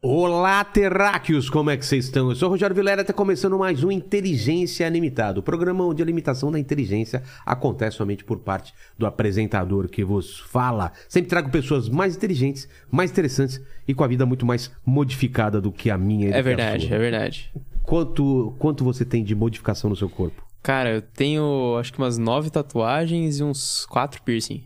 Olá, terráqueos! Como é que vocês estão? Eu sou o Rogério Vilela, está começando mais um Inteligência Limitada, o programa onde a limitação da inteligência acontece somente por parte do apresentador que vos fala. Sempre trago pessoas mais inteligentes, mais interessantes e com a vida muito mais modificada do que a minha. e do que É a verdade, sua. é verdade. Quanto, quanto você tem de modificação no seu corpo? Cara, eu tenho acho que umas nove tatuagens e uns quatro piercing.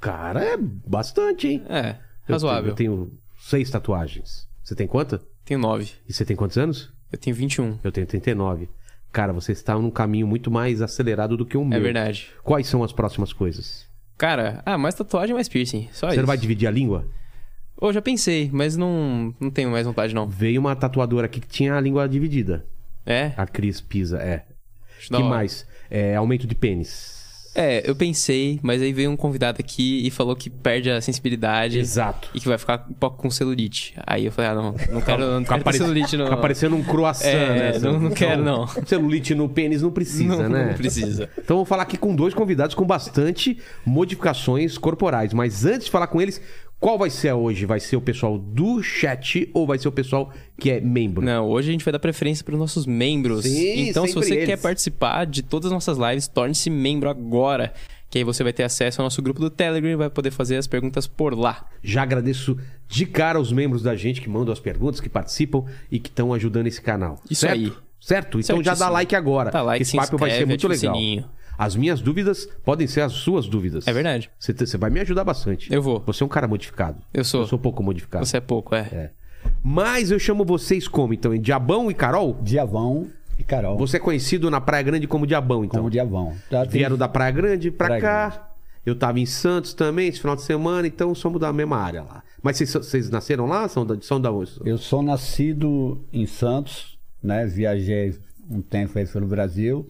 Cara, é bastante, hein? É, Eu razoável. tenho- Eu tenho seis tatuagens. Você tem quanta? Tenho nove. E você tem quantos anos? Eu tenho 21. Eu tenho 39. Cara, você está num caminho muito mais acelerado do que o Um meu. É verdade. Quais são as próximas coisas? Cara, ah, mais tatuagem, mais piercing. Só Você É isso. não vai dividir a língua? Eu já pensei, mas não, não tenho mais vontade, não. Veio uma tatuadora aqui que tinha a língua dividida. É? A Cris Pisa, é. Acho O da que hora. mais? É, aumento de pênis. É, eu pensei, mas aí veio um convidado aqui e falou que perde a sensibilidade Exato. e que vai ficar um pouco com celulite. Aí eu falei, ah, não, não quero, não Fica quero ter parec- celulite, não. Fica parecendo um croissant, É, né? não- não quero, não. Celulite no pênis não precisa, Não, né? não precisa. Então vou falar aqui com dois convidados com bastante modificações corporais. Mas antes de falar com eles, qual vai ser a hoje? Vai ser o pessoal do chat ou vai ser o pessoal que é membro? Não, Né? hoje a gente vai dar preferência para os nossos membros. Sim, então, se sempre você eles. quer participar de todas as nossas lives, torne-se membro agora. Que aí você vai ter acesso ao nosso grupo do Telegram e vai poder fazer as perguntas por lá. Já agradeço de cara aos membros da gente que mandam as perguntas, que participam e que estão ajudando esse canal. Isso certo? aí. Certo? Então já dá Certíssimo. like agora. Dá like, que esse se papo vai ser inscreve, muito ativa legal. o sininho. As minhas dúvidas podem ser as suas dúvidas. É verdade. Você te- você vai me ajudar bastante. Eu vou. Você é um cara modificado. Eu sou. Eu sou um pouco modificado. Você é pouco, é. É. Mas eu chamo vocês como, então? Diabão e Carol? Diavão e Carol. Você é conhecido na Praia Grande como Diabão, então. Como Diavão. Já tem- Vieram da Praia Grande pra Praia cá. Eu tava em Santos também esse final de semana, então somos da mesma área lá. Mas vocês, vocês nasceram lá? São da, são da onde? Eu sou nascido em Santos, né? Viajei um tempo aí pelo Brasil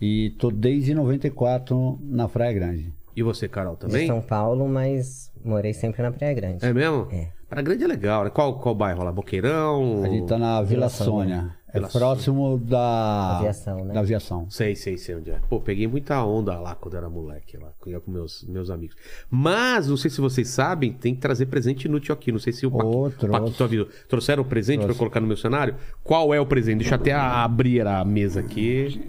e tô desde 94 na Praia Grande. E você, Carol, De também? São Paulo, mas morei sempre na Praia Grande. É mesmo? É. Praia Grande é legal, né? Qual, qual bairro lá? Boqueirão? A gente tá na Vila Vila Sônia. Sônia. É Vila próximo da né? Aviação, né? Da aviação. Sei, sei, sei onde é. Pô, peguei muita onda lá quando era moleque, lá. Quando ia com meus, meus amigos. Mas, não sei se vocês sabem, tem que trazer presente inútil aqui. Não sei se o Paqui- Ô, trouxe. Paquito avisou. Trouxeram o presente pra eu colocar no meu cenário? Qual é o presente? Deixa eu até a- abrir a mesa aqui.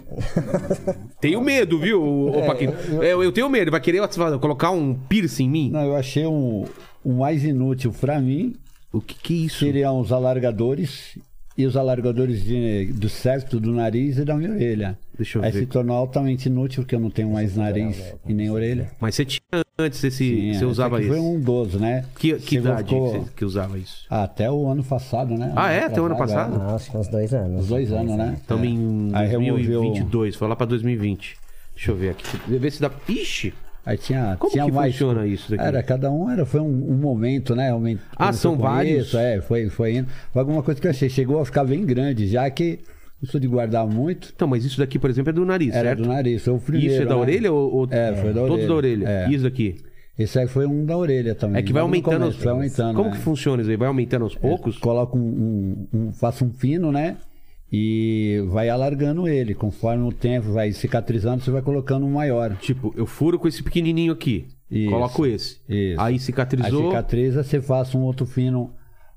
tenho medo, viu, ô, É, ô, Paquito? Eu, eu tenho medo. Vai querer ó, colocar um piercing em mim? Não, eu achei um, um mais inútil pra mim O que que é isso? seriam os alargadores e os alargadores de- do septo, do nariz e da minha orelha. Deixa eu Aí ver. se tornou altamente inútil, porque eu não tenho mais né? nariz e nem orelha. Mas você tinha antes esse... Sim, você é. usava Esse isso. aqui Foi um 12, né? Que, que Chegou, idade ficou- que, você- que usava isso? Até o ano passado, né? Ah, é? Até o ano Atrasado, passado? Ah, acho que uns dois anos. Uns dois anos, né? Estamos É. em Aí removeu- 2022, foi lá pra 2020. Deixa eu ver aqui. Deixa eu ver se dá. Ixi! Aí tinha, Como tinha que é um mais. funciona isso daqui? Era, cada um era, foi um, um momento, né? Um momento, Ah, começou são com vários? Isso, é, foi, foi indo. Foi alguma coisa que eu achei. Chegou a ficar bem grande, já que não sou de guardar muito. Então, mas isso daqui, por exemplo, é do nariz, Era certo? do nariz, foi o primeiro. isso é da né? orelha ou, ou- É, foi da Todos orelha. da orelha. É. E Isso daqui. Esse aí foi um da orelha também. É que vai logo no aumentando. começo, aos- Vai aumentando. Como é. que funciona isso aí? Vai aumentando aos poucos? Coloca um, um- um- Faço um pino, né? E vai alargando ele. Conforme o tempo vai cicatrizando, você vai colocando um maior. Tipo, eu furo com esse pequenininho aqui. Isso. Coloco esse. Isso. Aí A cicatrizou. cicatriza, você faça um outro fino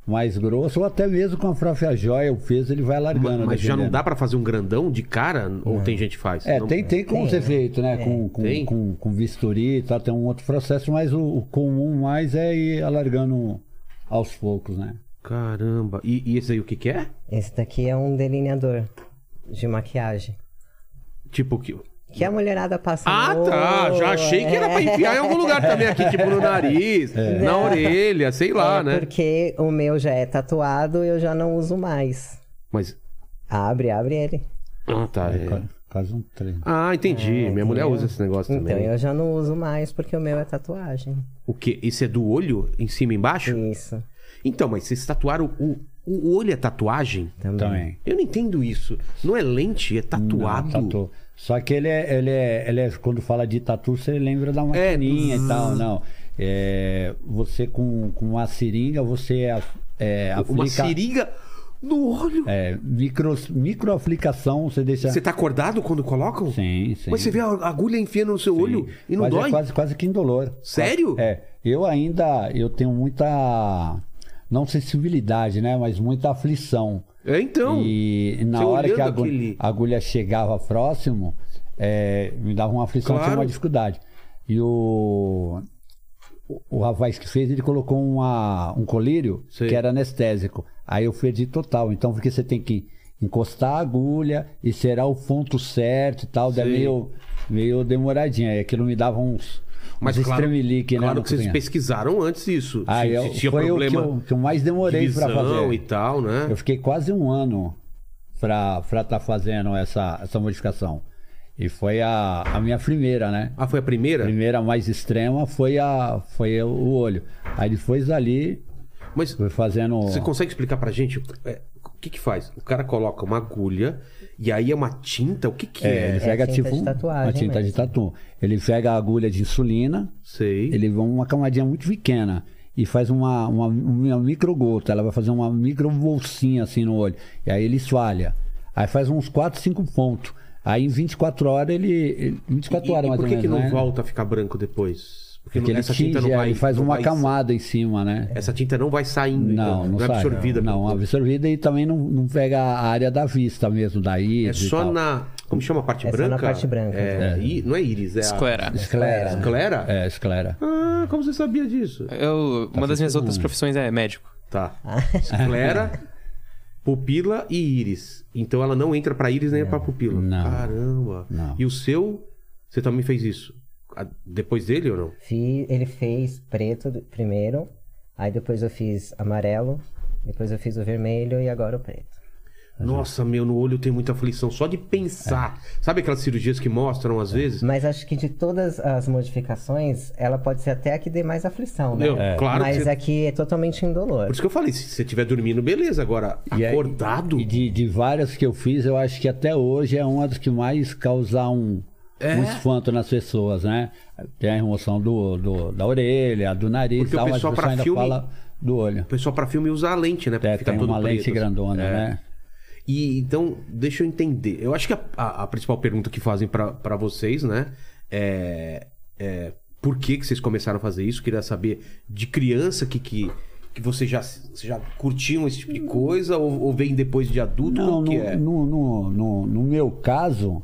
mais grosso, ou até mesmo com a própria joia, o peso, ele vai ma- alargando. Mas já não dependendo. dá pra fazer um grandão de cara? Ou tem gente que faz? É, Não- tem, tem como ser feito, né? Com, com, Tem. Com, com bisturi e tal, tem um outro processo, mas o, o comum mais é ir alargando aos poucos, né? Caramba. E, e esse aí o que que é? Esse daqui é um delineador de maquiagem. Tipo, que... Que a mulherada passa Ah, no- É. tá. Já achei que é. era pra enfiar em algum lugar também aqui, tipo no nariz, na orelha, sei lá, é né? Porque o meu já é tatuado e eu já não uso mais. Mas. Abre, abre ele. Ah, tá. é. Qua- Quase um trem. Ah, É, entendi. Minha mulher usa esse negócio Então, também. né? eu já não uso mais porque o meu é tatuagem. O quê? Esse é do olho? Em cima e embaixo? Isso, Então, mas vocês tatuaram o. O olho é tatuagem? também. Também. Eu não entendo isso. Não é lente, é tatuado. Tatu. É, Só que ele é, ele é, ele é- Quando fala de tatu, você lembra da maquininha e tal, não. É, você com, com uma seringa, você a- é, Uma aplica- seringa no olho. é, micro, microaplicação, você deixa. Você tá acordado quando colocam? Sim, sim. Mas você vê a agulha enfiando no seu olho e não Mas dói? É quase, quase que indolor. Sério? É. Eu ainda eu tenho muita. Não sensibilidade, né? Mas muita aflição. É, então. e na você hora que a olhando agulha, aquele- a agulha chegava próximo, é, me dava uma aflição, Claro. tinha uma dificuldade. E o, o, o rapaz que fez, ele colocou uma, um colírio Sei. que era anestésico. Aí eu perdi total. Então, porque você tem que encostar a agulha e será o ponto certo e tal. Daí Sei. meio, meio demoradinha. E aquilo me dava uns, uns estremelique, né? claro na que vocês cozinha. pesquisaram antes isso. Aí eu, foi o que eu, que eu mais demorei de para fazer. visão e tal, né? Eu fiquei quase um ano pra estar tá fazendo essa, essa modificação. E foi a, a minha primeira, né? Ah, foi a primeira? É. A primeira mais extrema foi, a, foi o olho. Aí depois ali, Mas foi fazendo. você consegue explicar pra gente é, o que que faz? O cara coloca uma agulha e aí é uma tinta? O que que é? ele Ele- pega tinta de tipo tatuagem uma tinta de mesmo. tatu. Ele pega a agulha de insulina, Sei. ele vai uma camadinha muito pequena e faz uma, uma, uma microgota. Ela vai fazer uma micro bolsinha assim no olho. E aí ele esfalha. Aí faz uns 4, 5 pontos. Aí em 24 horas ele. ele- 24 E- horas e mais por ou que menos. que não né? volta a ficar branco depois? Porque, Porque não- ele essa tinge, tinta não é, vai... ele faz não uma vai- camada em cima, né? Essa tinta não vai saindo, então, Não, não, é sai, absorvida. Não, pelo- não, absorvida e também não, não pega a área da vista mesmo, da É íris. e só tal. na... Como chama a parte É só na branca? parte branca. É, í- Não é íris, é a... Esclera. Esclera. Esclera? É, esclera. Ah, como você sabia disso? Eu, uma das minhas um outras profissões é médico. Tá. Esclera, pupila e íris. Então ela não entra pra íris nem pra pupila. É. Não. Caramba. Não. E o seu, você também fez isso? Ah, Depois dele ou não? Fiz, ele fez preto do- primeiro, aí depois eu fiz amarelo, depois eu fiz o vermelho e agora o preto. Nossa, meu, no olho eu tenho muita aflição só de pensar. É. Sabe aquelas cirurgias que mostram às vezes? Mas acho que de todas as modificações, ela pode ser até a que dê mais aflição, né? Eu- É. claro que Mas você- aqui é totalmente indolor. Por isso que eu falei, se você estiver dormindo, beleza. Agora, E aí- acordado, E de, de várias que eu fiz, eu acho que até hoje é uma das que mais causa um, É? um espanto nas pessoas, né? Tem a remoção do, do- da orelha, do nariz Porque e tal, o mas pessoal você pra ainda filme- fala do olho. o pessoal pra filme usa a lente, né? Pra É, ficar tem todo uma preto, lente assim. grandona, É. né? E então, deixa eu entender. Eu acho que a, a- a principal pergunta que fazem pra pra vocês, né? É, é por que, que vocês começaram a fazer isso? Queria saber de criança que, que, que vocês já, vocês já curtiam esse tipo de coisa ou, ou vem depois de adulto? Não, Como que no, é? no, no, no- no meu caso,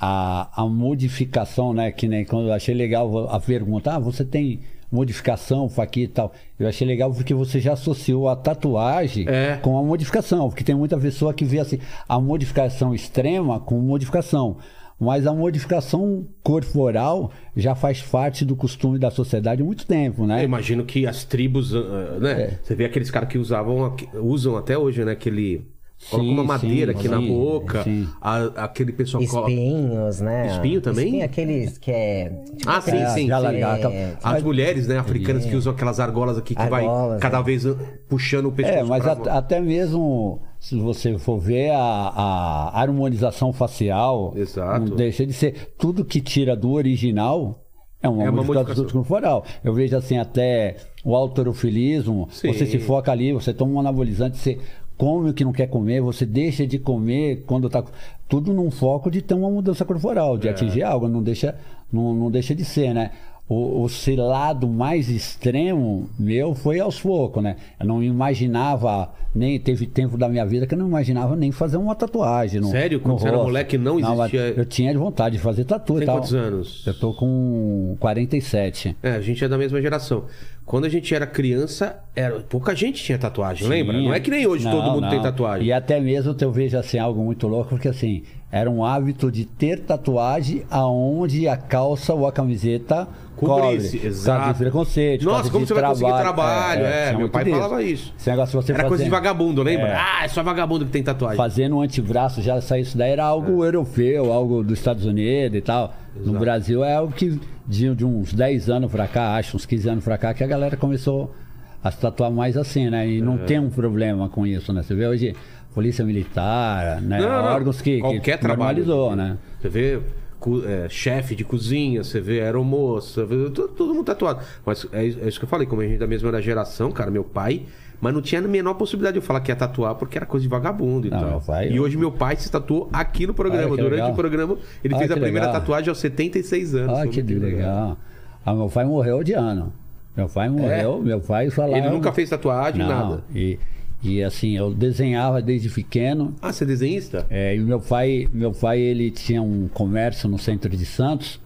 a, a modificação, né? Que nem quando eu achei legal a pergunta, ah, você tem modificação, faquia e tal. Eu achei legal porque você já associou a tatuagem É. com a modificação. Porque tem muita pessoa que vê assim, a modificação extrema com modificação. Mas a modificação corporal já faz parte do costume da sociedade há muito tempo, né? Eu imagino que as tribos, ah, né? É. Você vê aqueles caras que usavam, aqui- usam até hoje, né? Aquele. Coloca Sim, uma madeira sim, aqui na sim, boca. sim. a- aquele pessoal coloca. Espinhos, né? Espinho também? Espinho, aqueles que é... tipo Ah, sim, É, sim. já sim. largar, tá- As mulheres, né, africanas que usam aquelas argolas aqui que vai Argolas, cada né? vez uh, puxando o pescoço. É, mas pra at- até mesmo se você for ver a, a harmonização facial, Exato. não deixa de ser tudo que tira do original é uma, É uma modificação modificação. corporal. Eu vejo assim até o autorofilismo, Sim. você se foca ali, você toma um anabolizante, você come o que não quer comer, você deixa de comer quando tá com- tudo num foco de ter uma mudança corporal, É. de atingir algo, não deixa não, não deixa de ser, né? O, o cilado mais extremo meu foi aos poucos, né? Eu não imaginava, nem teve tempo da minha vida que eu não imaginava nem fazer uma tatuagem. No, Sério? Quando no você era rosto. moleque, não mas existia- eu tinha vontade de fazer tatu Tem e tal. quantos anos? Eu tô com 47. É, a gente é da mesma geração. Quando a gente era criança, era... pouca gente tinha tatuagem, lembra? Sim. Não é que nem hoje Não, todo mundo tem não. tatuagem. E até mesmo eu vejo assim algo muito louco, porque assim, era um hábito de ter tatuagem aonde a calça ou a camiseta Cobrisse, cobre. Por exato. causa de preconceito. por Nossa, causa como de você vai conseguir trabalho? É, tinha meu muito pai falava isso. Esse negócio de você Era coisa de fazer- vagabundo, lembra? É. Ah, é só vagabundo que tem tatuagem. Fazendo um antebraço, já sair isso daí era É. algo europeu, algo dos Estados Unidos e tal. No Brasil é algo que de, de uns 10 anos pra cá, acho, uns 15 anos pra cá, que a galera começou a se tatuar mais assim, né? E É. não tem um problema com isso, né? Você vê hoje polícia militar, né? Não, não, não. Órgãos que, Qualquer que trabalho. normalizou, né? Você vê cu- é, chefe de cozinha, você vê aeromoça, vê- todo, todo mundo tatuado. Mas é, isso- é isso que eu falei, como a gente é da mesma geração, cara, meu pai, mas não tinha a menor possibilidade de eu falar que ia tatuar porque era coisa de vagabundo e Não, tal. meu pai- e hoje meu pai se tatuou aqui no programa. Ah, que Durante legal. o programa, ele Ah, fez a que primeira legal. tatuagem aos 76 anos. Ah, Foi que muito legal. Ah, meu pai morreu de ano. Meu pai morreu, meu pai falava. É? Ele nunca fez tatuagem, Não, nada. E, e assim, eu desenhava desde pequeno. Ah, você é desenhista? É, e meu pai, meu pai ele tinha um comércio no centro de Santos,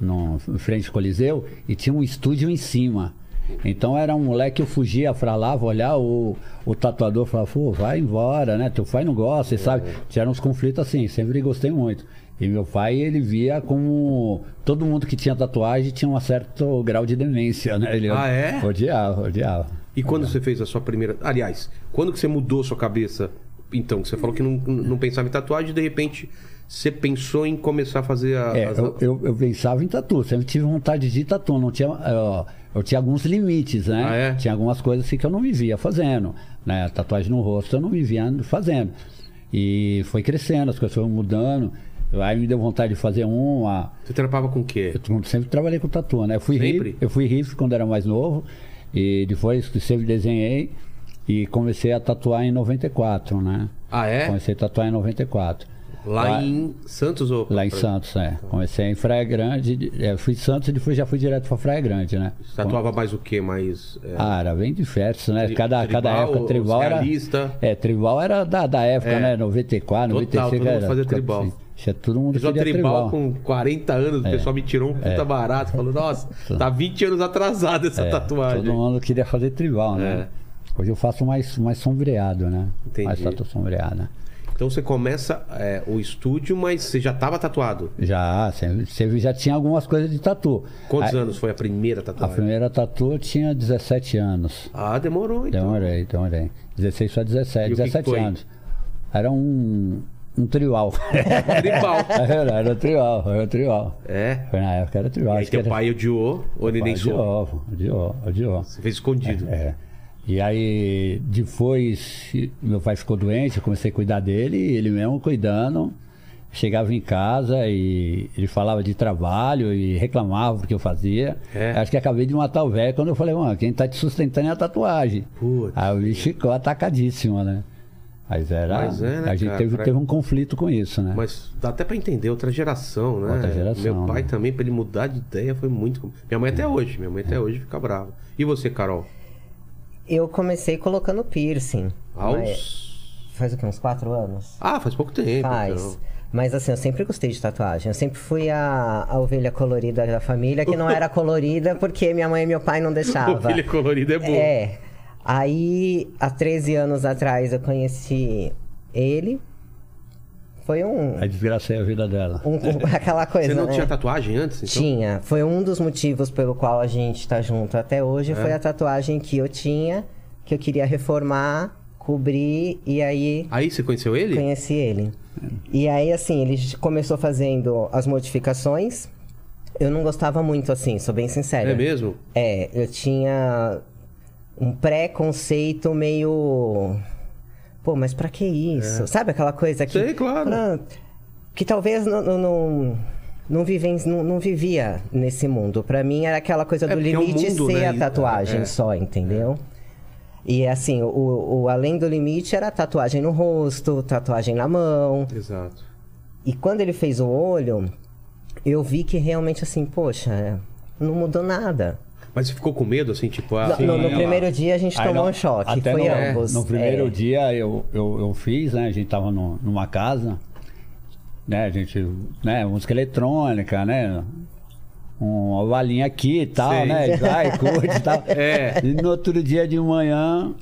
no em frente ao Coliseu, e tinha um estúdio em cima. Então era um moleque, eu fugia pra lá, vou olhar, o, o tatuador falava, pô, vai embora, né? Teu pai não gosta, você sabe? Tiveram uns conflitos assim, sempre gostei muito. E meu pai, ele via como todo mundo que tinha tatuagem tinha um certo grau de demência, né? Ele Ah, é? odiava, odiava. E quando você fez a sua primeira. Aliás, quando que você mudou sua cabeça? Então, que você falou que não, não pensava em tatuagem e de repente você pensou em começar a fazer a. É, as- eu, eu, eu pensava em tatu, sempre tive vontade de tatu, não tinha, eu, eu tinha alguns limites, né? Ah, é? Tinha algumas coisas assim que eu não me via fazendo, né? Tatuagem no rosto eu não me via fazendo. E foi crescendo, as coisas foram mudando, aí me deu vontade de fazer uma, Você trampava com o quê? eu sempre trabalhei com tatu, né? Eu fui Sempre? hip, eu fui hip quando era mais novo e depois que sempre desenhei e comecei a tatuar em 94, né? Ah, é? Comecei a tatuar em 94. Lá em Santos ou. Lá em Santos, é. Comecei em Praia Grande, é, fui de Santos e depois já fui direto pra Praia Grande, né? Tatuava mais o quê? Mais. é, Ah, era bem diverso, né? Tri- Cada, cada tribal, época tribal era. realista. É, tribal era da, da época, É. né? 94, Total, 95. todo mundo era, fazia tribal. Tinha todo mundo Fiz uma queria tribal, com 40 anos, É, o pessoal me tirou um puta barato. Falou, nossa, tá 20 anos atrasada essa É, tatuagem. É. Todo mundo queria fazer tribal, né? Hoje eu faço mais, mais sombreado, né? Entendi. Mais tatu né? sombreada. Então você começa é, o estúdio, mas você já tava tatuado. Já, sempre, sempre já tinha algumas coisas de tatu. Quantos a, anos foi a primeira A tatuagem? primeira tatu eu tinha 17 anos. Ah, demorou então. Demorei, demorei. 16 para E 17, o que que 17 foi? anos. Era um, um tribal. Tribal. era, era tribal, era tribal. É. Foi na época era tribal. Aí acho que teu era... pai odiou, ou ele nem soube. odiou, odiou, odiou. Você fez escondido. É. E aí, depois, meu pai ficou doente, eu comecei a cuidar dele, e ele mesmo cuidando. Chegava em casa e ele falava de trabalho e reclamava do que eu fazia. É. Acho que acabei de matar o velho quando eu falei, mano, quem tá te sustentando é a tatuagem. Putz. Aí o bicho ficou atacadíssimo, né? Mas era. Mas é, né, a gente cara? teve, Pra- teve um conflito com isso, né? Mas dá até pra entender, outra geração, né? Outra geração, Meu pai né? também, pra ele mudar de ideia, foi muito. com- Minha mãe até hoje, minha mãe até hoje fica brava. E você, Carol? Eu comecei colocando piercing. mas Aos. Faz o quê? Uns quatro anos? Ah, faz pouco tempo. Faz. então. Mas assim, eu sempre gostei de tatuagem. Eu sempre fui a, a ovelha colorida da família, que não era colorida porque minha mãe e meu pai não deixavam. Ovelha colorida é boa. É. Aí, há 13 anos atrás, eu conheci ele. Foi um. Aí desgracei a vida dela. um- um- aquela coisa. Você não né? tinha tatuagem antes? Então? Tinha. Foi um dos motivos pelo qual a gente tá junto até hoje. É. Foi a tatuagem que eu tinha, que eu queria reformar, cobrir, e aí Aí você conheceu ele? conheci ele. E aí, assim, ele j- começou fazendo as modificações. Eu não gostava muito, assim, sou bem sincera. É mesmo? É, eu tinha um preconceito meio. Pô, mas pra que isso? Sabe aquela coisa que. É. Sei, claro. Ah, que talvez não. não, não... Não, viven- não- não vivia nesse mundo. Pra mim era aquela coisa É do porque é um limite mundo, ser né? a tatuagem É. só, entendeu? E assim, o, o além do limite era tatuagem no rosto, tatuagem na mão. Exato. E quando ele fez o olho, eu vi que realmente assim, poxa, não mudou nada. Mas você ficou com medo, assim, tipo, ah, No- assim, no, no ela- primeiro dia a gente Aí tomou não- um choque. até foi no, ambos. No primeiro é. dia eu, eu, eu fiz, né? A gente tava no- numa casa, né? A gente, né? Música eletrônica, né? Uma balinha aqui e tal, Sei. né? Vai, curte e tal. É. E no outro dia de manhã,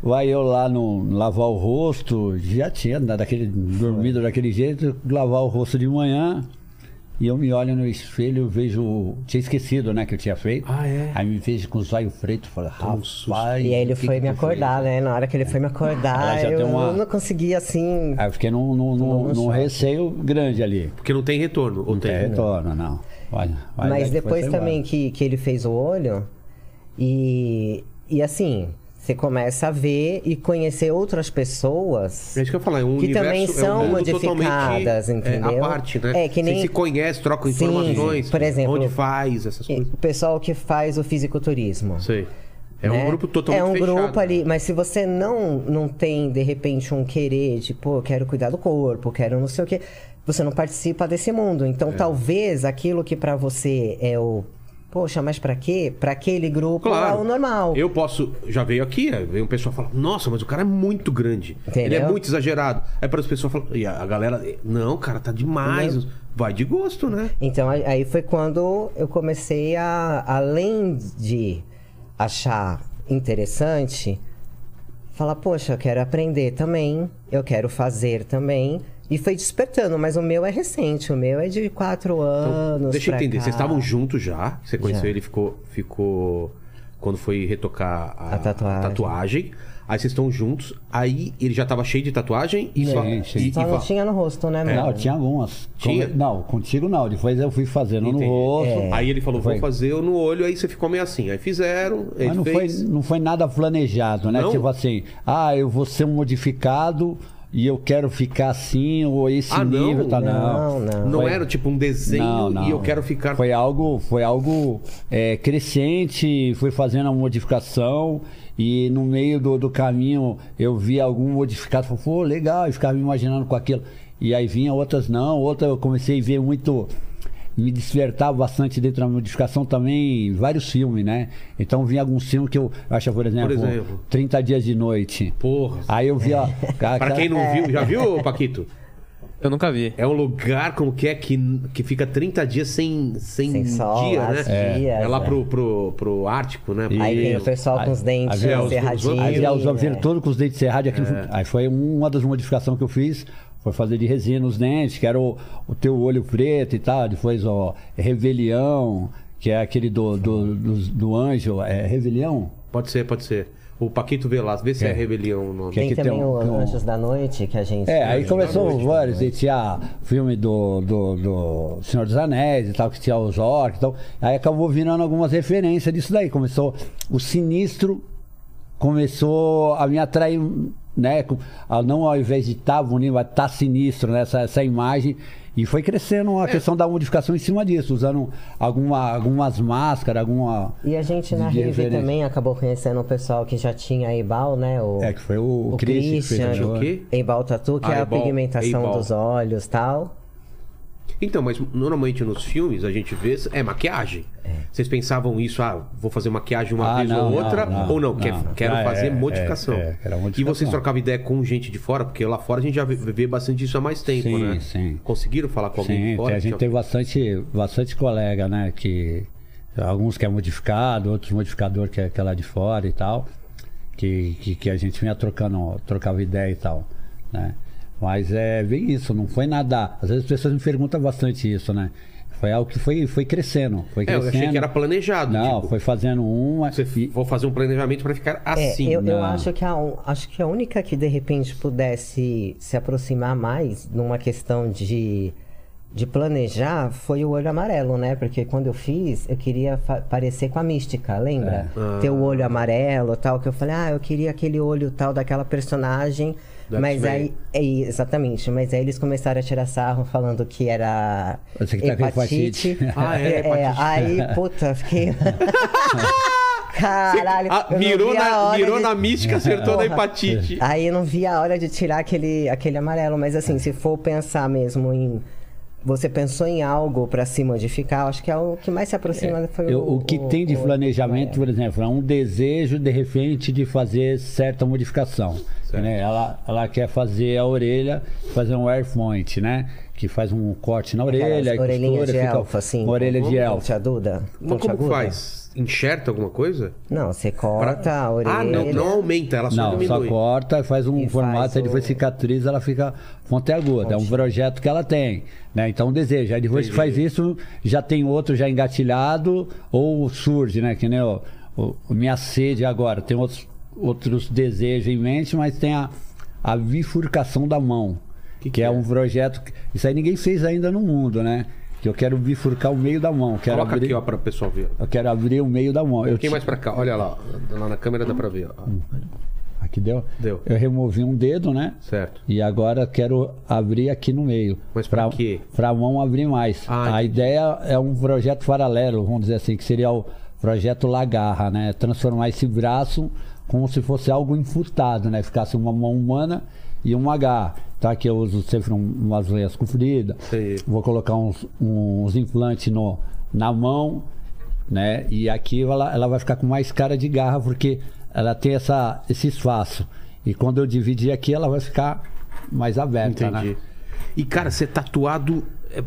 vai eu lá no lavar o rosto, já tinha né, daquele, dormido daquele jeito, lavar o rosto de manhã. E eu me olho no espelho, vejo. Tinha esquecido, né, que eu tinha feito. Ah, é? Aí me vejo com os olhos pretos, falo, rapaz. Então, um susto. E aí ele o que foi que me tu fez?" acordar, né? Na hora que ele foi me Ela acordar, já eu, deu uma- eu não consegui assim. Aí eu fiquei num, num, num- Tomou um num choque. receio grande ali. porque não tem retorno. Ou tem? né? É, retorno, não. Olha, olha, aí Mas foi, depois foi também embora. que, que ele fez o olho, e, e assim, Você começa a ver e conhecer outras pessoas. É isso que eu ia falar, é um Que universo, também são é um mundo modificadas, totalmente, é, entendeu? à parte, né? É, que nem- Você se conhece, troca Sim, informações, por exemplo, onde faz, essas coisas. O pessoal que faz o fisiculturismo. Sei. É né? um grupo totalmente É um fechado. né? grupo ali, mas se você não não tem de repente um querer, tipo, eu quero cuidar do corpo, quero não sei o quê, você não participa desse mundo. É. Então, talvez aquilo que pra você é o Poxa, mas pra quê? Pra aquele grupo Claro. é o normal. Eu posso. Já veio aqui, aí veio um pessoal falar: Nossa, mas o cara é muito grande. Entendeu? Ele é muito exagerado. Aí para as pessoas falam: E a a galera, não, cara, tá demais. Vai de gosto, né? Então aí- aí foi quando eu comecei a, além de achar interessante, falar, poxa, eu quero aprender também, eu quero fazer também. E foi despertando, mas o meu é recente, o meu é de quatro anos. Então, Deixa eu pra entender, cá. vocês estavam juntos já? Você conheceu Já. ele, ficou, ficou. Quando foi retocar a, A tatuagem. tatuagem. Aí vocês estão juntos, aí ele já tava cheio de tatuagem e Sim, só. sim. E, É, e Só não va- tinha no rosto, né, mano? Não, tinha algumas. Tinha? Como- Não, contigo não. Depois eu fui fazendo Entendi. no rosto. É. Aí ele falou, vou É. Foi. fazer eu no olho, aí você ficou meio assim. Aí fizeram, ele Mas não foi, fez. não foi nada planejado, né? Não? Tipo assim, ah, eu vou ser um modificado e eu quero ficar assim, ou esse Ah, não? nível tá Não, não. Não Foi- era tipo um desenho Não, não. e eu quero ficar. Foi algo, foi algo é, crescente, fui fazendo uma modificação e no meio do, do caminho eu vi algum modificado, falei, pô, legal, e ficava me imaginando com aquilo. E aí vinha outras não, outra eu comecei a ver muito. Me despertava bastante dentro da modificação também vários filmes, né? Então vinha alguns filmes que eu acho, por exemplo, exemplo? 30 Dias de Noite. Porra. Aí eu via. É. cara, Pra quem não viu, já viu, Paquito? Eu nunca vi. É um lugar como que é que, que fica 30 dias sem, sem, Sem sol, dia, né? as dias, é lá né? pro, pro, pro Ártico, né? Pro Aí tem frio. o pessoal com os dentes aí é, os- os- cerradinhos. Aí já os né? ouviram todos com os dentes cerrados. Aquilo foi- Aí foi uma das modificações que eu fiz. Foi fazer de resina os dentes, que era o, o teu olho preto e tal. Depois, ó, Revelião, que é aquele do, do, do, do anjo. É Revelião? Pode ser, pode ser. O Paquito Velasco, vê se é, É. rebelião o nome. Que- Tem que tem também um- o tem um- Anjos da Noite, que a gente... É, aí Anjos da começou Noite. vários. E tinha filme do, do, do Senhor dos Anéis e tal, que tinha os orcs e tal. Aí acabou virando algumas referências disso daí. Começou o sinistro, começou a me atrair, né? com- a- Não ao invés de estar bonito, mas tá sinistro, né? Essa, essa imagem. E foi crescendo a É. questão da modificação em cima disso, usando alguma, algumas máscaras, alguma. E a gente na de Rive referência. também acabou conhecendo o pessoal que já tinha Eibal, né? O, É, que foi o Christian que fez Christian, o negócio. Tinha o quê? Eibal Tatu, que Ah, é a Eibal, pigmentação Eibal. dos olhos e tal. Então, mas normalmente nos filmes a gente vê. É maquiagem. Vocês pensavam isso, ah, vou fazer maquiagem uma Ah, vez não, ou não, outra, não, ou não, não. quer- quero Ah, é, fazer é, modificação. é, era E modificação. vocês trocavam ideia com gente de fora, porque lá fora a gente já vê, vê bastante isso há mais tempo, Sim, né? sim. Conseguiram falar com alguém Sim, de fora? Então, a gente Tinha- tem bastante, bastante colega, né? Que alguns que é modificado, outros modificador que é, que é lá de fora e tal, que, que, que a gente vinha trocando, trocava ideia e tal, né? Mas é bem isso, não foi nada. Às vezes as pessoas me perguntam bastante isso, né? Foi algo que foi, foi crescendo, foi É, eu crescendo. achei que era planejado. Não, tipo, foi fazendo uma. Você, e- vou fazer um planejamento pra ficar É, assim. eu, eu não. acho que a, un- acho que a única que de repente pudesse se aproximar mais numa questão de, de planejar foi o olho amarelo, né? Porque quando eu fiz, eu queria fa- parecer com a mística, lembra? Ah. Ter o olho amarelo e tal, que eu falei, ah, eu queria aquele olho tal daquela personagem. Do mas X-Men. aí, é, exatamente, mas aí eles começaram a tirar sarro falando que era Você que tá com hepatite. Ah, é, hepatite. aí, puta, fiquei. Caralho, Ah, eu não mirou vi a na, hora mirou de- na mística, acertou na Porra. Tá. hepatite. Aí eu não vi a hora de tirar aquele, aquele amarelo, mas assim, se for pensar mesmo em. Você pensou em algo pra se modificar, eu acho que é o que mais se aproxima É, foi Eu- o que tem de o- planejamento, por exemplo, é um desejo de repente de fazer certa modificação. né? Ela, ela quer fazer a orelha, fazer um air point, né? Que faz um corte na é orelha, e é, Aquelas orelhinhas costura, de fica elfo, assim. uma orelha de elfo. Ponte aguda. Mas Então, como faz? Enxerta alguma coisa? Não, você Pra- corta a orelha. Ah, não, não aumenta, ela só Não, diminui. só corta, faz um E formato, faz aí depois o- cicatriza, ela fica ponte aguda. É um projeto que ela tem, né? Então deseja. Aí depois que faz isso, já tem outro já engatilhado ou surge, né? Que nem o, o- o minha sede agora. Tem outros, outros desejos em mente, mas tem a, a é? bifurcação da mão. Que, é um projeto. que- Isso aí ninguém fez ainda no mundo, né? Que eu quero bifurcar o meio da mão. Quero Coloca abrir, aqui, ó, pra o pessoal ver. Eu quero abrir o meio da mão. Eu Hum. Quem ti- mais pra cá? Olha lá. ó. Lá na câmera dá pra ver, ó. Aqui deu? Deu. Eu removi um dedo, né? Certo. E agora quero abrir aqui no meio. Mas pra quê? Pra mão abrir mais. Ah, a entendi. ideia é um projeto paralelo, vamos dizer assim, que seria o projeto Lagarra, né? Transformar esse braço como se fosse algo infurtado, né? Ficasse uma mão humana e um H. Tá? Que eu uso sempre um- umas veias compridas. Sei. Vou colocar uns, uns implantes no, na mão, né? E aqui ela, ela vai ficar com mais cara de garra, porque ela tem essa, esse espaço. E quando eu dividir aqui, ela vai ficar mais aberta, né? Entendi. E, cara, ser tatuado. É,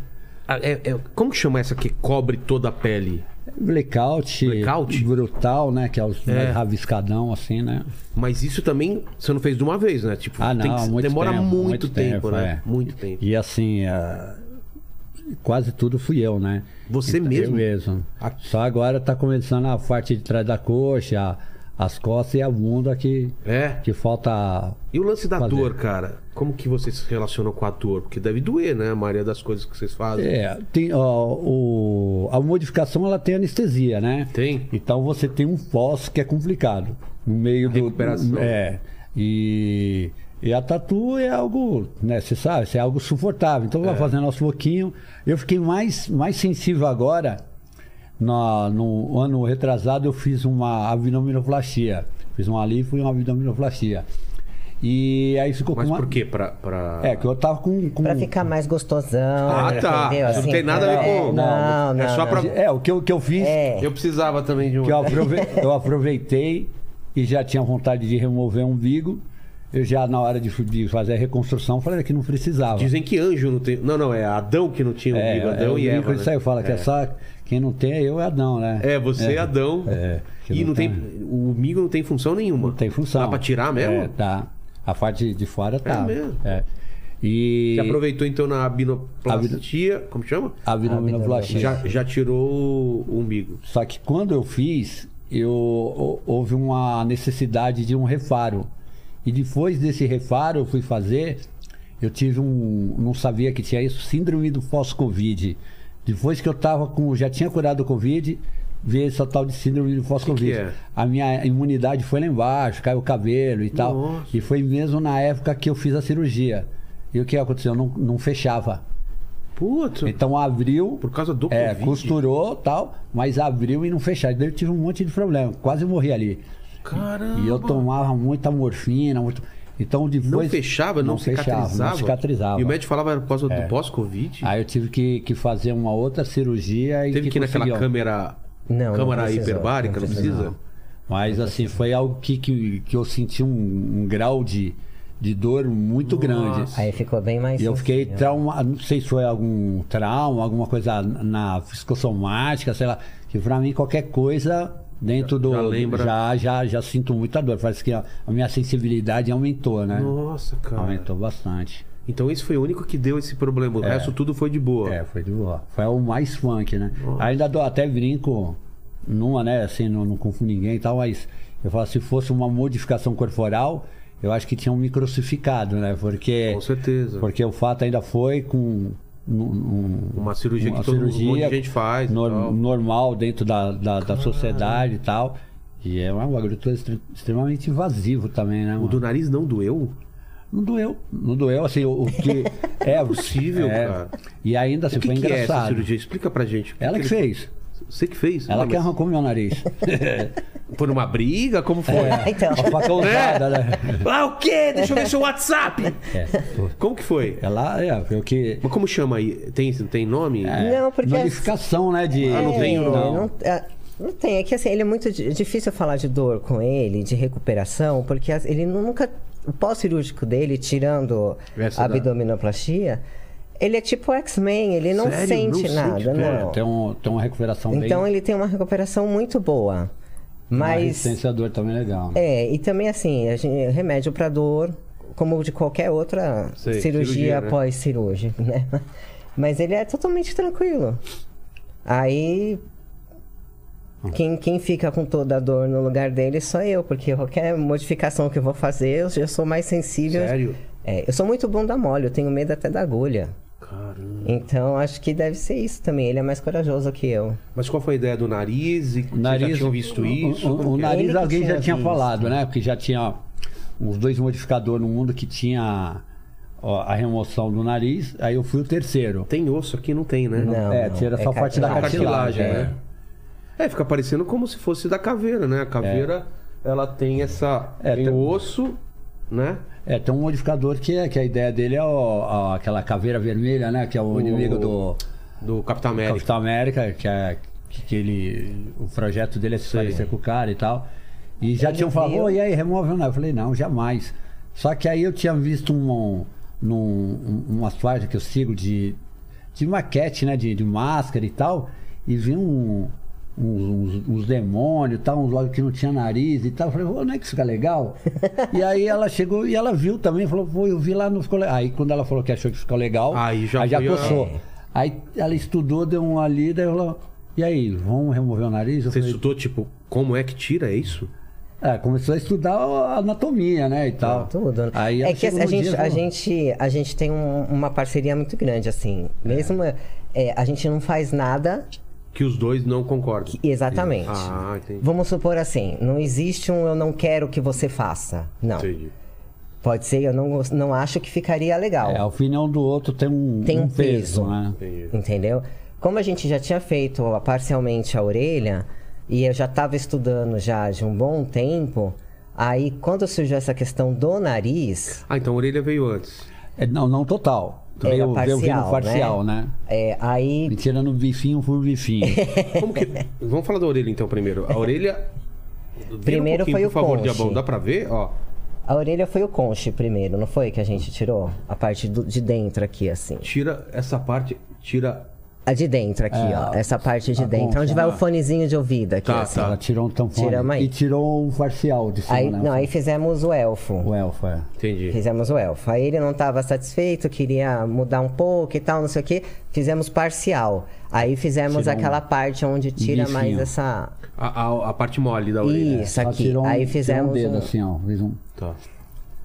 é- é- como que chama essa que cobre toda a pele? Blackout, Blackout? brutal, né? Que é os É. mais rabiscadão, assim, né? Mas isso também você não fez de uma vez, né? Tipo, Ah, tem não, que- muito demora tempo, muito, muito tempo, tempo, né? é. Muito tempo. E assim, ah, quase tudo fui eu, né? Você Então, mesmo? Eu mesmo. Só agora tá começando a parte de trás da coxa, as costas e a bunda que, É. que falta. E o lance da Fazer. dor, cara? Como que vocês se relacionam com a dor? Porque deve doer, né? A maioria das coisas que vocês fazem. É, tem, ó, o, a modificação ela tem anestesia, né? Tem. Então você tem um pós que é complicado. No meio do. recuperação. É. E, e a tatu é algo, né? Você sabe, isso é algo suportável. Então É. vai fazendo aos pouquinho. Eu fiquei mais, mais sensível agora. Na- no ano retrasado eu fiz uma abdominoplastia. Fiz uma lipo e uma abdominoplastia. E aí ficou Mas com uma. por quê? Pra, pra... É, que eu tava com. com Pra ficar mais gostosão. Ah, tá. entendeu? Não tem nada a ver é, com- Não, não. É só não. pra- É, o que eu, que eu fiz. É. Eu precisava também de um. que eu, aprove- eu aproveitei e já tinha vontade de remover o umbigo. Eu já, na hora de, fu- de fazer a reconstrução, falei que não precisava. Dizem que anjo não tem. Não, não, é Adão que não tinha é, umbigo. Adão é, e o Eva. umbigo, Isso né? aí eu falo que é. é só quem não tem é eu e Adão, né? É, você é, Adão. É, que e não não tem... tem- O umbigo não tem função nenhuma. Não tem função. Dá pra tirar mesmo? É, tá. A parte de, de fora tá. mesmo? É. E Você aproveitou então na abinoplastia. Como chama? a abdominoplastia. Já, já tirou o umbigo. Só que quando eu fiz, eu hou- houve uma necessidade de um reparo. E depois desse reparo, eu fui fazer. Eu tive um, não sabia que tinha isso, síndrome do pós-covid. Depois que eu tava com, já tinha curado o covid, veio essa tal de síndrome do pós-covid. é? A minha imunidade foi lá embaixo, caiu o cabelo e tal. Nossa. E foi mesmo na época que eu fiz a cirurgia. E o que aconteceu? Não, não fechava. Puto. Então abriu. Por causa do É, Covid? costurou tal, mas abriu e não fechava. Daí eu tive um monte de problema, quase morri ali. Caramba. E eu tomava muita morfina, muito. Então depois. Não fechava, não, cicatrizava. Não cicatrizava. É. E o médico falava era por causa do pós-Covid. Aí eu tive que, que fazer uma outra cirurgia e. Teve que ir naquela conseguiu. câmera. Não, não câmera precisou, hiperbárica, não não precisa? precisou. Mas assim, foi algo que, que, que eu senti um, um grau de, de dor muito grande. Aí ficou bem mais. E eu fiquei sensível. trauma, não sei se foi algum trauma, alguma coisa na psicossomática, sei lá, que pra mim qualquer coisa dentro do já lembra. já já já sinto muita dor, parece que a, a minha sensibilidade aumentou, né? Nossa, cara. Aumentou bastante. Então esse foi o único que deu esse problema. O resto tudo foi de boa. É, foi de boa. Foi o mais funk, né? Ainda dou até brinco numa, né? Assim, não, não confundo ninguém e tal, mas eu falo, se fosse uma modificação corporal, eu acho que tinham me crucificado, né? Porque. Com certeza. Porque o fato ainda foi com. um- um- Uma cirurgia que todo mundo- um monte de gente faz e nor- tal. normal dentro da, da, da sociedade e tal. E é um bagulho todo extre- extremamente invasivo também, né? O mano? do nariz não doeu? Não doeu. Não doeu, assim, o, o que. é possível, cara. E ainda assim, o que, foi que é essa engraçado. cirurgia? Explica pra gente. O Ela que ele- fez. Você que fez? Ela Não, que mas arrancou meu nariz. Foi numa briga? Como foi? Então, Uma faca usada, né? É. Ah, o quê? Deixa eu ver seu WhatsApp! Como que foi? Ela é, foi o que. Mas como chama aí? Tem, tem nome? é, Não, porque- Modificação, né? De, Ah, não tem o nome. Não, é, não tem. É que assim, ele é muito di- difícil falar de dor com ele, de recuperação, porque as- ele nu- nunca. O pós-cirúrgico dele, tirando Essa a da- abdominoplastia, ele é tipo X-Men, ele não Sério? sente Não nada, sente É, não. tem, um, tem uma recuperação Então bem. ele tem uma recuperação muito boa. Uma Mas. resistência à dor também legal. né? É, e também assim, a gente, remédio para dor, como de qualquer outra Sei, cirurgia, cirurgia né? pós-cirúrgica, né? Mas ele é totalmente tranquilo. Aí. Quem, quem fica com toda a dor no lugar dele sou eu, porque qualquer modificação que eu vou fazer, eu já sou mais sensível. Sério? É, eu sou muito bunda mole, eu tenho medo até da agulha. Caramba. Então acho que deve ser isso também. Ele é mais corajoso que eu. Mas qual foi a ideia do nariz? E Vocês já tinham visto o- isso? O, o Como que é? Ele nariz que alguém tinha já tinha visto. falado, né? Porque já tinha uns dois modificadores no mundo que tinha ó, a remoção do nariz. Aí eu fui o terceiro. Tem osso aqui, não tem, né? Não, é, não, tira é só a parte da A cartilagem. cartilagem, cartilagem, é. né? É, fica parecendo como se fosse da caveira, né? A caveira, ela tem essa... É, tem tem- o osso, né? É, tem um modificador que, é, que a ideia dele é o- a- aquela caveira vermelha, né? Que é o, inimigo do Do Capitão América. Capitão América, que, é, que, que ele. O projeto dele é se parecer com o cara e tal. E já Ele tinham falado, viu. "Ô, e aí, remove o nariz? Eu falei, não, jamais. Só que aí eu tinha visto um, um, um- umas páginas que eu sigo de, de maquete, né? De, de máscara e tal, e vi um. Uns, uns- uns demônios e tal, uns logo que não tinha nariz e tal. Eu falei, "Ô, não é que isso fica legal? e aí ela chegou e ela viu também, falou, pô, eu vi lá, não ficou legal. Aí quando ela falou que achou que ficou legal, Aí já aí já foi a- coçou. Aí ela estudou, deu uma lida e falou: E aí, vamos remover o nariz? Eu Você falei, estudou, tipo, como é que tira, é isso? é, começou a estudar a anatomia, né? E tal. Tudo. né? Aí ela é que chegou a no gente, dia e a, falou, gente, a gente tem um- uma parceria muito grande, assim. Mesmo é, a gente não faz nada Que os dois não concordam. exatamente. Ah, entendi. Vamos supor assim, não existe um eu não quero que você faça. Não. Entendi. Pode ser, eu não, gos- não acho que ficaria legal. É, a opinião do outro tem um, Tem um um peso, peso. né? Entendi. Entendeu? Como a gente já tinha feito ó, parcialmente a orelha, e eu já estava estudando já de um bom tempo, aí quando surgiu essa questão do nariz, Ah, então a orelha veio antes. É, não, não total. era Veio, veio é parcial, vindo parcial, né? É, aí Me tirando bifinho por bifinho. Como que... Vamos falar da orelha, então, primeiro. A orelha... Vira Primeiro pouquinho, foi o por favor, conche. Diabão, dá pra ver? Ó, a orelha foi o conche primeiro, não foi que a gente tirou? A parte do- de dentro aqui, assim. tira essa parte, tira... A de dentro aqui, É, ó. Essa parte de a dentro. concha, onde vai né? o fonezinho de ouvido aqui, Tá, assim. tá. Ela tirou um tampão Tiramos aí. e tirou um parcial de cima, Aí, né? não, aí fizemos o elfo. O elfo, é. Entendi. Fizemos o elfo. Aí ele não estava satisfeito, queria mudar um pouco e tal, não sei o quê. Fizemos parcial. Aí fizemos Tira um- aquela parte onde tira bifinho. mais essa. A, a, a parte mole da orelha. né? Isso Ela aqui. tirou um, Aí tirou um fizemos. dedo, um- assim, ó. Fez um... Tá.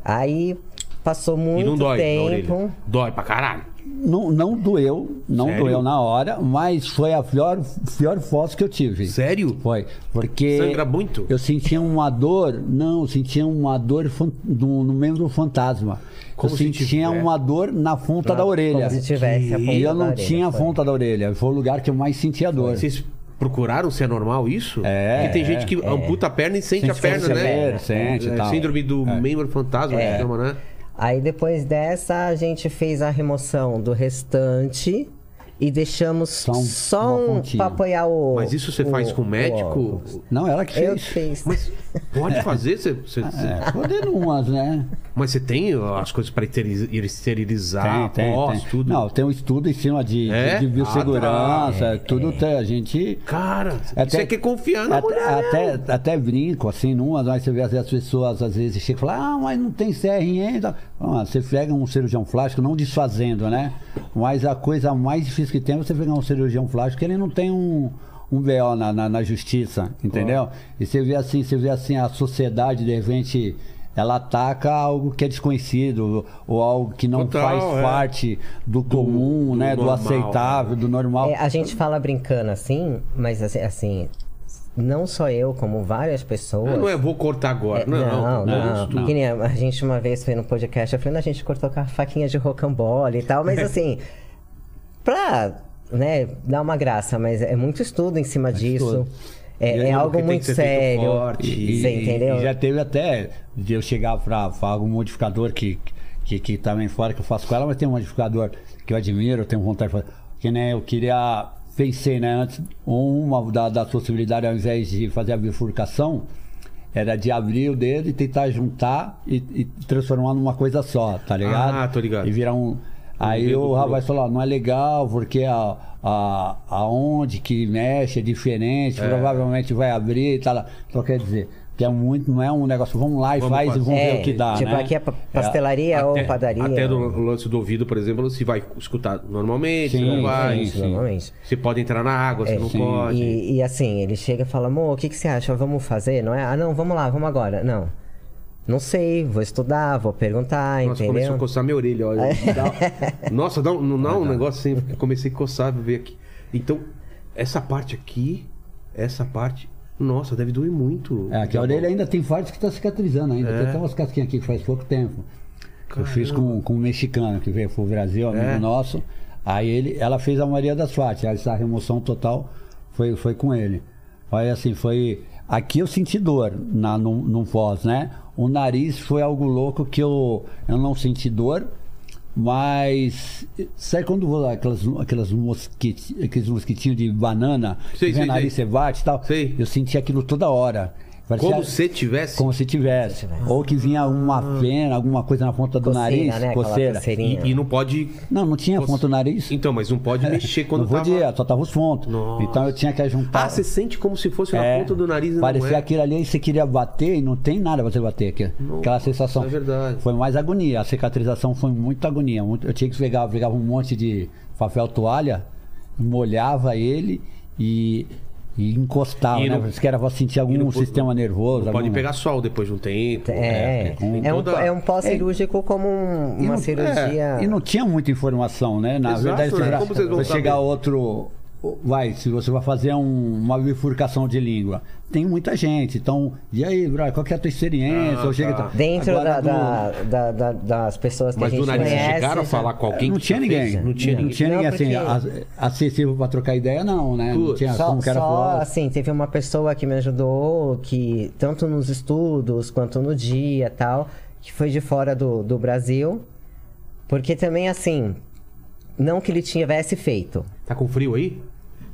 Aí passou E muito não dói na tempo. orelha. Dói pra caralho. Não, não doeu, não Sério? doeu na hora, mas foi a pior, pior foto que eu tive. Sério? Foi. Porque. Sangra muito? É. Eu sentia uma dor, não, eu sentia uma dor fan- do- no membro fantasma. Como eu se Ah, sentia tiver- uma dor na ponta da orelha. Como se tivesse a ponta E eu não da orelha, tinha a foi. ponta da orelha. Foi o lugar que eu mais sentia dor. Vocês procuraram se é normal isso? É, Porque tem é, gente que amputa a perna e sente, Sente a perna, sente a né? perna, sente e É, tal. É. Síndrome do membro fantasma, que chama, né? Aí depois dessa, a gente fez a remoção do restante. E deixamos só, um- uma um pontinha. pra apoiar o. Mas isso você o- faz com o médico? óculos. Não, ela que Eu fez. fiz. É, Mas pode fazer? Você, você- você- É, podendo umas, né? Mas você tem as coisas pra esteri- esterilizar, pós, tudo? Não, tem um estudo em cima de, Tá, É? de biossegurança, Ah, tudo tem. A gente. Cara, Até- você quer confiar é na Até, mulher. né? até, até brinco, assim, numa, mas você vê às vezes, as pessoas às vezes chegam e falam, ah, mas não tem CRM ainda. Ah, você pega um cirurgião plástico, não desfazendo, né? Mas a coisa mais difícil que tem é você pegar um cirurgião plástico que ele não tem um, um BO na, na, na justiça, entendeu? E você vê assim, você vê assim, a sociedade, de repente, ela ataca algo que é desconhecido, ou algo que não Total, faz é. parte do comum, do né? Do, normal, aceitável, do normal. É, a gente fala brincando assim, mas assim, assim, não só eu, como várias pessoas. Não é vou cortar agora. É, não, não, não. estudo. Que nem a a gente uma vez foi no podcast, eu falei, "Não, a gente cortou com a faquinha de rocambole e tal, mas assim, pra né, dar uma graça, mas é muito estudo em cima disso. estudo. É, E é aí, algo porque tem que muito ser feito sério. corte, E- você e- entendeu? e já teve até de eu chegar pra, pra algum modificador que, que, que também fora que eu faço com ela, mas tem um modificador que eu admiro, eu tenho vontade de fazer. Que nem eu queria. Pensei, né? Antes, uma da- das possibilidades, ao invés de fazer a bifurcação, era de abrir o dedo e tentar juntar e, e transformar numa coisa só, tá ligado? Ah, tô ligado. E virar um. Aí dedo o pro rapaz falou, ó, não é legal, porque a, a, aonde que mexe é diferente, provavelmente vai abrir e tal. Então quer dizer, que é muito, não é um negócio, vamos lá e Vamos faz e fazer. vamos É, ver o que dá. tipo, né? aqui é pa- pastelaria ou padaria. Até do lance do ouvido, por exemplo, se vai escutar normalmente, se Sim, não vai. sim, sim. Normalmente. Você pode entrar na água, você não sim. pode. é? E, e assim, ele chega e fala, amor, o que, que você acha? Vamos fazer? Não é? Ah, não, vamos lá, vamos agora. Não. Não sei, vou estudar, vou perguntar, Nossa, começou entendeu? a coçar minha orelha, olha. É. Dá- Nossa, dá um, não dá um negócio assim, porque comecei a coçar, ver aqui. Então, essa parte aqui, essa parte, nossa, deve doer muito. É, que a orelha ainda tem partes que está cicatrizando ainda. É. Tem até umas casquinhas aqui que faz pouco tempo. Eu fiz com, com um mexicano que veio pro Brasil, amigo É. nosso. Aí ele, ela fez a maioria das partes. Aí Essa remoção total foi, foi com ele. Aí assim, foi. Aqui eu senti dor na, no, no pós, né? O nariz foi algo louco que eu, eu não senti dor, mas. Sabe quando vou lá, aquelas, aquelas mosquit, aqueles mosquitinhos de banana, Sei, que sei, vem o nariz, sei. você bate e tal? Sei. Eu senti aquilo toda hora. Parecia- Como se tivesse. como se tivesse. Ou que vinha uma pena, alguma coisa na ponta do Hum. Coceira, nariz, né? Aquela coceira. coceirinha. E, e não pode. Não, não tinha ponta do nariz. Então, mas não pode mexer quando não podia, tava... só tava os pontos. Nossa. Então eu tinha que juntar. Ah, você sente como se fosse É, na ponta do nariz. e Parecia não é. aquilo ali e você queria bater e não tem nada pra você bater aqui. Aquela sensação. é verdade. Foi mais agonia. A cicatrização foi muita agonia. muito- Eu tinha que pegar, eu pegava um monte de papel toalha, molhava ele e, e encostava, E né? não- Porque que era pra sentir algum não po- sistema nervoso. Não pode algum- pegar sol depois de um tempo. É, tem é, toda- um, é um pós-cirúrgico como um- E uma não- cirurgia. é, e não tinha muita informação, né? Na Exato, né? verdade, você vai- Como vocês vão vai saber? chegar outro. Vai, se você vai fazer um- uma bifurcação de língua, tem muita gente. Então, e aí, brother, qual que é a tua experiência? Ah, Eu chego e tá. tal. Dentro Agora, da- no- da- da- da- das pessoas que Mas a gente do nariz, conhece. vocês chegaram a já- falar com alguém? não que tinha já fez? ninguém. Não tinha ninguém. Não Não, assim, porque- a- acessível pra trocar ideia, não, né? Não Putz. tinha Só, como que era só, falar. assim, teve uma pessoa que me ajudou, que tanto nos estudos quanto no dia tal, que foi de fora do, do Brasil. Porque também, assim, não que ele tivesse feito, Tá com frio aí?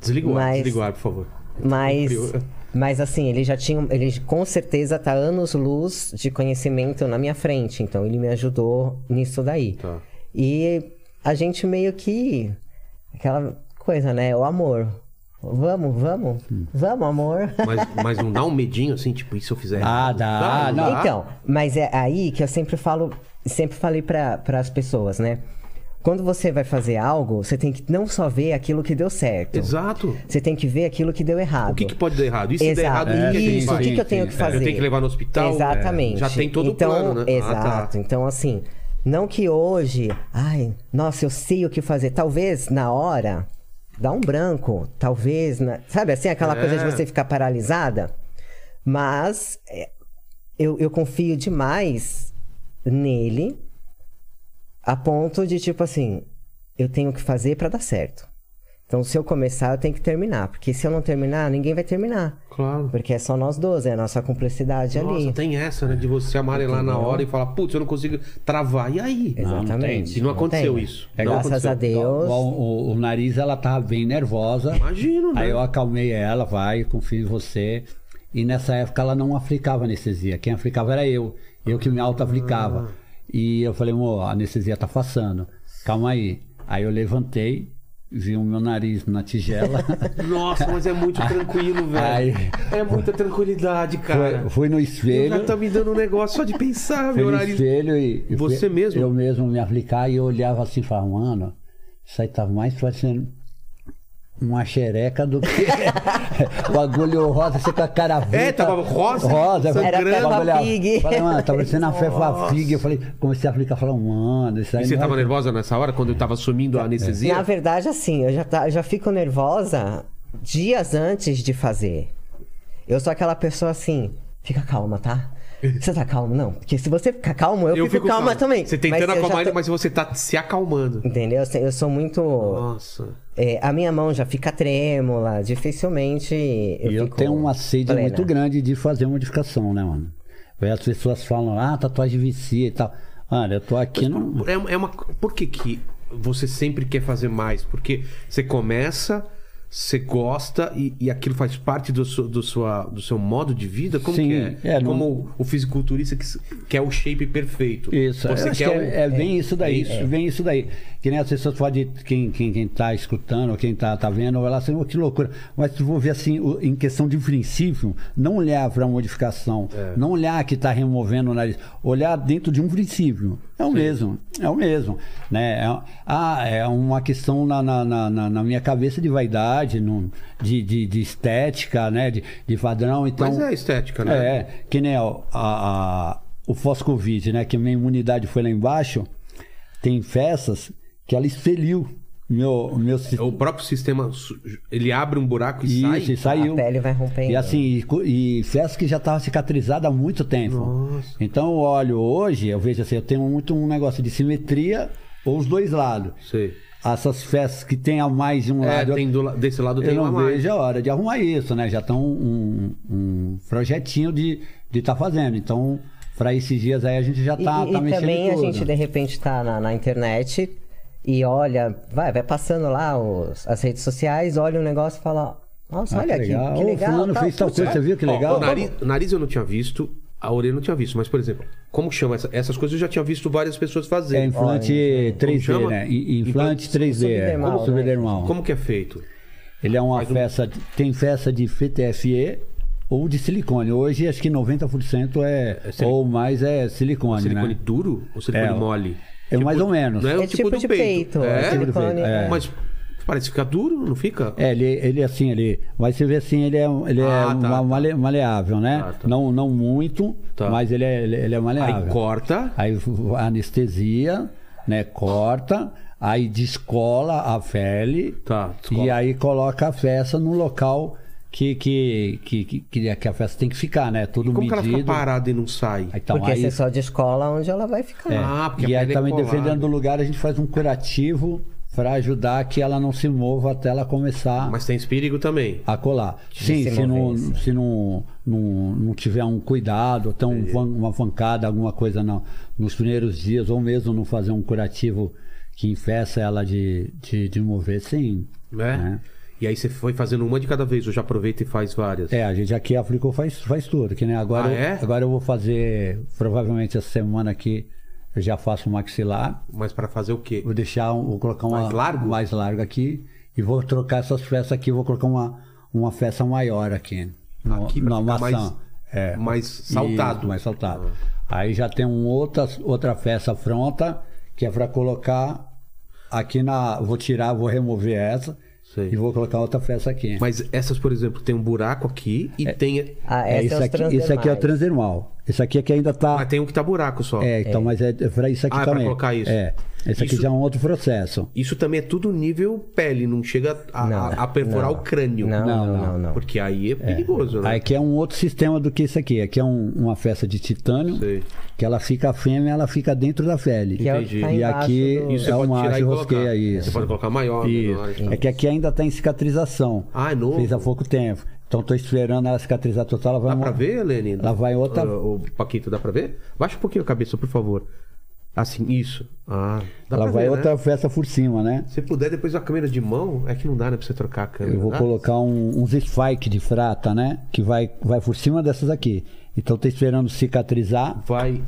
Desliga o ar, Mas- desliga o ar, por favor. Tá mas. frio. Mas assim, ele já tinha. Ele com certeza tá anos-luz de conhecimento na minha frente. Então ele me ajudou nisso daí. Tá. E a gente meio que. Aquela coisa, né? O amor. Vamos, vamos, Hum. vamos, amor. Mas, mas não dá um medinho assim, tipo, e se eu fizer? Ah, errado? dá, não não. dá? Então, mas é aí que eu sempre falo, sempre falei para as pessoas, né? Quando você vai fazer algo, você tem que não só ver aquilo que deu certo. Exato. Você tem que ver aquilo que deu errado. O que, que pode dar errado? E se der errado, o Exato. que, que a gente Isso, o faz? que, que eu tenho que É, fazer? eu tenho que levar no hospital? Exatamente. É. Já tem todo o então, plano, né? Ah, Exato. tá. Então, assim, não que hoje, ai, nossa, eu sei o que fazer. Talvez na hora, dá um branco. Talvez, na- sabe assim, aquela É. coisa de você ficar paralisada. Mas é, eu, eu confio demais nele a ponto de, tipo assim, eu tenho que fazer pra dar certo. Então, se eu começar, eu tenho que terminar. Porque se eu não terminar, ninguém vai terminar. Claro. Porque é só nós dois, é a nossa cumplicidade Nossa, ali. tem essa, né? De você amarelar na hora e falar, putz, eu não consigo travar. E aí? Exatamente. E não aconteceu tem. isso. É, Não graças aconteceu. a Deus. O, o- o nariz, ela tava bem nervosa. Imagino, né? Aí eu acalmei ela, vai, confio em você. E nessa época ela não aplicava anestesia. Quem aplicava era eu. Eu que me auto-aplicava. Ah. E eu falei, amor, a anestesia tá passando. Calma aí. Aí eu levantei, vi o meu nariz na tigela. Nossa, mas é muito tranquilo, velho. Ai. É muita tranquilidade, cara. fui, fui no Eu já espelho. tá me dando um negócio só de pensar, Fui meu no nariz. espelho e. e Você fui- mesmo? Eu mesmo me aplicar e eu olhava assim e falava, mano, isso aí tá mais parecendo uma xereca do que o agulho rosa, você com a cara É, verde, tava rosa, rosa sangrando. Era Peppa bagulho- Pig. Falei, mano, tá parecendo uma Peppa Pig. Eu falei, comecei a aplicar, falei, mano, isso aí. E você não é- tava nervosa nessa hora, quando eu tava sumindo a anestesia? Na verdade, assim, eu já, tá- já fico nervosa dias antes de fazer. Eu sou aquela pessoa assim, fica calma, tá? Você tá calmo? Não, porque se você ficar calmo, eu, fico, calma calmo. também. Você tentando eu já acalmar ele, tô- mas você tá se acalmando. Entendeu? Assim, Eu sou muito. Nossa. é, a minha mão já fica trêmula, dificilmente. Eu, E eu fico tenho uma sede plena. muito grande de fazer modificação, né, mano? Aí as pessoas falam, ah, tatuagem vicia e tal. Mano, eu tô aqui não. É, uma- é uma. Por que, que você sempre quer fazer mais? Porque você começa, você gosta e, e aquilo faz parte do, seu- do, sua, do seu modo de vida? Como Sim, que é? é, não- Como o fisiculturista que s- quer o shape perfeito. Isso, eu você acho quer que o- é, é bem isso daí, isso. bem isso daí. Que nem as pessoas podem, quem, quem, quem tá escutando, ou quem tá, tá vendo, ou ela assim, "Ô, que loucura. Mas tu vou ver assim, o- em questão de princípio, não olhar para a modificação, É. não olhar que está removendo o nariz, olhar dentro de um princípio. É o mesmo, é o mesmo. Né? É, ah, é uma questão na, na, na, na- na minha cabeça de vaidade, num- de, de, de estética, né? De, de padrão. Então, Mas é estética, é, né? É, que nem ó, a, a- o Foscovid, né? Que minha imunidade foi lá embaixo. Tem festas que ela expeliu meu, meu É O próprio sistema, su- ele abre um buraco e sai. Isso, e saiu. A pele vai rompendo. E assim, e co- e, festa que já estava cicatrizada há muito tempo. Nossa. Então eu olho hoje, eu vejo assim, eu tenho muito um negócio de simetria ou os dois lados. Sei. Essas festas que tem a mais de um É, lado. eu- tem do la- desse lado tem eu não uma mais. vejo a hora de arrumar isso, né? Já estão um, um projetinho de estar de tá fazendo. Então, para esses dias aí a gente já E, tá, e- tá e mexendo. também em a tudo. gente de repente tá na, na internet e olha, vai, vai passando lá os- as redes sociais, olha o negócio e fala, nossa, Ah, olha que aqui, legal. que Ô, legal. tá fulano tal, fez tal putz, coisa, você viu que Ó, legal? o nariz, o nariz eu não tinha visto, a orelha eu não tinha visto. Mas, por exemplo, como que chama? Essa- essas coisas eu já tinha visto várias pessoas É fazerem. implante chama? 3D, né? I- Implante 3D. é. subdermal, Como né? subdermal. como que é feito? Ele é uma Faz um- festa, de- tem festa de FTFE ou de silicone. Hoje acho que 90% é, É silicone. ou mais é silicone, Silicone né? duro ou silicone É, mole? é mais ou menos. Não é, o É tipo, tipo do de peito. peito, É? é tipo de silicone, é. Mas parece ficar duro, não fica? É, ele, ele assim, ele. Mas você vê assim, ele é, ele é Ah, tá, uma- tá. male- maleável, né? Ah, tá. não, não muito, Tá. mas ele é, ele, ele é maleável. Aí corta. Aí v- anestesia, né? Corta, aí descola a pele. Tá, descola. E aí coloca a festa no local que, que, que, que, que- que a festa tem que ficar, né? Tudo Como que medido. ela fica parada e não sai? Aí, então, Porque aí- você só descola onde ela vai ficar. é. Ah, porque e a aí pele é também colada. dependendo do lugar a gente faz um curativo para ajudar que ela não se mova até ela começar Mas tem espírito também. a colar. Sim, se se, não, mover, se não, não, não tiver um cuidado, ou ter um van- uma pancada, alguma coisa não, nos primeiros dias, ou mesmo não fazer um curativo que infesta ela de, de, de mover, sim. Né? É. E aí você foi fazendo uma de cada vez, ou já aproveita e faz várias. É, a gente aqui aplicou faz, faz tudo, que nem agora, Ah, eu- é? agora eu vou fazer, provavelmente essa semana aqui, eu já faço o maxilar, Mas pra fazer o quê? vou deixar, um- vou colocar uma Mais largo? mais largo aqui, e vou trocar essas festas aqui, vou colocar uma, uma festa maior aqui, no, Aqui pra na ficar maçã. mais, É. mais saltado. Ah. Isso, mais saltado. Aí já tem um outra, outra festa pronta, que é para colocar aqui na. Vou tirar, vou remover essa Sei. e vou colocar outra festa aqui. Mas essas, por exemplo, tem um buraco aqui e tem. Ah, é, essa isso, os aqui, isso aqui é o transdermais. transdermal. Isso aqui é que ainda tá. Ah, tem um que tá buraco só. É, então, mas é para isso aqui Ah, é pra também. colocar isso. É. Esse aqui Isso- já é um outro processo. Isso também é tudo nível pele, não chega a, Não, a- a perfurar não. o crânio. Não, Não, não, não. não, Porque aí é perigoso, né? Aqui é um outro sistema do que isso aqui. Aqui é um- uma festa de titânio, Sei. que ela fica a fêmea, ela fica dentro da pele. Que é o que Entendi. tá E embaixo aqui- do- Isso você é pode uma tirar e haste rosqueia, colocar. isso. Você pode colocar maior, Isso. menor. É que aqui ainda está em cicatrização. Ah, é novo. Fez há pouco tempo. Então estou esperando ela cicatrizar total. Ela vai Dá mo- pra ver, Lenine? Lá vai outra- Ah, ô, Paquito, dá pra ver? Baixa um pouquinho a cabeça, por favor. Assim, isso. Ah, dá Ela pra vai ver, outra Né? festa por cima, né? Se puder, depois a câmera de mão, é que não dá, né? Pra você trocar a câmera. Eu vou né? colocar um- uns spike de prata, né? Que vai, vai por cima dessas aqui. Então estou esperando cicatrizar. Vai.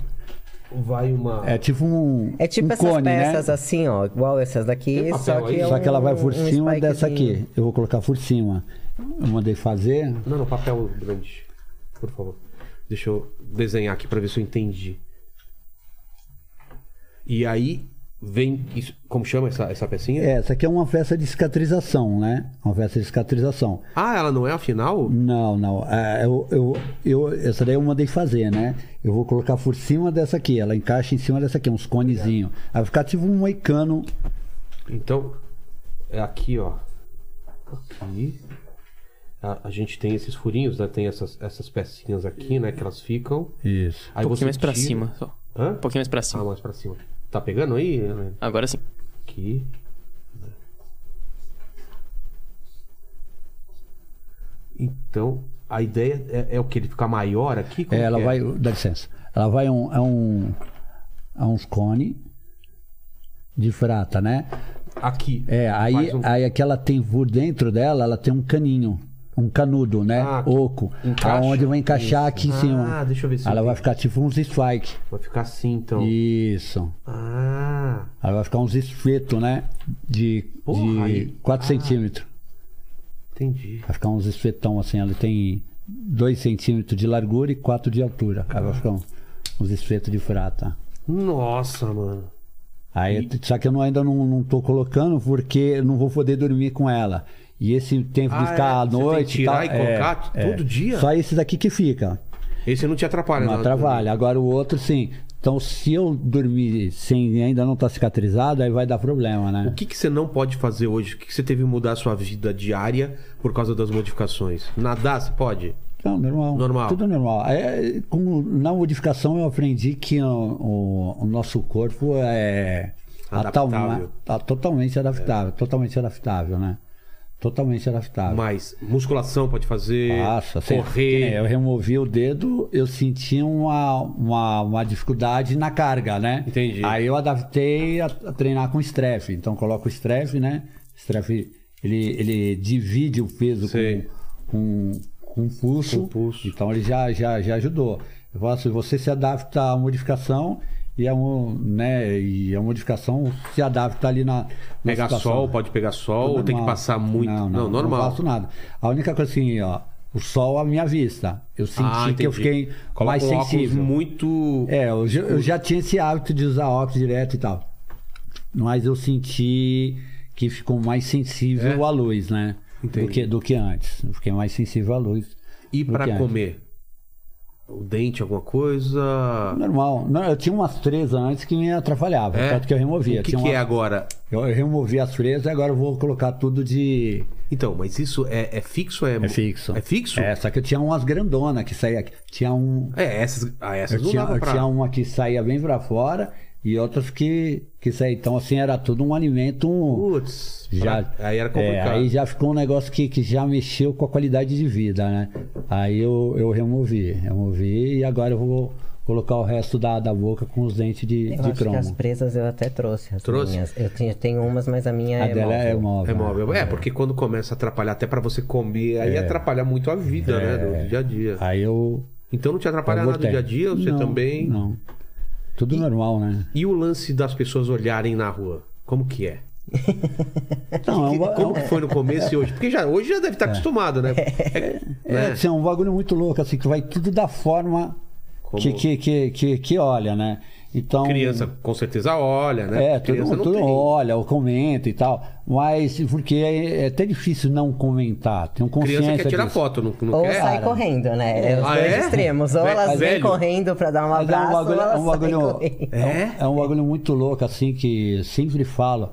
Vai uma. É tipo um. É tipo um essas cone, peças né? assim, ó, igual essas daqui, Tem só papel que aí? é Só que ela vai por um- um cima dessa spikezinho. aqui. Eu vou colocar por cima. Eu mandei fazer. Não, não, papel grande. Por favor. Deixa eu desenhar aqui pra ver se eu entendi. E aí vem. isso- como chama essa, essa pecinha? É, essa aqui é uma festa de cicatrização, né? Uma festa de cicatrização. Ah, ela não é a final? Não, não. Ah, eu, eu, eu- essa daí eu mandei fazer, né? Eu vou colocar por cima dessa aqui. Ela encaixa em cima dessa aqui, uns conezinhos. Aí vai ficar tipo um moicano. Então, é aqui, ó. Aqui. A, a gente tem esses furinhos, né? Tem essas, essas pecinhas aqui, né? Que elas ficam. Isso. Aí Um pouquinho mais pra tira- cima. Só. Hã? Um pouquinho mais pra Ah, cima. mais pra cima. Tá pegando aí? Helena? Agora sim. Aqui. Então, a ideia é, é o que? Ele ficar maior aqui? Como É, ela que é? vai. Dá licença. Ela vai um, a um. a uns cone de prata, né? Aqui. É, aí, Faz um- aí aqui ela tem por dentro dela, ela tem um caninho. Um canudo, né? Ah, que Oco. encaixa. Aonde vai encaixar aqui em Ah, cima. deixa eu ver se Ela eu vai tenho. ficar tipo uns spike. Vai ficar assim, então. Isso. Ah, Aí vai ficar uns espetos, né? De, Porra, de aí- Ah. 4 centímetros. entendi. Vai ficar uns espetão assim. Ela tem 2 centímetros de largura e 4 de altura. Aí vai ficar um- uns espetos de prata. Nossa, mano. Aí, Só que eu não- ainda não, não tô colocando porque eu não vou poder dormir com ela. E esse tempo Ah, de ficar é? à Você tem que noite. e tirar tal, é, e colocar todo dia? Só esse daqui que fica. Esse não te atrapalha, Não na- atrapalha. Agora o outro, sim. Então, se eu dormir sem ainda não estar cicatrizado, aí vai dar problema, né? O que, que você não pode fazer hoje? O que, que você teve que mudar a sua vida diária por causa das modificações? Nadar, você pode? Não, normal. Normal. Tudo normal. É, com, na modificação eu aprendi que o, o- o nosso corpo é Adaptável. atalma- tá totalmente adaptável, totalmente adaptável, né? Totalmente adaptável. Mas musculação pode fazer, Nossa, assim, que nem correr. eu removi o dedo, eu senti uma, uma, uma dificuldade na carga, né? Entendi. Aí eu adaptei a, a treinar com stref. Então coloca o stref, né? Stref, ele, ele divide o peso Sei. com, com, com o pulso. Com o pulso. Então ele já, já, já ajudou. Eu falo assim, você se adapta à modificação e a, mo- né, e a modificação se adapta ali na, na Pegar situação. sol, pode pegar sol, Tudo ou tem que normal. passar muito. Não, Não, não, normal. Não faço nada. A única coisa assim, ó, o sol à minha vista. Eu senti Ah, que eu entendi. fiquei Coloca mais um óculos sensível. muito. É, eu, já- eu já tinha esse hábito de usar óculos direto e tal. Mas eu senti que ficou mais sensível É? à luz, né? Entendi. Do que, do que antes. Eu fiquei mais sensível à luz. E do pra que é? antes. comer? O dente, alguma coisa? É? Normal. Não, eu tinha umas fresas antes que me atrapalhavam, tanto que eu removia. O que, Tinha que uma- é agora? Eu eu removi as fresas e agora eu vou colocar tudo de. Então, mas isso é, é fixo? ou É... É fixo. É fixo? É, só que eu tinha umas grandonas que saía. Tinha um. É, essas, ah, essas Eu não tinha, dava eu pra... tinha um uma que saía bem pra fora e outras que, que saía. Então, assim, era tudo um alimento. Putz, já, pra- aí era é, complicado. aí já ficou um negócio que, que já mexeu com a qualidade de vida, né? Aí eu, eu removi, removi e agora eu vou colocar o resto da, da boca com os dentes de, Eu de acho que as cromo. presas eu até trouxe. As Trouxe? minhas. Eu tinha, tenho umas, mas a minha A é dela é móvel. móvel. É móvel. É, porque quando começa a atrapalhar, até pra você comer, É. aí atrapalha muito a vida, né? Do dia a dia. Aí eu. Então não te atrapalha nada do voltei. dia a dia, você É um Não, também. Não. Tudo normal, né? E o lance das pessoas olharem na rua? Como que é? Não, é um, ba- é Como um- que foi no começo e hoje? Porque já, hoje já deve estar acostumado, né? É, É, né? assim, é um bagulho muito louco, assim, que vai tudo da forma Como- que, que, que, que, que olha, né? Então. Criança com certeza olha, né? É, todo Criança mundo não todo tem. olha, ou comenta e tal. Mas porque é, é até difícil não comentar. Tem um consciência. Criança quer tirar disso. foto, não, não Ou quer? sai Cara. correndo, né? É os Ah, dois é? extremos. Ou Ve- elas vêm velho. correndo pra dar um Mas é abraço, um bagulho, ou é elas um saem bagulho, correndo. É? é um bagulho muito louco, assim, que sempre falo.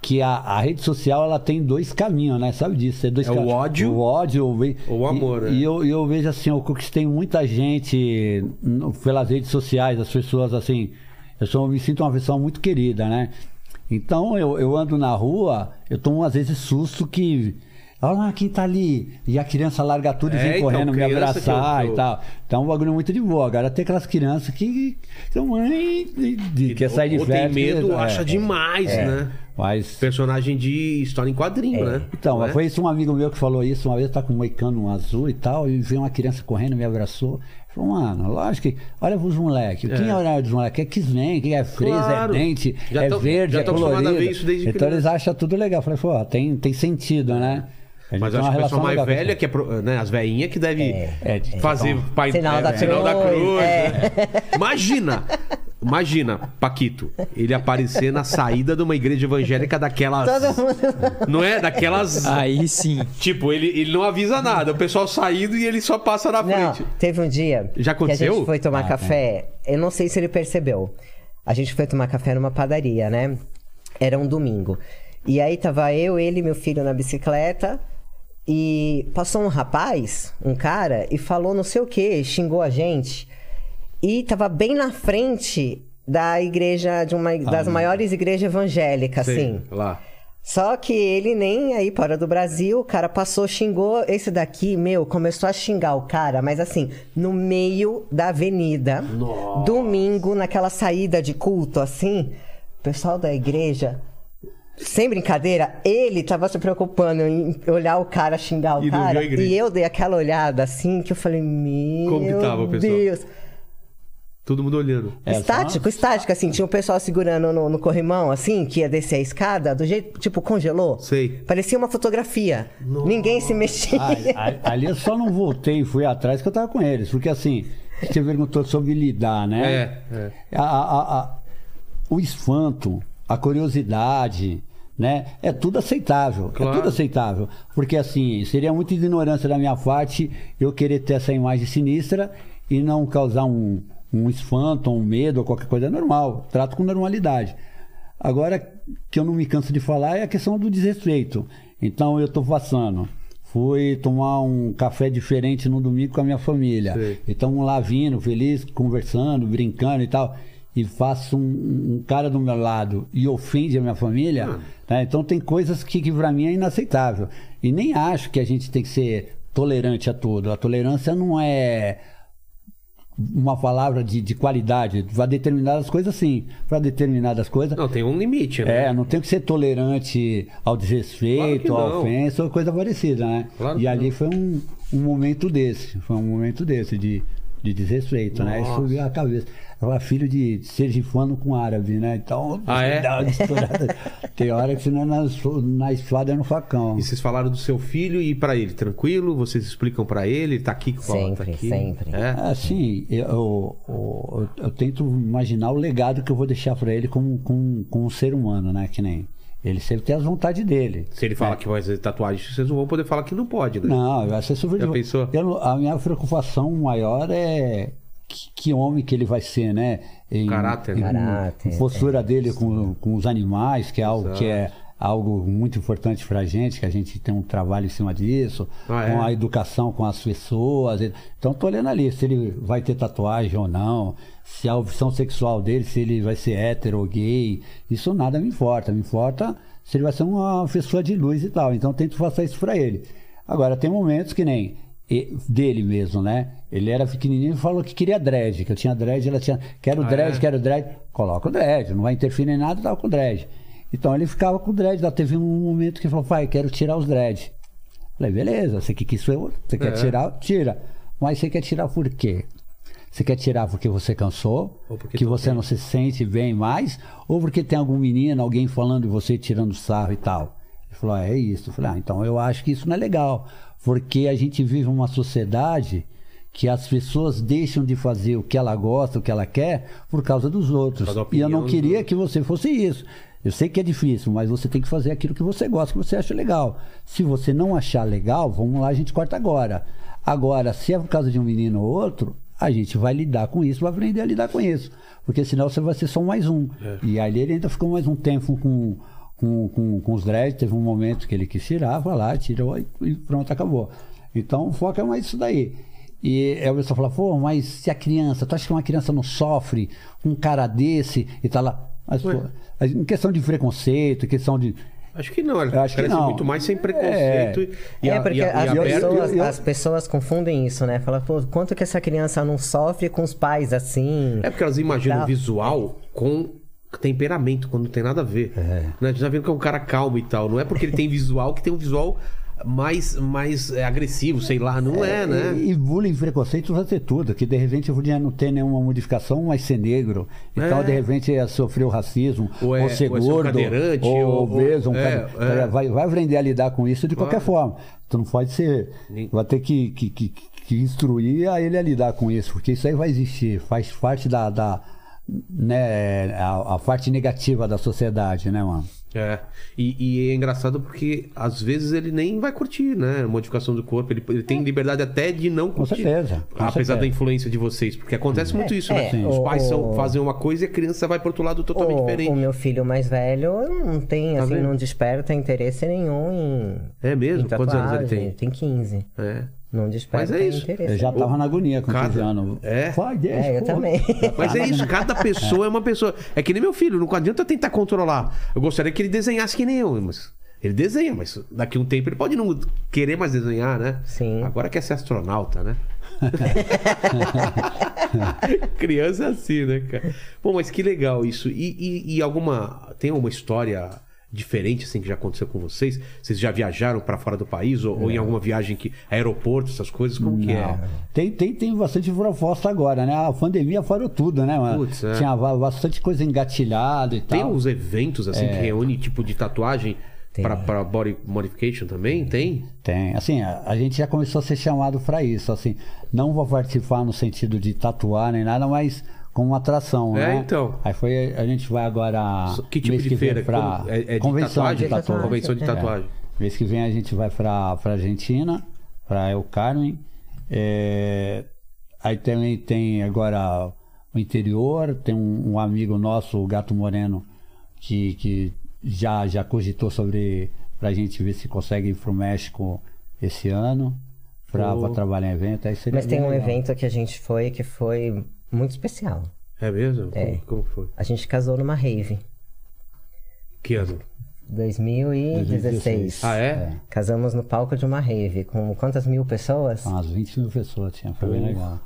Que a, a rede social ela tem dois caminhos, né? Sabe disso? É, dois É o caminhos. ódio O ódio. eu ve- ou o amor, e, né? E eu, e eu vejo assim, eu conquistei muita gente no- pelas redes sociais, as pessoas assim. Eu sou, me sinto uma pessoa muito querida, né? Então eu, eu ando na rua, eu tomo às vezes susto que. Olha lá quem tá ali. E a criança larga tudo e É, vem então, correndo me criança que eu- abraçar que eu- e tal. Então é um bagulho muito de boa. Agora tem aquelas crianças que são mãe de, de- quer sair de ou férias. tem medo, é, acha é. demais, É. né? Mas Personagem de história em quadrinho, né? então, Não mas é? foi isso um amigo meu que falou isso. Uma vez tá com um moicano azul e tal, e veio uma criança correndo, me abraçou. Falou, mano, lógico que. Olha pros moleques. Quem é olhar dos moleques? É X-Men, que é fresa, Claro. é dente, Já é tão- verde, já é tão acostumado a colorido. ver isso desde então criança. eles acham tudo legal. Eu Falei, pô, tem, tem sentido, né? A gente Mas acho tem uma que a relação pessoa mais legal com velha, isso. que é, pro- né, as veinhas que deve é, de- fazer pai- Sinal da cruz, é. né? Imagina! Imagina, Paquito, ele aparecer na saída de uma igreja evangélica daquelas. Todo mundo... Não é? Daquelas. Aí sim. Tipo, ele, ele não avisa nada. O pessoal saindo e ele só passa na Não, frente. teve um dia Já aconteceu? que a gente foi tomar Ah, café. Eu não sei se ele percebeu. A gente foi tomar café numa padaria, né? Era um domingo. E aí tava eu, ele e meu filho na bicicleta. E passou um rapaz, um cara, e falou não sei o que, xingou a gente. E tava bem na frente da igreja, de uma das maiores igrejas evangélicas, assim. Sei Lá. Só que ele nem aí para do Brasil, o cara passou, xingou. Esse daqui, meu, começou a xingar o cara, mas assim, no meio da avenida. Domingo, naquela saída de culto, assim, o pessoal da igreja. Sem brincadeira, ele tava se preocupando em olhar o cara, xingar o E não viu cara. a igreja. E eu dei aquela olhada assim que eu falei, meu Como que tava o pessoal? Deus. Todo mundo olhando. É, estático, estático, assim, tinha o pessoal segurando no, no corrimão, assim, que ia descer a escada, do jeito, tipo, congelou. Sei. Parecia uma fotografia. Ninguém se mexia. Ali- ali- Ali eu só não voltei e fui atrás que eu tava com eles. Porque assim, você perguntou sobre lidar, né? É, é. A- a- a- a- o espanto, a curiosidade, né? É tudo aceitável, é tudo aceitável. Porque assim, seria muita ignorância da minha parte eu querer ter essa imagem sinistra e não causar um, um espanto, um medo ou qualquer coisa. É normal, trato com normalidade. Agora, que eu não me canso de falar é a questão do desrespeito. Então, eu estou passando. Fui tomar um café diferente no domingo com a minha família. Sei. E estamos Então, um lá vindo, feliz, conversando, brincando e tal. E faço um, um cara do meu lado e ofende a minha família. né? Então, tem coisas que, que para mim é inaceitável. E nem acho que a gente tem que ser tolerante a tudo. A tolerância não é uma palavra de, de qualidade. Para determinadas coisas, sim. Para determinadas coisas, Não, tem um limite, né? é, não tem que ser tolerante ao desrespeito, Claro que à não. ofensa ou coisa parecida, né? Claro que e ali não. foi um, um momento desse, foi um momento desse de, de desrespeito, né? Isso Nossa. subiu a cabeça. Eu era filho de sergifano com árabe, né? Então, Ah, é? dá uma misturada. tem hora que senão é na, su- na espada é no facão. E vocês falaram do seu filho e pra ele, tranquilo? Vocês explicam pra ele, tá aqui que fala, tá Sempre, aqui. sempre. É? Assim, eu, eu, eu- eu tento imaginar o legado que eu vou deixar pra ele como, como, como um ser humano, né? Que nem ele sempre tem as vontades dele. Se ele falar que vai fazer tatuagem, vocês não vão poder falar que não pode, né? Né? Não, vai ser é super Já de- um. pensou? Eu não- a minha preocupação maior é que, que homem que ele vai ser, né? Em, Caráter, né? Caráter, postura dele com, com os animais, que é algo que é algo muito importante pra gente, que a gente tem um trabalho em cima disso, Ah, é? com a educação com as pessoas. Então tô olhando ali se ele vai ter tatuagem ou não, se a opção sexual dele, se ele vai ser hétero ou gay, isso nada me importa, me importa se ele vai ser uma pessoa de luz e tal. Então tento passar isso pra ele. Agora tem momentos que nem e- dele mesmo, né? Ele era pequenininho e falou que queria dread, que eu tinha dread, ela tinha, quero Ah, dread, é? quero dread, coloca o dread, não vai interferir em nada, tava com dread. Então ele ficava com dread, lá teve um momento que ele falou, pai, quero tirar os dread. Falei, beleza, você que quis, você quer É. tirar, tira. Mas você quer tirar por quê? Você quer tirar porque você cansou? Ou porque que tá você não se sente bem mais? Ou porque tem algum menino, alguém falando de você, tirando sarro e tal? Ele falou, ah, é isso. Eu falei, ah, então eu acho que isso não é legal. Porque a gente vive uma sociedade que as pessoas deixam de fazer o que ela gosta, o que ela quer, por causa dos outros. Por causa da E eu não opinião dos queria outros. que você fosse isso. Eu sei que é difícil, mas você tem que fazer aquilo que você gosta, que você acha legal. Se você não achar legal, vamos lá, a gente corta agora. Agora, se é por causa de um menino ou outro, a gente vai lidar com isso, vai aprender a lidar com isso. Porque senão você vai ser só mais um. E ali ele ainda ficou mais um tempo com, com, com, com os dreads. Teve um momento que ele quis tirar, vai lá, tirou e e pronto, acabou. Então, foca mais isso daí. E aí o pessoal fala, pô, mas se a criança, tu acha que uma criança não sofre com um cara desse e tá lá? Mas, pô, é em questão de preconceito, em questão de. Acho que não, ele Eu acho que cresce não. É. muito mais sem preconceito. E, e, é, a- porque e, a- e as, aberto. pessoas, eu- eu- as pessoas confundem isso, né? Fala, pô, quanto que essa criança não sofre com os pais assim? É porque elas imaginam Tá. o visual com temperamento, quando não tem nada a ver. Né? A gente tá vendo que é um cara calmo e tal. Não é porque ele tem visual que tem um visual mais, mais é, agressivo, sei lá. Não é, né? E, e bullying e preconceito vai ter tudo, que de repente eu podia não ter nenhuma modificação, mas ser negro. Então, É. de repente, é sofrer o racismo, ou, Ou é- ser ou é ser um gordo, cadeirante, ou- ou obeso, um é, cara- é. Vai, vai aprender a lidar com isso de qualquer forma. Tu não pode ser. Nem- Vai ter que, que, que, que instruir a ele a lidar com isso, porque isso aí vai existir, faz parte da. da né, a, a parte negativa da sociedade, né, mano? É. E, e é engraçado porque às vezes ele nem vai curtir, né? A modificação do corpo. Ele, ele tem liberdade até de não Com curtir. certeza, com apesar certeza. da influência de vocês. Porque acontece muito isso, né? é, Sim. Os o- pais são, o- fazem uma coisa e a criança vai pro outro lado totalmente o, diferente. o meu filho mais velho não tem, Tá assim, vendo? não desperta interesse nenhum em. É mesmo? em Quantos anos ele tatuagem. tem? Tem 15. É. Não desperta Mas é isso. interesse. Eu já tava na agonia com Cada- 15 anos. É. Vai, deixa, É, eu pô. também. Mas é isso, cada pessoa é uma pessoa. É que nem meu filho, não adianta tentar controlar. Eu gostaria que ele desenhasse que nem eu, mas. Ele desenha, mas daqui a um tempo ele pode não querer mais desenhar, né? Sim. Agora quer ser astronauta, né? Criança é assim, né, cara? Bom, mas que legal isso. E, e- e alguma. Tem alguma história diferente, assim, que já aconteceu com vocês? Vocês já viajaram pra fora do país? Ou, ou em alguma viagem que. aeroporto, essas coisas? Como que é? Tem, tem, tem bastante proposta agora, né? A pandemia farou tudo, né, mano? Putz, é. Tinha ba- bastante coisa engatilhada e Tem tal. uns eventos assim É. que reúne tipo de tatuagem pra, pra body modification também? Tem? Tem. Assim, a, a gente já começou a ser chamado pra isso. Assim, não vou participar no sentido de tatuar nem nada, mas como atração, É, né? então. Aí foi, a gente vai agora. Que tipo mês de que vem feira? Pra Como- é- é de convenção tatuagem? de tatuagem. Convenção de É. tatuagem. Mês que vem a gente vai pra, pra Argentina, pra El Carmen. É, Aí também tem agora o interior, tem um, um amigo nosso, o Gato Moreno, que, que já, já cogitou sobre pra gente ver se consegue ir pro México esse ano. Pra, Pô. pra trabalhar em evento, aí seria Mas tem bem um legal. evento que a gente foi que foi muito especial. É mesmo? É. Como, como foi? A gente casou numa rave. Que ano? 2016. Ah, é? Casamos no palco de uma rave com quantas mil pessoas? Ah. Umas 20 mil pessoas tinha, foi bem Porra. legal.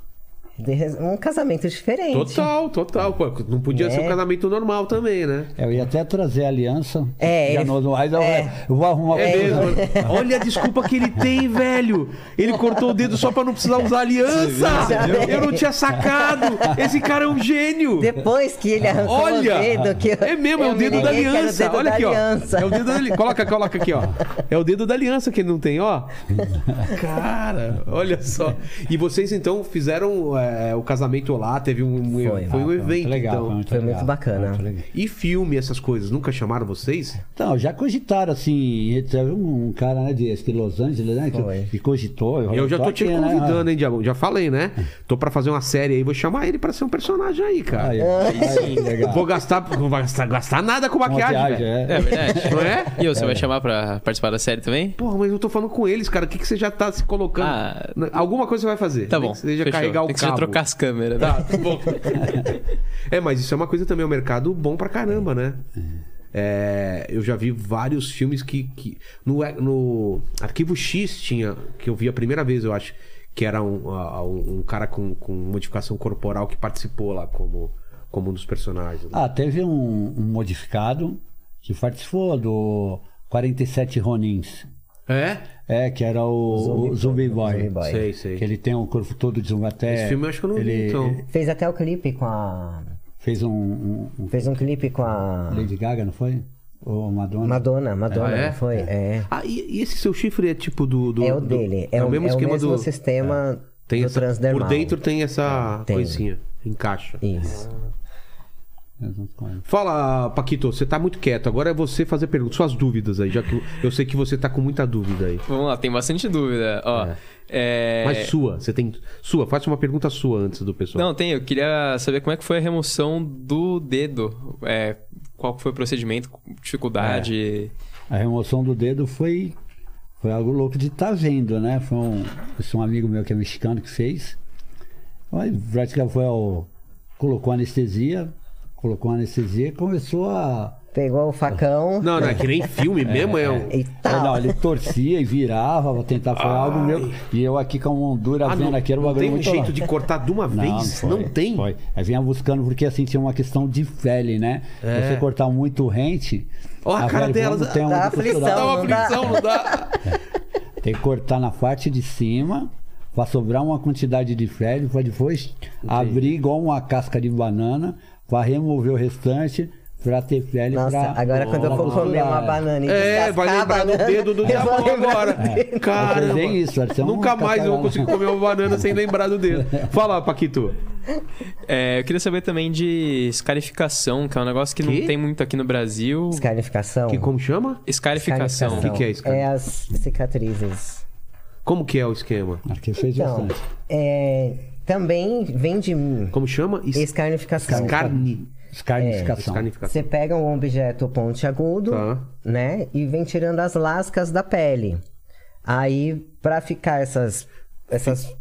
De res- Um casamento diferente. Total, total. Pô, não podia É. ser um casamento normal também, né? É, Eu ia até trazer a aliança. É, já ele- não- mas eu, é. eu vou arrumar É pra- mesmo. Olha a desculpa que ele tem, velho. Ele cortou o dedo só pra não precisar usar aliança. Eu não tinha sacado. Esse cara é um gênio. Depois que ele arrancou Olha! o dedo. Que eu- É mesmo, é eu o me dedo da liguei que era o aliança. dedo Olha da aqui, ó. aliança. É o dedo da aliança. Coloca, coloca aqui, ó. É o dedo da aliança que ele não tem, ó. Cara, olha só. E vocês então fizeram é, o casamento lá, teve um. Foi, Foi, um muito evento. legal, então. muito Foi É, muito legal, bacana. muito legal. E filme, essas coisas, nunca chamaram vocês? Então, já cogitaram assim, e teve um, um cara né, de, acho que Los Angeles, né? Foi. Que, que cogitou. Eu já tô tô te aqui, né? convidando, hein, Diabão? Já falei, né? É. Tô pra fazer uma série aí, vou chamar ele pra ser um personagem aí, cara. Aí, aí, legal. Vou gastar, não vai gastar, gastar nada com Uma maquiagem, viagem, velho. é. É verdade. Não é? E você vai chamar pra participar da série também? Porra, mas eu tô falando com eles, cara. O que, que você já tá se colocando? Ah. Na- Alguma coisa você vai fazer. Tá Nem bom. que seja fechou. carregar o Tem que cabo. já trocar as câmeras. Tá, tá bom. é, mas isso é uma coisa também, é um mercado bom pra caramba, né? É, eu já vi vários filmes que. que no, no Arquivo X tinha, que eu vi a primeira vez, eu acho, que era um, a- um, um cara com, com modificação corporal que participou lá como, como um dos personagens. né? Ah, teve um, um modificado que participou do 47 Ronins. É? É, que era o, o Zumbi Boy. Zumbi Boy. Sei, sei. Que ele tem o corpo todo de zumbaté. Esse filme eu acho que eu não vi, É, ele então. Fez até o clipe com a. Fez um- um- um Fez um clipe com a. Lady Gaga, não foi? Ou Madonna? Madonna, Madonna, Ah, é? não foi? É. Ah, e, e esse seu chifre é tipo do. do É o do- dele. É, o, mesmo, é o mesmo sistema é. Tem do essa- transdermal. por dentro tem essa Tem. coisinha, encaixa. Isso. Eu não conheço. Fala, Paquito, você tá muito quieto. Agora é você fazer perguntas, suas dúvidas aí, já que eu- eu sei que você tá com muita dúvida aí. Vamos lá, tem bastante dúvida. Ó, é. Mas sua, você tem sua, faça uma pergunta sua antes do pessoal. Não, tem. Eu queria saber como é que foi a remoção do dedo. É, qual que foi o procedimento, dificuldade. A remoção do dedo foi, foi algo louco de estar vendo, né? Foi um, esse é um amigo meu que é mexicano que fez. Aí praticamente foi ao, colocou anestesia, colocou anestesia e começou a. Pegou o facão não, não, é que nem filme mesmo, é, um. e É, Não, tal. ele torcia e virava pra tentar foi algo meu. E eu aqui com a Hondura Ah, vendo não, aqui era um não bagulho tem um muito jeito louco. de cortar de uma vez? Não, foi, tem. Foi. Aí vinha buscando, porque assim tinha uma questão de pele, né? Você cortar muito rente. É. Ó a cara pele, delas, como tem dá onde aflição, costurar. Dá uma não dá. aflição, não dá. Tem que cortar na parte de cima pra sobrar uma quantidade de pele, pra depois abrir igual uma casca de banana pra remover o restante pra ter pele Nossa, pra- agora quando eu for pra comer uma costurar. banana e É, vai descascar a lembrar do banana, dedo do né? eu diabo vou lembrar agora. do dedo. Caramba. Mas é isso, Arthur, é um Nunca mais eu vou cascavel. conseguir comer uma banana sem lembrar do dedo. Fala, Paquito. É, eu queria saber também de escarificação, que é um negócio que, Que? não tem muito aqui no Brasil. Escarificação. Que, como chama? Escarificação. O que que é isso, cara? É as cicatrizes. Como que é o esquema? Acho que fez Então, bastante. é, também vem de mim. Como chama? Es- Escarnificação. Escarni. Escarnificação. É, Escarnificação. Você pega um objeto pontiagudo, Tá. né? E vem tirando as lascas da pele. Aí, pra ficar essas. essas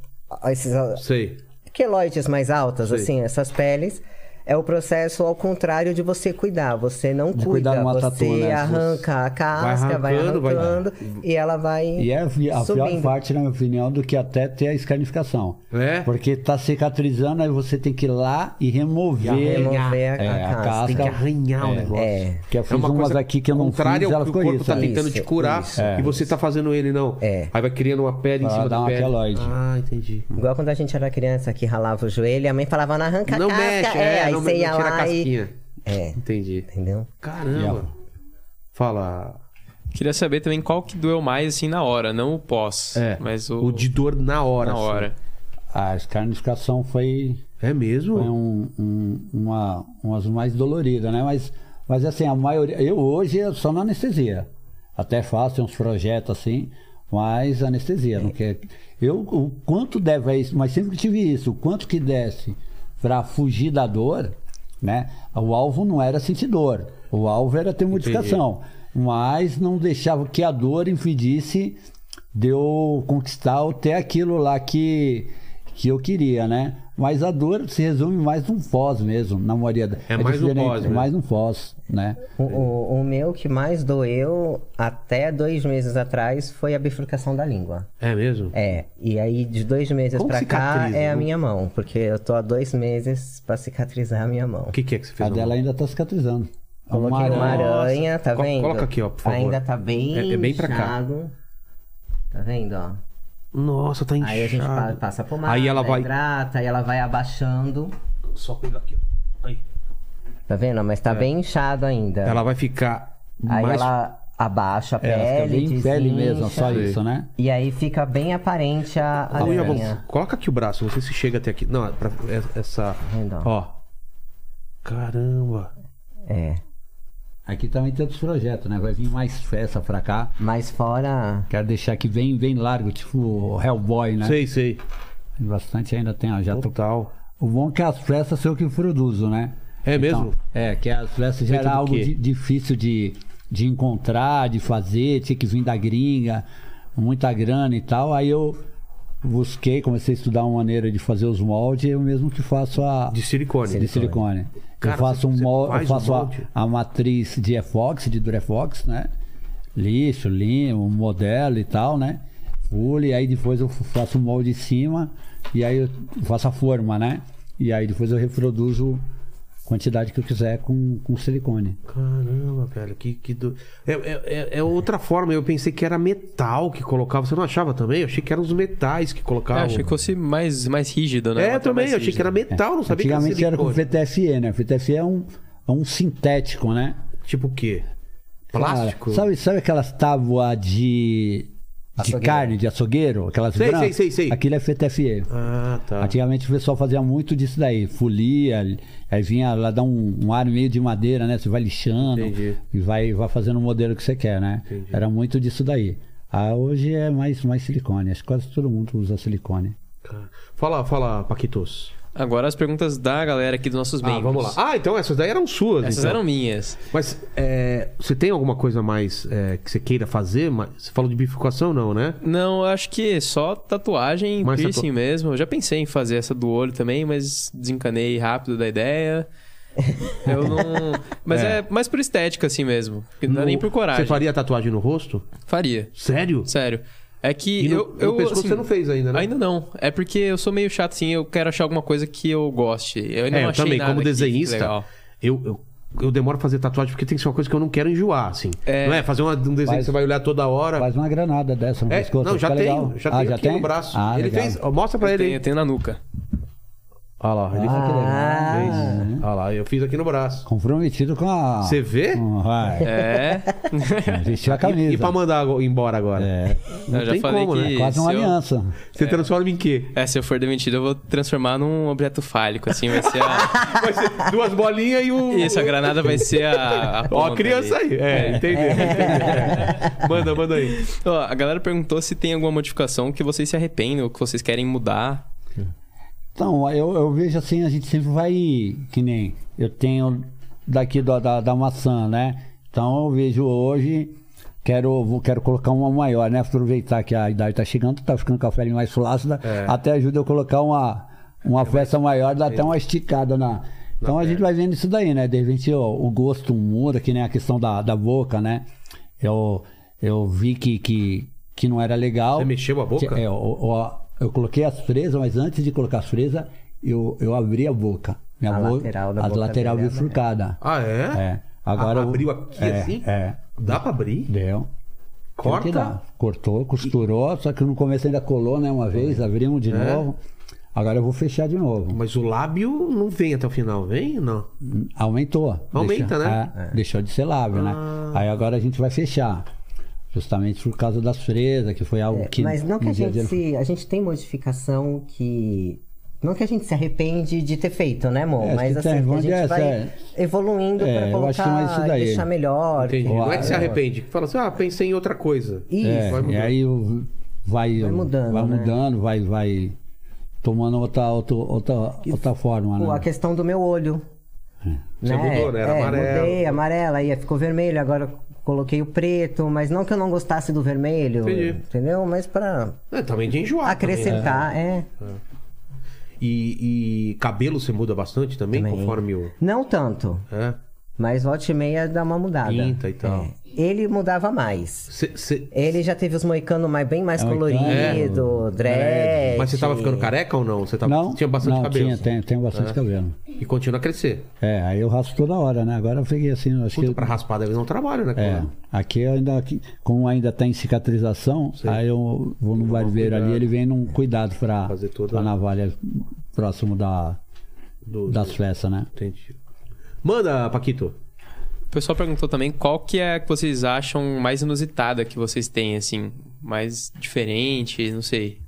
esses Sei. queloides mais altas, assim, essas peles. É o processo ao contrário de você cuidar. Você não De cuida, cuidar de uma você tatu, né? arranca a casca, vai arrancando, arrancando, vai- e ela vai E é a fi- a pior subindo. parte, na minha opinião, do que até ter a escarnificação. É? Porque tá cicatrizando, aí você tem que ir lá e remover, E remover a, é, a a casca. Tem que casca. arranhar o negócio. É. Que eu fiz umas aqui que eu não fiz, contrária ao ela que o ficou corpo isso, tá né? tentando te Isso, curar isso. e você tá fazendo ele não. É. Aí vai criando uma pele em Pra cima dar da uma pele. queloide. Ah, entendi. Igual quando a gente era criança que ralava o joelho, a mãe falava, não arranca não a casca. mexe, é, é, aí não, você não ia tira a lá e... casquinha. É, Entendi. entendeu? Caramba. Yeah. Fala. Queria saber também qual que doeu mais, assim, na hora, não o pós. É, Mas o, O de dor na hora. na assim. hora. Ah, A escarnificação foi É mesmo? Foi um, um, uma, umas mais doloridas, né? Mas, mas assim, a maioria. Eu hoje é só na anestesia. Até faço uns projetos assim, mas anestesia. Não quer, eu, o quanto deve a isso, mas sempre que tive isso, o quanto que desse para fugir da dor, né? O alvo não era sentir dor. O alvo era ter modificação. Mas não deixava que a dor impedisse de eu conquistar até aquilo lá que, que eu queria, né? Mas a dor se resume mais num pós mesmo, na maioria. da- É mais um diferente, pós, É né? mais um pós, né? O, o- o meu que mais doeu até dois meses atrás foi a bifurcação da língua. É mesmo? É, e aí de dois meses Como pra cá cicatriza, é a não? minha mão, porque eu tô há dois meses pra cicatrizar a minha mão. O que, que é que você fez? A na dela mão? ainda tá cicatrizando. Coloquei uma Amarelo. aranha, Nossa. tá Co- vendo? coloca aqui, ó, por favor. Ainda tá bem, É- é bem pra cá. inchado. Tá vendo, ó? Nossa, tá inchado. Aí a gente pa- passa a pomada, né, Aí ela vai... hidrata, aí ela vai abaixando. Só pegar aqui, ó. Aí. Tá vendo? Mas tá bem inchado ainda. É. Ela vai ficar É. Aí mais... ela abaixa a É, ela pele, fica bem pele desincha, mesmo, só Sim. isso, né? E aí fica bem aparente a, a A unha, linha. vamos- Coloca aqui o braço, você se chega até aqui. Não, é pra... é- essa... Então. Ó. Caramba. É. Aqui também tem outros projetos, né? Vai vir mais festa pra cá. Mas fora. Quero deixar aqui bem, bem largo, tipo o Hellboy, né? Sei, sei. Tem Bastante ainda tem, ó, já tô... Total. O bom é que as festas sou eu que produzo, né? É mesmo? É, que as festas já Feito era do algo quê? di- difícil de, de encontrar, de fazer, tinha que vir da gringa, muita grana e tal. Aí eu busquei, comecei a estudar uma maneira de fazer os moldes, eu mesmo que faço a. De silicone. De silicone. Cara, eu faço, você- um você mol- eu faz faço um a- molde? a, matriz de efox, de durefox, né? Lixo, limo, modelo e tal, né? Pule, aí depois eu faço o molde em cima e aí eu faço a forma, né? E aí depois eu reproduzo a quantidade que eu quiser com, com silicone. Caramba, velho, que, que do... é, é- é- é outra forma. Eu pensei que era metal que colocava. Você não achava também? Eu achei que eram os metais que Ah, colocavam. achei que fosse mais, mais rígido, Tá né? É, Uma eu outra também. mais Eu achei que rígida. era metal, não sabia que era Antigamente era com silicone. FTFE, né? FTFE é um, é um sintético, né? Tipo o quê? Plástico? Cara, sabe, sabe aquelas tábuas de, de Açougueiro. carne, de açougueiro? Aquelas Sei, brancas? sei, sei, sei. Aquilo é FTFE. Ah, tá. Antigamente o pessoal fazia muito disso daí, folia, aí vinha lá dar um, um ar meio de madeira, né? Você vai lixando Entendi. e vai, vai fazendo o modelo que você quer, né? Entendi. Era muito disso daí. Ah, hoje é mais, mais silicone, acho que quase todo mundo usa silicone. Cara. Tá. Fala, fala, Paquitos. Agora as perguntas da galera aqui dos nossos Ah, membros. vamos lá. Ah, então essas daí eram suas. Essas então. eram minhas. Mas é, você tem alguma coisa mais é, que você queira fazer? Mas- Você falou de bifurcação, não, né? Não, eu acho que só tatuagem, Mais piercing tatua- mesmo. Eu já pensei em fazer essa do olho também, mas desencanei rápido da ideia. Eu não. Mas é, mais por estética, assim mesmo. Porque Não é nem por coragem. Você faria tatuagem no rosto? Faria. Sério? Sério. É que E no- eu. no eu pescoço assim, você não fez ainda, né? Ainda não. É porque eu sou meio chato, assim. Eu quero achar alguma coisa que eu goste. Eu ainda é, não eu achei também, nada como que fique desenhista, legal. eu, eu, eu demoro a fazer tatuagem porque tem que ser uma coisa que eu não quero enjoar, assim. É. Não é? Fazer uma- um desenho que Faz- você vai olhar toda hora. Faz uma granada dessa no É, pescoço, não, já fica tenho, legal. já Ah, tenho aqui no braço. Ah, ele legal. fez, ó, mostra pra Eu ele. tenho, eu tenho na nuca. Olha lá, ele tá né? Ah, que legal. fez. Olha lá, eu fiz aqui no braço. Comprometido com a... Você vê? Com- vai. É. Vestiu a camisa. E, e pra mandar agora- embora agora? É, Não Eu já tem falei como, que- né? quase uma Isso, eu- aliança. Você transforma em quê? É, se eu for demitido, eu vou transformar num objeto fálico, assim, vai ser a... Vai ser duas bolinhas e o... Isso, a granada vai ser a, a Ó, ponta a criança ali. aí. É, entendeu. entendeu. É. Manda, manda aí. Ó, a galera perguntou se tem alguma modificação que vocês se arrependem ou que vocês querem mudar. Então, eu, eu vejo assim, a gente sempre vai. Que nem eu tenho daqui da, da, da maçã, né? Então eu vejo hoje, quero, vou- quero colocar uma maior, né? Aproveitar que a idade tá chegando, tá ficando com a pele mais flácida, É. até ajuda eu colocar uma, uma festa maior, dá até uma esticada na. Então a gente vai vendo isso daí, né? De repente ó, o gosto muda, que nem a questão da, da boca, né? Eu, eu vi que, que, que não era legal. Você mexeu a boca? É, é, ó, ó, eu coloquei as presas, mas antes de colocar as presas, eu, eu abri a boca. Minha A boca, lateral da a boca lateral dele, né? bifurcada. Ah, é? É. Agora Ah, eu- abriu aqui é, assim? É. Dá pra abrir? Deu. Teve que Corta? dar. Cortou, costurou, só que no começo ainda colou, né? Uma vez, abrimos É. de novo. Agora eu vou fechar de novo. Mas o lábio não vem até o final, vem? Não. Aumentou. Aumenta, Deixou- né? Ah. é, Deixou de ser lábio, né? Aí agora a gente vai fechar. Justamente por causa das presas, que foi algo É, que. mas não que no a dia a gente dia- se. A gente tem modificação que Não que a gente se arrepende de ter feito, né, amor? É, Mas que tem assim, que a vergonha gente dessa, vai é. evoluindo É, pra eu acho que não é isso colocar e daí. deixar melhor. Entendi. entendeu? Não é que se arrepende, que fala assim, ah, pensei em outra coisa. Isso. É, vai e mudando. aí o- vai, Vai mudando, vai, né? mudando, vai, vai tomando outra, outra, outra, outra forma. Pô, né? a questão do meu olho. Você mudou, né? Era é, amarelo. Mudei, amarelo, aí ficou vermelho, agora coloquei o preto, mas não que eu não gostasse do vermelho, Entendi. entendeu? Mas pra É, também de enjoar. também, né? acrescentar, é. E, e cabelo você muda bastante também, Também. conforme o. Não tanto, É, mas volta e meia dá uma mudada. É, pinta e tal. Ele mudava mais. Cê- cê- Ele já teve os moicanos mais, bem mais É, colorido, dread. Mas você tava ficando careca ou não? Você tava... Não, Tá, tinha bastante não, cabelo. É. Tinha, tem, tem bastante cabelo. E continua a crescer. É, aí eu raspo toda hora, né? Agora eu fiquei assim, acho Puta, que. pra raspar deve dar um trabalho, né? É, cara? aqui eu ainda, aqui, como ainda tem cicatrização, aí eu vou no barbeiro ali, ele vem num cuidado pra, Fazer toda- pra navalha próximo da, Do- das do- festas, né? Entendi. Manda, Paquito. O pessoal perguntou também qual que é a que vocês acham mais inusitada que vocês têm, assim, mais diferente, não sei.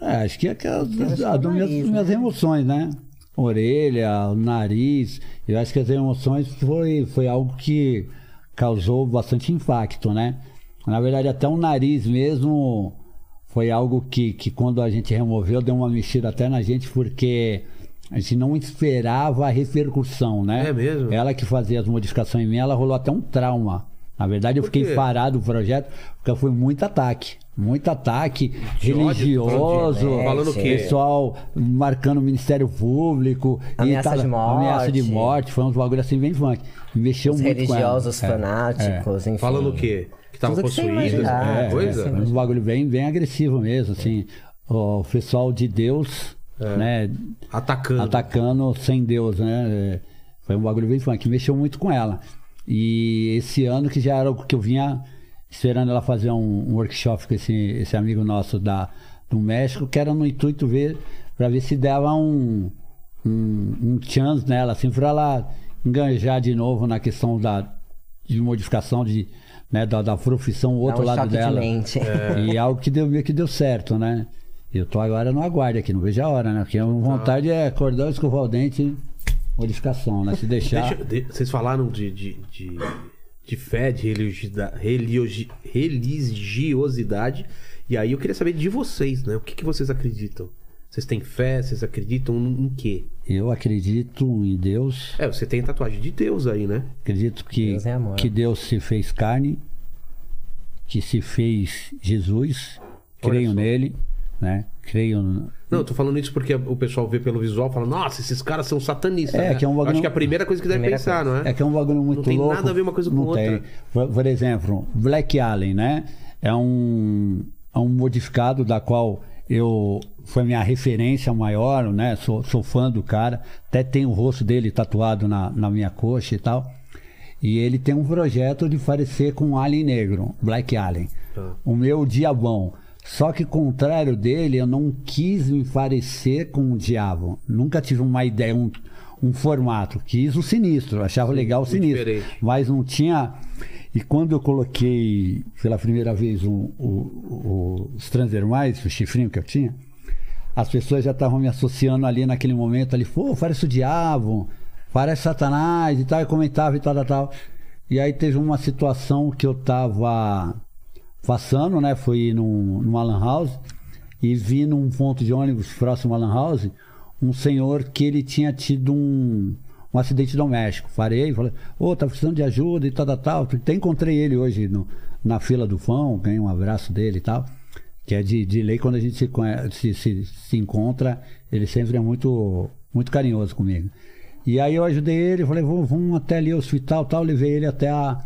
É, acho que é aquela acho que é o das das minhas, nariz, né? minhas emoções, né? Orelha, o nariz. Eu acho que as emoções foi, foi algo que causou bastante impacto, né? Na verdade, até o nariz mesmo foi algo que, que quando a gente removeu, deu uma mexida até na gente, porque a gente não esperava a repercussão, né? É mesmo? Ela que fazia as modificações em mim, ela rolou até um trauma. Na verdade, eu Por fiquei quê? parado do projeto, porque foi muito ataque. Muito ataque De ódio, religioso, falando de- falando É, o quê? pessoal marcando o Ministério Público, Ameaça tava- de morte. ameaça de morte, foi uns bagulho assim bem funk. Mexeu Os muito religiosos, com ela. É, fanáticos, Ah, enfim. Falando o quê? Que tava Tudo que você possuído, imaginar. alguma É, coisa? é, uns bagulho bem, bem agressivo mesmo, assim. O pessoal de Deus, É. né, Atacando. atacando sem Deus, né? É, Foi um bagulho bem funk, mexeu muito com ela. E esse ano que já era o que eu vinha esperando ela fazer um, um workshop com esse, esse amigo nosso da, do México, que era no intuito ver para ver se dava um, um, um chance nela, assim, para ela enganjar de novo na questão da de modificação de né, da, da profissão, o Dá outro um lado choque de dela. mente. É. E algo que deu, meio que deu certo, né? Eu tô agora no aguardo aqui, não vejo a hora, né? Porque a vontade é acordar, escovar o dente, modificação, né? Se deixar. Deixa- de- vocês falaram de, de, de, de fé, de religida- religiosi- religiosidade. E aí eu queria saber de vocês, né? O que, que vocês acreditam? Vocês têm fé? Vocês acreditam em quê? Eu acredito em Deus, É, você tem tatuagem de Deus aí, né? acredito que Deus é amor. que Deus se fez carne, que se fez Jesus, Olha creio só. nele, né? Creio. no- Não, eu tô falando isso porque o pessoal vê pelo visual e fala, nossa, esses caras são satanistas. É, né? que é um bagulho- Acho que é a primeira coisa que deve Primeira pensar, não é? É que é um bagulho muito tem louco. nada a ver uma coisa com não outra. Tem. Por, por exemplo, Black Alien, né? É um, é um modificado da qual eu foi minha referência maior, né? Sou, sou fã do cara. Até tem o rosto dele tatuado na, na minha coxa e tal. E ele tem um projeto de parecer com um alien negro, Black Alien. Tá. O meu diabão. Só que contrário dele, eu não quis me parecer com o diabo. Nunca tive uma ideia, um, um formato. Quis o sinistro, achava legal o sinistro. diferente. Mas não tinha. E quando eu coloquei pela primeira vez um- o- o- os transdermais, o chifrinho que eu tinha, as pessoas já estavam me associando ali naquele momento ali, pô, parece o diabo, parece Satanás e tal, e comentava e tal, tal, tal. E aí teve uma situação que eu tava passando, né? Fui num, numa lan house e vi num ponto de ônibus próximo à lan house um senhor que ele tinha tido um, um acidente doméstico. Parei e falei, ô, tá precisando de ajuda e tal, tal, tal. Até encontrei ele hoje no- na fila do pão, ganhei um abraço dele e tal. Que é de, de lei quando a gente se, conhe- se, se, se encontra, ele sempre é muito, muito carinhoso comigo. E aí eu ajudei ele, falei, vamos, vamos até ali o hospital tal, levei ele até a,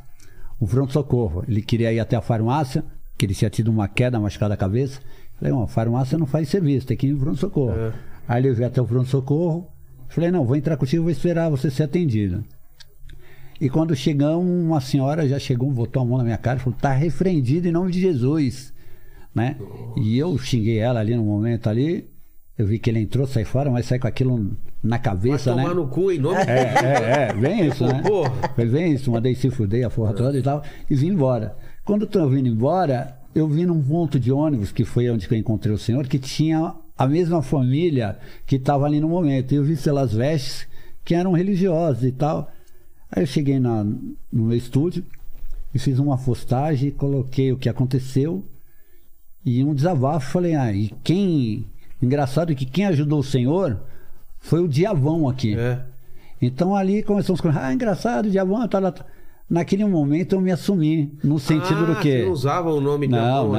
o pronto-socorro. Ele queria ir até a farmácia, que ele tinha tido uma queda, machucada a cabeça. Falei, ó, farmácia não faz serviço, tem que ir no pronto-socorro. É. Aí ele veio até o pronto-socorro. Falei, não, vou entrar contigo, vou esperar você ser atendido. E quando chegamos, uma senhora já chegou, botou a mão na minha cara e falou: tá repreendido em nome de Jesus. Né? E eu xinguei ela ali no momento ali. Eu vi que ele entrou, sai fora, mas sai com aquilo na Vai cabeça, tomar né? no cu em nome de É, é, é, bem isso, né? Porra. Foi bem isso, mandei se fuder a porra toda e tal, e vim embora. Quando eu tô vindo embora, eu vi num ponto de ônibus, que foi onde que eu encontrei o senhor, que tinha a mesma família que estava ali no momento. E eu vi pelas vestes que eram religiosas e tal. Aí eu cheguei na, no meu estúdio e fiz uma postagem, coloquei o que aconteceu e um desabafo. Falei, ah, e quem. Engraçado que quem ajudou o senhor foi o diavão aqui. É. Então ali começamos com, ah, engraçado, diabão, tal, tal, tal. Naquele momento eu me assumi, no Ah, sentido do quê? Você não usava o nome Não, Diabão, né,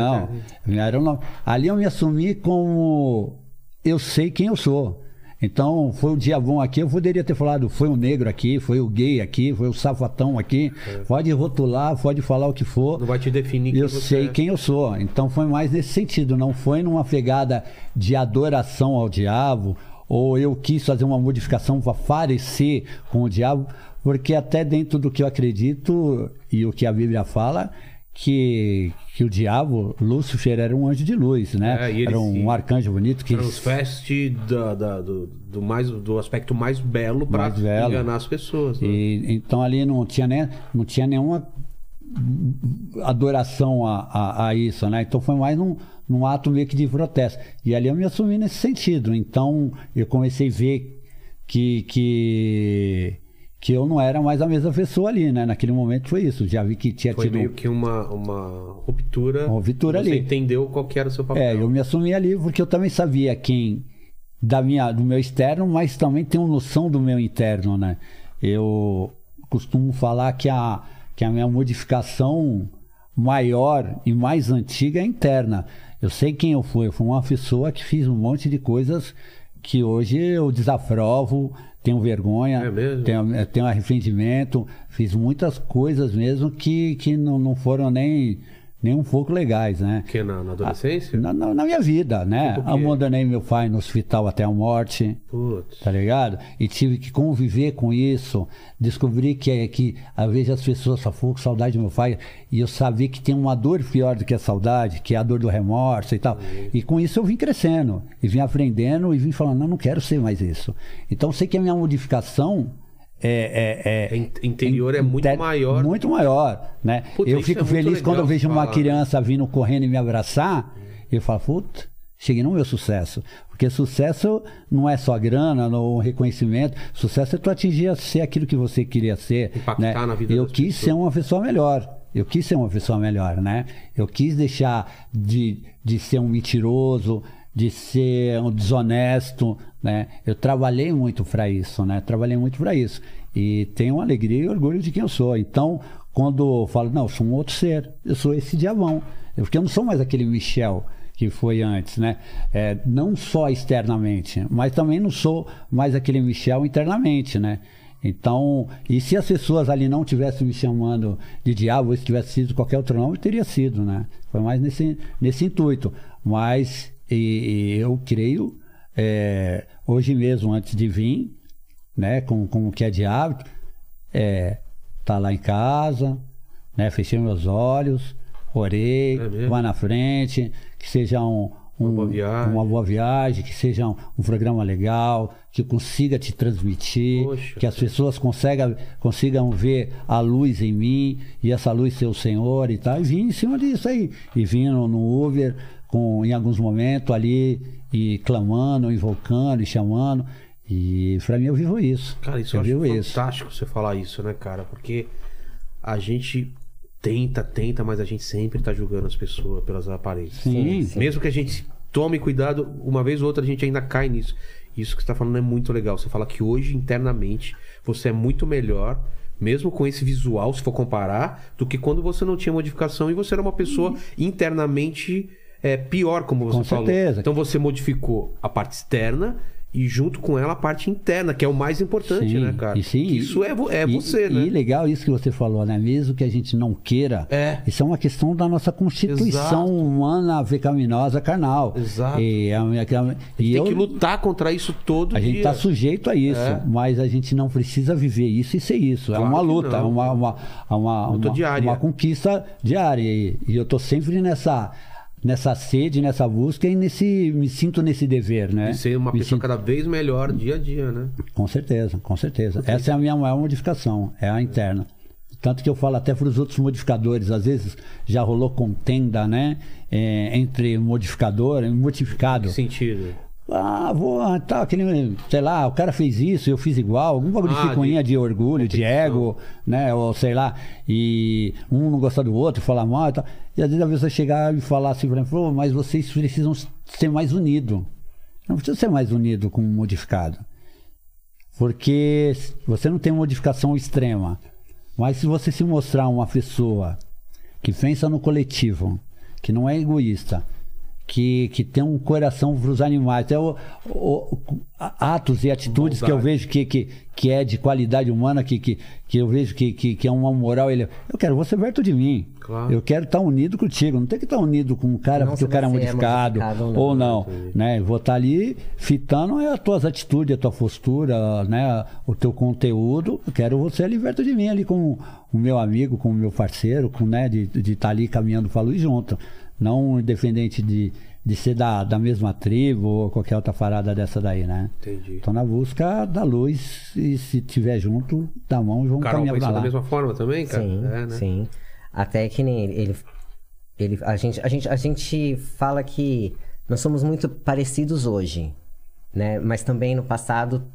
não. cara? Era um nome. Ali eu me assumi como eu sei quem eu sou. Então, foi o diabão aqui, eu poderia ter falado, foi o negro aqui, foi o gay aqui, foi o safatão aqui. Pode rotular, pode falar o que for. É. Não vai te definir quem Eu você sei é. quem eu sou. Então foi mais nesse sentido, não foi numa pegada de adoração ao diabo, ou eu quis fazer uma modificação para parecer com o diabo, porque até dentro do que eu acredito e o que a Bíblia fala, que, que o diabo, Lúcifer, era um anjo de luz, né? É, e ele era um se- arcanjo bonito que Transveste da- da- do, do mais, do aspecto mais belo pra Mais belo. enganar as pessoas. né? E, então ali não tinha, nem, não tinha nenhuma adoração a, a- a isso, né? Então foi mais num, num ato meio que de protesto. E ali eu me assumi nesse sentido. Então eu comecei a ver que, que, que eu não era mais a mesma pessoa ali, né? Naquele momento foi isso. Já vi que tinha Foi tido. meio que uma, uma ruptura. é tipo Uma ruptura Você ali. entendeu qual que era o seu papel. É, eu me assumi ali porque eu também sabia quem da minha, do meu externo, mas também tenho noção do meu interno, né? Eu costumo falar que a, que a minha modificação maior e mais antiga é interna. Eu sei quem eu fui, eu fui uma pessoa que fiz um monte de coisas que hoje eu desaprovo, tenho vergonha, É mesmo? tenho, eu tenho arrependimento, fiz muitas coisas mesmo que, que não, não foram nem, nem um pouco legais, né? Porque na, na adolescência? Na, na- na minha vida, né? Tipo o quê? Abandonei meu pai no hospital até a morte, Putz. tá ligado? E tive que conviver com isso. Descobri que, é- que às vezes as pessoas só ficam com saudade do meu pai. E eu sabia que tem uma dor pior do que a saudade, que é a dor do remorso e tal. E com isso eu vim crescendo, e vim aprendendo, e vim falando: não, não quero ser mais isso. Então sei que a minha modificação. É, É é, in- interior é muito inter- maior. Muito maior, né? Puta, eu isso fico é muito feliz legal quando eu de vejo uma falar, né? criança vindo correndo e me abraçar. Eu falo, puta, cheguei no meu sucesso. Porque sucesso não é só grana, não reconhecimento. Sucesso é tu atingir a ser aquilo que você queria ser. Impactar né? na vida Eu das quis pessoas. ser uma pessoa melhor. Eu quis ser uma pessoa melhor, né? Eu quis deixar de, de ser um mentiroso, de ser um desonesto, né? Eu trabalhei muito para isso, né? Trabalhei muito para isso. E tenho alegria e orgulho de quem eu sou. Então, quando eu falo, não, eu sou um outro ser, eu sou esse diabão. Eu- Porque eu não sou mais aquele Michel que foi antes, né? É, não só externamente, mas também não sou mais aquele Michel internamente, né? Então, e se as pessoas ali não tivessem me chamando de diabo, ou se tivesse sido qualquer outro nome, teria sido, né? Foi mais nesse, nesse intuito. Mas e- e eu creio, é, hoje mesmo, antes de vir, né, com, com o que é de hábito, é, tá lá em casa, né, fechei meus olhos, orei, É mesmo? vá na frente, que seja um, um- boa viagem. uma boa viagem, que seja um, um programa legal, que consiga te transmitir, Poxa. que as pessoas consigam, consigam ver a luz em mim e essa luz ser o Senhor e tal. E vim em cima disso aí. E vim no, no Uber com, em alguns momentos ali e clamando, invocando e chamando. E pra mim eu vivo isso. Cara, isso eu eu acho vivo isso. fantástico você falar isso, né, cara? Porque a gente tenta, tenta, mas a gente sempre tá julgando as pessoas pelas aparências. Sim, Sim. Mesmo que a gente tome cuidado, uma vez ou outra a gente ainda cai nisso. Isso que você tá falando é muito legal. Você fala que hoje, internamente, você é muito melhor, mesmo com esse visual, se for comparar, do que quando você não tinha modificação e você era uma pessoa internamente é, pior, como você Com falou. certeza. Então você modificou a parte externa e junto com ela a parte interna, que é o mais importante, Sim, né, cara? e sim, Que isso é, vo- é e- você, né? E legal isso que você falou, né? Mesmo que a gente não queira, É. isso é uma questão da nossa constituição Exato. humana, pecaminosa, carnal. Exato. E, é a minha- a minha- e Tem é eu, que um lutar contra isso todo dia. a tá né? gente está sujeito a isso, É. mas a gente não precisa viver isso e ser isso. é Claro uma que luta, não. é uma, uma, é uma, Luta uma, diária. uma conquista diária. E, e eu tô sempre nessa, nessa sede, nessa busca e nesse, me sinto nesse dever, né? E ser uma Me pessoa cada vez melhor dia a dia, né? Então, Com certeza, com certeza. Essa é a minha maior modificação, é a interna. Tanto que eu falo até para os outros modificadores, às vezes já rolou contenda, né? é, entre eh, modificador e modificado. Que sentido. Ah, vou, tá, aquele, sei lá, o cara fez isso, eu fiz igual, algum bagulho Ah, de picuinha de, orgulho, de ego, né, ou sei lá, e um não gostar do outro, falar mal e tal. E às vezes a pessoa chegar e falar assim, pra mim, "Pô, mas vocês precisam ser mais unidos. Não precisa ser mais unido com um modificado. Porque você não tem uma modificação extrema. Mas se você se mostrar uma pessoa que pensa no coletivo, que não é egoísta, que, que tem um coração para os animais, até o- o- a- atos e atitudes que eu vejo que, que, que é de qualidade humana, que, que, que eu vejo que, que, que é uma moral. Ele, eu quero você é perto de mim. Claro. Eu quero estar unido contigo. Não tem que estar unido com um cara Não porque se o cara é você é modificado, modificado ou não. ou não né? Vou estar ali fitando as tuas atitudes, a tua postura, né? O teu conteúdo. Eu quero você ali perto de mim, ali com o meu amigo, com o meu parceiro, com, né? De estar ali caminhando para a luz junto. Não independente de, de ser da, da mesma tribo ou qualquer outra parada dessa daí, né? Entendi. Tô na busca da luz e se tiver junto, da mão, vamos Carol caminhar pra pensa da lá. mesma forma também, cara? um Sim, é, né? sim. Até que nem ele, ele, ele- a, gente, a, gente, a gente fala que nós somos muito parecidos hoje, né? Mas também no passado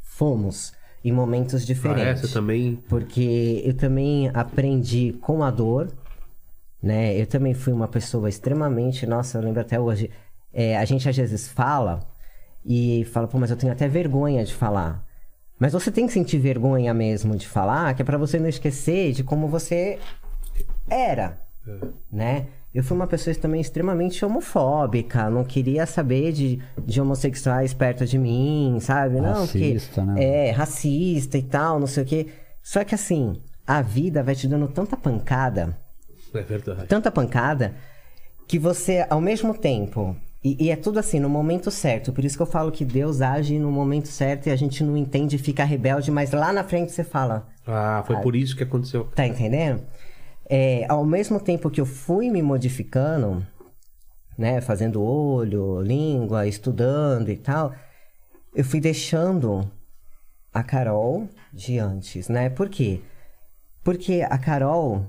fomos em momentos Ah, é, diferentes. você também. Porque eu também aprendi com a dor, né? Eu também fui uma pessoa extremamente, nossa, eu lembro até hoje. é, a gente às vezes fala e fala, pô, mas eu tenho até vergonha de falar. Mas você tem que sentir vergonha mesmo de falar, que é pra você não esquecer de como você era, É. né? Eu fui uma pessoa também extremamente homofóbica, não queria saber de, de homossexuais perto de mim, sabe? Não, porque- Racista, né? É, é, racista e tal, não sei o quê. Só que assim, a vida vai te dando tanta pancada, É verdade. tanta pancada, que você, ao mesmo tempo. E, e é tudo assim, no momento certo. Por isso que eu falo que Deus age no momento certo e a gente não entende e fica rebelde, mas lá na frente você fala, Ah, foi por isso que aconteceu. Tá entendendo? É, ao mesmo tempo que eu fui me modificando, né, fazendo olho, língua, estudando e tal, eu fui deixando a Carol de antes, né? Por quê? Porque a Carol,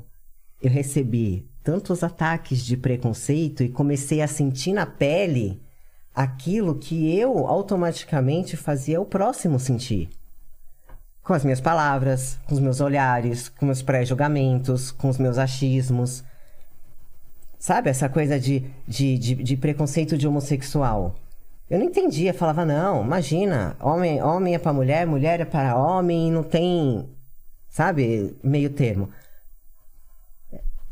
eu recebi tantos ataques de preconceito e comecei a sentir na pele aquilo que eu automaticamente fazia o próximo sentir com as minhas palavras, com os meus olhares, com meus pré-julgamentos, com os meus achismos. Sabe essa coisa de, de, de, de preconceito de homossexual? Eu não entendia, falava, não, imagina, homem, homem é pra mulher, mulher é para homem, não tem, sabe, meio termo.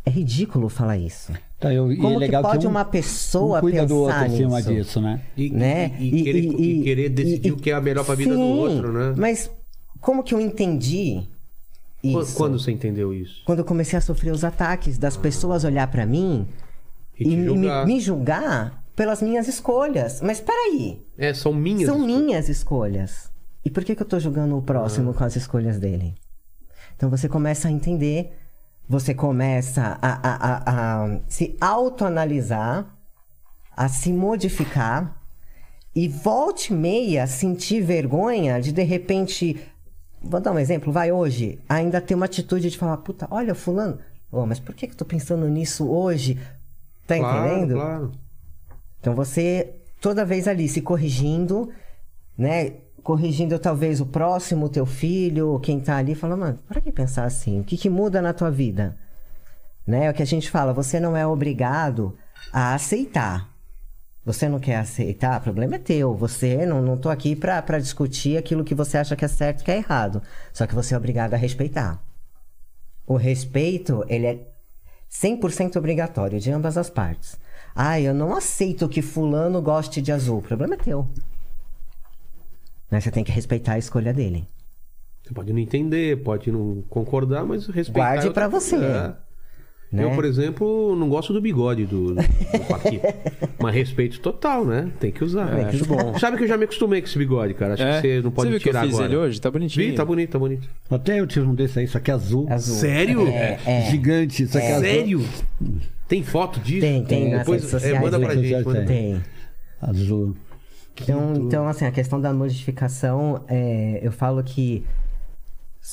É ridículo falar isso. Tá, eu- e Como é legal que pode um- uma pessoa um cuida pensar do outro em cima nisso? disso, né? E, né? e- e querer, e querer decidir e- o que é a melhor pra vida do Sim, outro, né? Mas como que eu entendi Qu- isso? Quando você entendeu isso? Quando eu comecei a sofrer os ataques das pessoas olhar pra mim E e, te me- julgar. me, me julgar pelas minhas escolhas. Mas peraí, É, são minhas. são escolhas. minhas escolhas. E por que, que eu tô julgando o Ah. próximo com as escolhas dele? Então você começa a entender, você começa a, a- a- a se autoanalisar, a se modificar e volte e meia sentir vergonha de de repente. Vou dar um exemplo, vai hoje, ainda ter uma atitude de falar, puta, olha, fulano, Ô, mas por que, que eu tô pensando nisso hoje? Tá Claro, entendendo? claro. Então você toda vez ali se corrigindo, né? Corrigindo talvez o próximo, o teu filho, quem tá ali, falando, mano, para que pensar assim? O que, que muda na tua vida? Né? É o que a gente fala, você não é obrigado a aceitar. Você não quer aceitar, o problema é teu. Você não, não tô aqui pra, pra discutir aquilo que você acha que é certo e que é errado. Só que você é obrigado a respeitar. O respeito, ele é 100% obrigatório de ambas as partes. Ah, eu não aceito que fulano goste de azul. O problema é teu. Né, Você tem que respeitar a escolha dele. Você pode não entender, pode não concordar, mas respeitar. Guarde é outra pra você, coisa. É. né? Eu, por exemplo, não gosto do bigode do, do Paquito. mas respeito total, né? Tem que usar. Tem que acho usar. bom. Sabe que eu já me acostumei com esse bigode, cara. Acho É. que você não pode Você viu tirar que eu fiz agora. ele hoje? Tá bonitinho. Vi, tá bonito, tá bonito. Até eu tive um desse aí, isso aqui é azul. Azul. Sério? É, é. Gigante, isso aqui é, azul. Sério? Tem foto disso? Tem, tem nas Depois, redes é, sociais. manda pra né? gente. Manda. Tem. Azul. Então, então, assim, a questão da modificação, é, eu falo que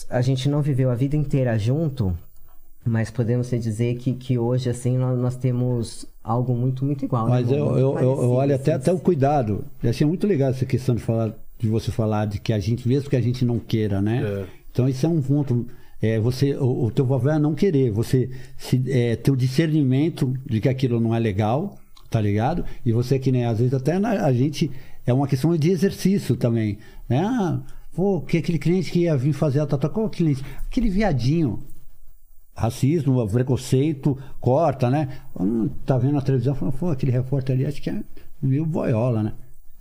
a gente não viveu a vida inteira junto, Mas podemos dizer que, que hoje, assim, nós, nós temos algo muito, muito igual. né, Mas amor? eu, Muito eu, eu- eu parecido, olho assim, até, até o cuidado. Eu achei muito legal essa questão de falar de você falar de que a gente, mesmo que a gente não queira, né? É. Então isso é um ponto. É, você, o, o teu papel é não querer. Você se, é, ter o discernimento de que aquilo não é legal, tá ligado? E você que nem às vezes até na- a gente é uma questão de exercício também, né? Ah, pô, que aquele cliente que ia vir fazer a tatuagem, qual é cliente? Aquele viadinho racismo, preconceito, corta, né? Hum, tá vendo a televisão falando, pô, aquele repórter ali acho que é meio boiola, né?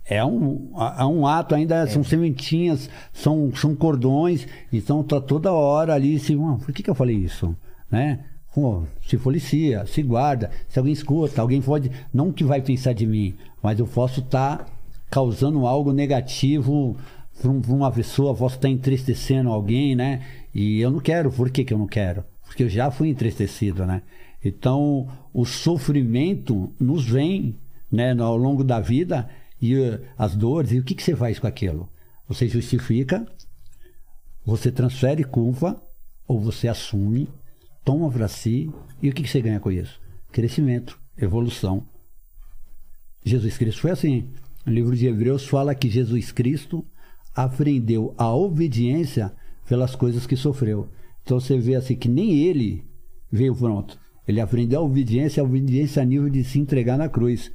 É um, a- é um ato ainda, são sementinhas, são, são cordões, então tá toda hora ali, se, "Hum, por que que eu falei isso? Né? Pô, se policia, se guarda, se alguém escuta, alguém pode, não que vai pensar de mim, mas eu posso tá estar causando algo negativo para uma pessoa, posso estar entristecendo alguém, né? E eu não quero. Por que, que eu não quero? Porque eu já fui entristecido, né? Então, o sofrimento nos vem né, no- ao longo da vida e eh, as dores. E o que, que você faz com aquilo? Você justifica, você transfere culpa ou você assume, toma para si. E o que, que você ganha com isso? Crescimento, evolução, Jesus Cristo foi assim. O livro de Hebreus fala que Jesus Cristo aprendeu a obediência pelas coisas que sofreu. Então você vê assim que nem ele veio pronto. Ele aprendeu a obediência, a obediência a nível de se entregar na cruz,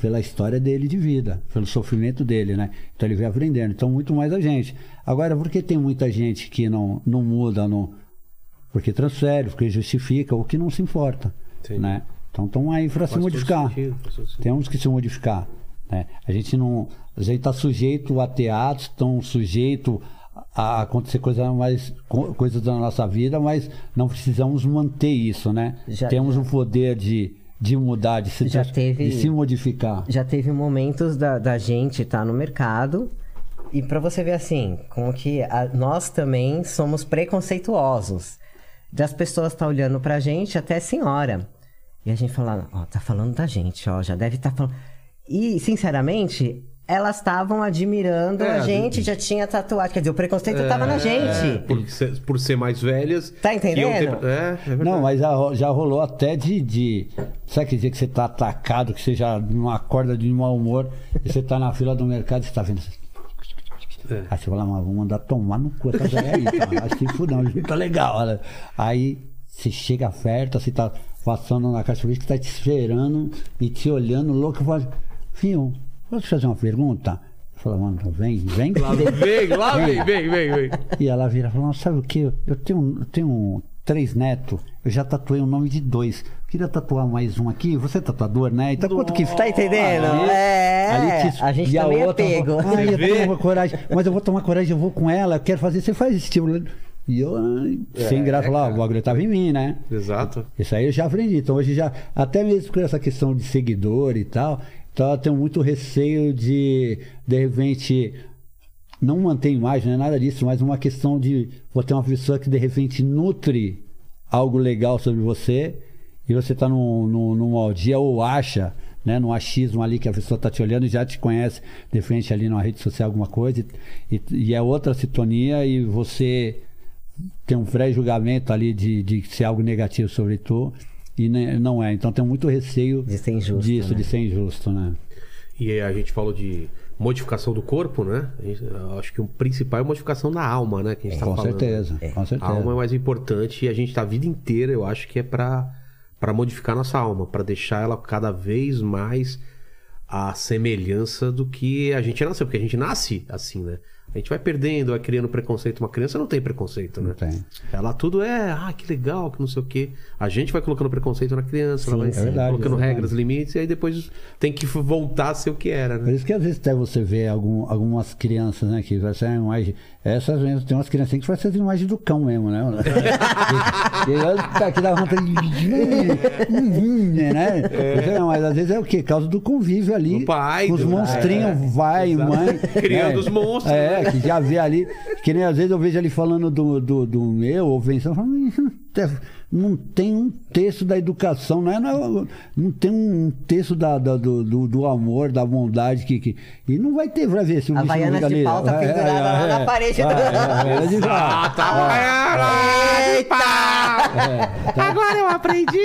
pela história dele de vida, pelo sofrimento dele, né? Então ele veio aprendendo. Então muito mais a gente. Agora, por que tem muita gente que não, não muda, não, porque transfere, porque justifica, ou que não se importa, Entendi. né? Então estão aí para se todo modificar. sentido, faz todo sentido. Temos que se modificar. né? A gente não. A gente está sujeito a teatros, estão sujeito a acontecer coisa mais, co- coisas da nossa vida, mas não precisamos manter isso, né? Já- Temos o poder de, de mudar, de se, Já trans- teve- de se modificar. já teve momentos da, da gente estar no mercado e pra você ver assim, como que a- nós também somos preconceituosos. Das pessoas tá olhando pra gente até senhora. E a gente fala, ó, tá falando da gente, ó, já deve estar falando. E, sinceramente, elas estavam admirando É, a gente, já tinha tatuagem. Quer dizer, o preconceito tava na gente. Por, ser- por ser mais velhas. Tá que iam ter- entendendo? É, é verdade. Não, mas já, ro- já rolou até de, de. Sabe aquele dia que você tá atacado, que você já não acorda de mau humor, e você tá na fila do mercado e você tá vendo assim. É. Aí você fala, mas vou mandar tomar no cu essa velha aí, cara. Acho que fudão, não tá legal. olha. Aí você chega perto, você tá passando na caixa que tá te esperando e te olhando louco, e fala, filho, posso te fazer uma pergunta? Eu falo, mano, vem, vem. Lá vem, lá vem, vem, vem, vem. E ela vira e fala, "Nossa, sabe o que? Eu tenho, um, eu tenho três netos, eu já tatuei o nome de dois. Queria tatuar mais um aqui, você é tatuador, né? Então quanto que Tá entendendo? É, a gente e também é outra pego. fala, "Ai, Você eu vê? tenho uma coragem, mas eu vou tomar coragem, eu vou com ela, eu quero fazer, você faz esse tipo. E eu, ai, É, sem graça, falar, "Ah, o bagulho tava em mim, né? Exato. Isso aí eu já aprendi. Então hoje já, até mesmo com essa questão de seguidor e tal, então eu tenho muito receio de, de repente, não manter imagem, não é nada disso, mas uma questão de vou ter uma pessoa que de repente nutre algo legal sobre você e você está num, num, num mau dia ou acha, né, num achismo ali que a pessoa está te olhando e já te conhece de frente ali numa rede social, alguma coisa, e, e é outra sintonia e você tem um pré-julgamento ali de, de ser algo negativo sobre tu e ne- não é. Então tem muito receio De ser injusto, disso, né? de ser injusto, né? E aí a gente falou de modificação do corpo, né? A gente- eu acho que o principal é a modificação da alma, né? Que a gente tá com, falando. certeza, com certeza, A alma é mais importante e a gente tá a vida inteira, eu acho que é pra para modificar nossa alma, pra deixar ela cada vez mais a semelhança do que a gente nasceu, porque a gente nasce assim, né? A gente vai perdendo, vai criando preconceito. Uma criança não tem preconceito, né? Não tem. Ela tudo é, ah, que legal, que não sei o quê. A gente vai colocando preconceito na criança, ela vai sim. É verdade, colocando é verdade. regras, limites, e aí depois tem que voltar a ser o que era, Por né? isso que às vezes até você vê algum- algumas crianças, né? Que fazem essa imagem. Essas mesmo, tem umas criancinhas que fazem essa imagem do cão mesmo, né? e, e aí tá aqui dá vontade de. Hum, né? Então, mas às vezes é o quê? Causa do convívio ali. Do pai, Os do- monstrinhos, é, vai, exato. mãe. Criando né? os monstros, É, né? que já vê ali. Que nem às vezes eu vejo ele falando do, do, do meu, ou pensando, falo, "Hum, até não tem um texto da educação, não, é, não, não tem um texto da, da- do, do, do amor, da bondade que, que- E não vai ter, vai ver se o bicho não Havaianas liga de ali, pau tá é, pendurada é, lá na é, parede é, do- é, Havaianas de Ah, pau. tá. tá. Agora eu aprendi.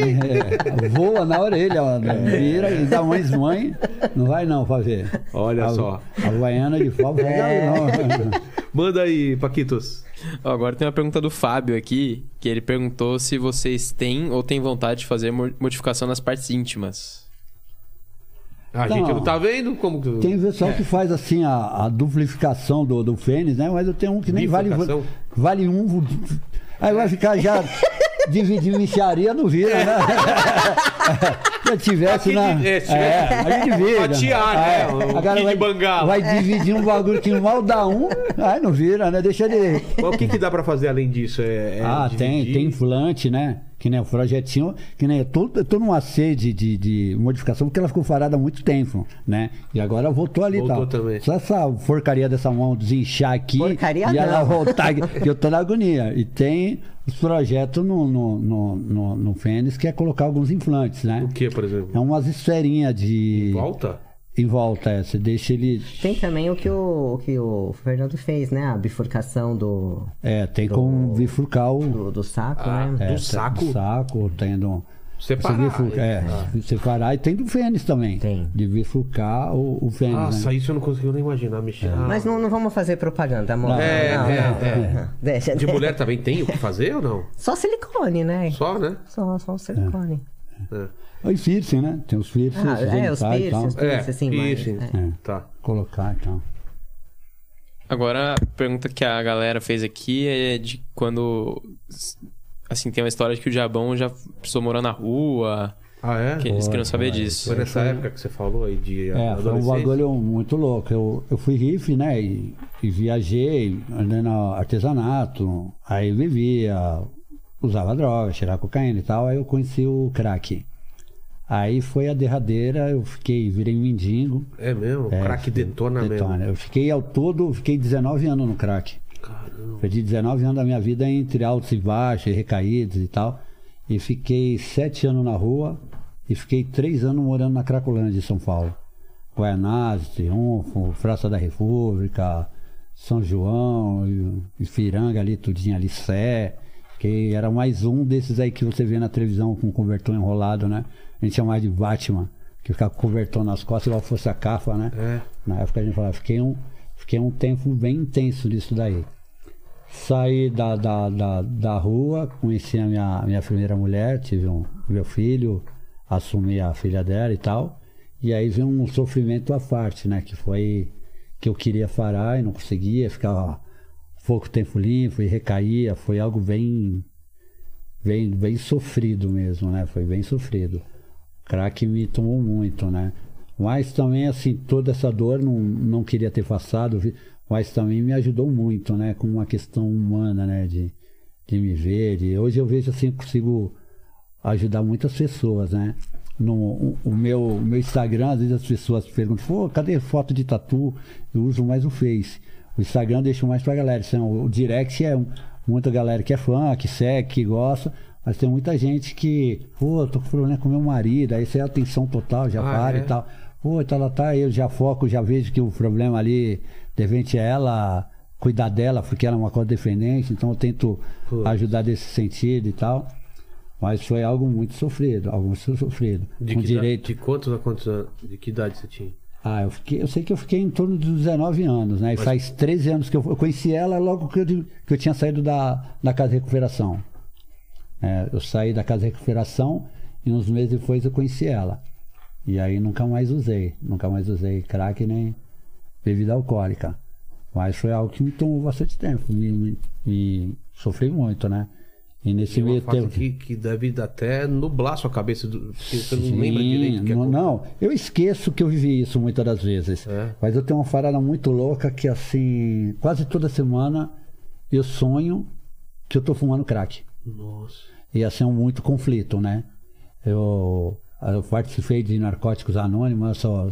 É, voa na orelha, ó, né, vira e dá mães mãe. Não vai não fazer. Olha só. Havaiana de pau, pega É. não. Manda aí, Paquitos. Ó, agora tem uma pergunta do Fábio aqui, que ele perguntou se vocês têm ou têm vontade de fazer mo- modificação nas partes íntimas. A Não. gente não tá vendo como que. Então, Tem pessoal que faz assim a, a duplicação do, do fênis, né? Mas eu tenho um que nem vale, Bifurcação. vale um. Aí vai ficar já dividindo micharia, não vira, né? Se eu tivesse Aqui na. de- é, se tivesse- a gente vira. Fatiar, né? O Kid É. vai, Bengala. vai dividir um bagulho que mal dá um, aí não vira, né? Deixa ele. Mas o que, que dá pra fazer além disso? É, é ah, tem, dividir? tem implante, né? Que nem o projetinho, que nem eu tô, eu tô numa sede de, de modificação, porque ela ficou farada há muito tempo, né? E agora voltou ali, Voltou tá? também. Só essa porcaria dessa mão desinchar aqui Porcaria e ela não. voltar aqui, que eu tô na agonia. E tem os projetos no, no, no, no, no Fênix, que é colocar alguns implantes, né? O que, por exemplo? É umas esferinhas de. Volta? Em volta, é. Você deixa ele. Tem também o que o, o que o Fernando fez, né? A bifurcação do, É, tem Oh. como bifurcar o. do, do saco, Ah, né? É, Do saco? Do saco, tendo. um- Separar, Você bifurca- é. é, separar. E tem do fênix também. Tem. De bifurcar o, o fênix. Nossa, né? Ah, É. isso eu não consigo nem imaginar Ah, mexer. Mas não, não vamos fazer propaganda, amor. É, não, é, não, é. não. Deixa, De deixa. mulher também tem o que fazer ou não? Só silicone, né? Só, né? Só, só um silicone. É. E piercing, né? Tem os piercings. Ah, é, os genitais e tal. piercings. Isso, assim, mas- piercing. é. Tá. Colocar e tal. Agora, a pergunta que a galera fez aqui é de quando. Assim, tem uma história de que o Jabão já precisou morar na rua, Ah, é? que eles queriam saber disso. Foi nessa época que você falou aí de É, foi um adolescência? bagulho muito louco. Eu, eu fui riff, né? E, e viajei, andei no artesanato, aí vivia, usava droga, cheirava cocaína e tal. Aí eu conheci o crack. Aí foi a derradeira, eu fiquei, virei um mendigo. É mesmo? É, crack sim, detona, mesmo. Eu fiquei ao todo, fiquei 19 anos no crack. Caramba. Perdi 19 anos da minha vida entre altos e baixos, e recaídos e tal. E fiquei 7 anos na rua e fiquei 3 anos morando na Cracolândia de São Paulo. Guaianazes, Triunfo, Praça da República, São João, e- Ipiranga ali, tudinho ali, Sé. Que era mais um desses aí que você vê na televisão com cobertor enrolado, né? A gente chamava de Batman, que ficava com cobertor nas costas igual fosse a capa, né? É. Na época a gente falava, fiquei um, fiquei um tempo bem intenso disso daí. Saí da, da, da, da rua, conheci a minha, minha primeira mulher, tive um, meu filho, assumi a filha dela e tal. E aí veio um sofrimento à parte, né? Que foi que eu queria parar e não conseguia, ficava pouco tempo limpo e recaía. Foi algo bem, bem, bem sofrido mesmo, né? Foi bem sofrido. Crack me tomou muito, né? Mas também, assim, toda essa dor não, não queria ter passado, vi- mas também me ajudou muito, né? Com uma questão humana, né? De, de me ver. De, hoje eu vejo assim, consigo ajudar muitas pessoas, né? No, o, o meu, o meu Instagram, às vezes as pessoas perguntam, pô, cadê foto de tatu? Eu uso mais o Face. O Instagram eu deixo mais pra galera. Assim, o, o direct é um- muita galera que é fã, que segue, que gosta. Mas tem muita gente que, pô, eu tô com problema com meu marido, aí você é atenção total, já Ah, para é? e tal. Pô, tá lá, tá, eu já foco, já vejo que o problema ali, de repente é ela cuidar dela, porque ela é uma codependente, então eu tento Putz. ajudar desse sentido e tal. Mas foi algo muito sofrido, algo muito sofrido. De Com que direito. idade- de quantos a quantos anos? De que idade você tinha? Ah, eu, fiquei, eu sei que eu fiquei em torno dos 19 anos, né? E faz 13 anos que eu, eu conheci ela logo que eu, de- que eu tinha saído da, da casa de recuperação. É, eu saí da casa de recuperação e uns meses depois eu conheci ela. E aí nunca mais usei, nunca mais usei crack nem bebida alcoólica. Mas foi algo que me tomou bastante tempo, me, me, me sofri muito, né? E nesse Tem uma meio fase tempo. que, que deve até nublar sua cabeça, do, porque você Sim, não lembra direito o que não, aconteceu. não, eu esqueço que eu vivi isso muitas das vezes. É. Mas eu tenho uma farada muito louca que, assim, quase toda semana eu sonho que eu tô fumando crack. Nossa. E assim é um muito conflito, né? Eu, eu participei de Narcóticos Anônimos, eu sou,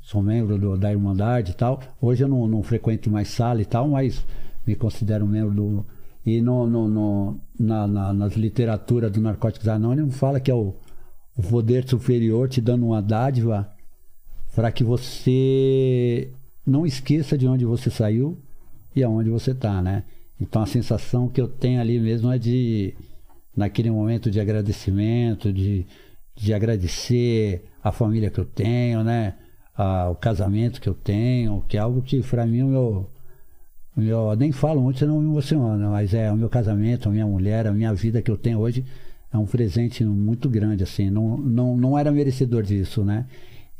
sou membro do- da Irmandade e tal. Hoje eu não, não frequento mais sala e tal, mas me considero membro do. E no, no- no- na, na- nas literaturas do Narcóticos Anônimos fala que é o, o poder superior te dando uma dádiva para que você não esqueça de onde você saiu e aonde você está, né? Então a sensação que eu tenho ali mesmo é de naquele momento de agradecimento, de, de agradecer a família que eu tenho, né? Ah, o casamento que eu tenho, que é algo que para mim o meu, o meu nem falo muito, senão eu me emociono, mas é o meu casamento, a minha mulher, a minha vida que eu tenho hoje é um presente muito grande assim, não não, não era merecedor disso, né?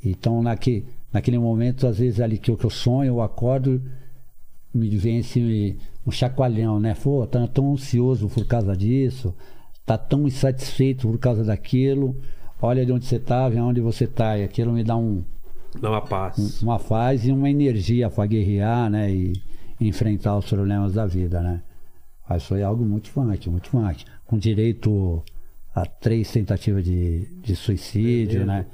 Então naque, naquele momento às vezes ali que eu, que eu sonho, eu acordo me vem esse um chacoalhão, né? Pô, tá tão ansioso por causa disso, tá tão insatisfeito por causa daquilo. Olha de onde você tá, vê onde você tá. E aquilo me dá um, Dá uma paz. uma paz e uma energia para guerrear, né? E enfrentar os problemas da vida, né? Mas foi algo muito forte, muito forte. Com direito a três tentativas de, de suicídio, né?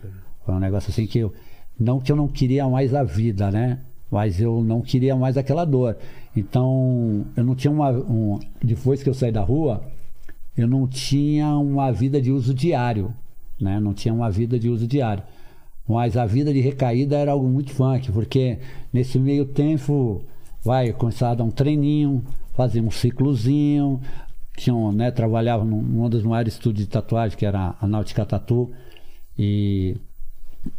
Foi um negócio assim que eu... Não que eu não queria mais a vida, né? Mas eu não queria mais aquela dor. Então, eu não tinha uma... Um, depois que eu saí da rua, eu não tinha uma vida de uso diário, né? Não tinha uma vida de uso diário. Mas a vida de recaída era algo muito funk, porque nesse meio tempo, vai, começar a dar um treininho, fazer um ciclozinho, tinha, um, né, trabalhava num, num dos maiores estúdios de tatuagem, que era a Náutica Tatu, e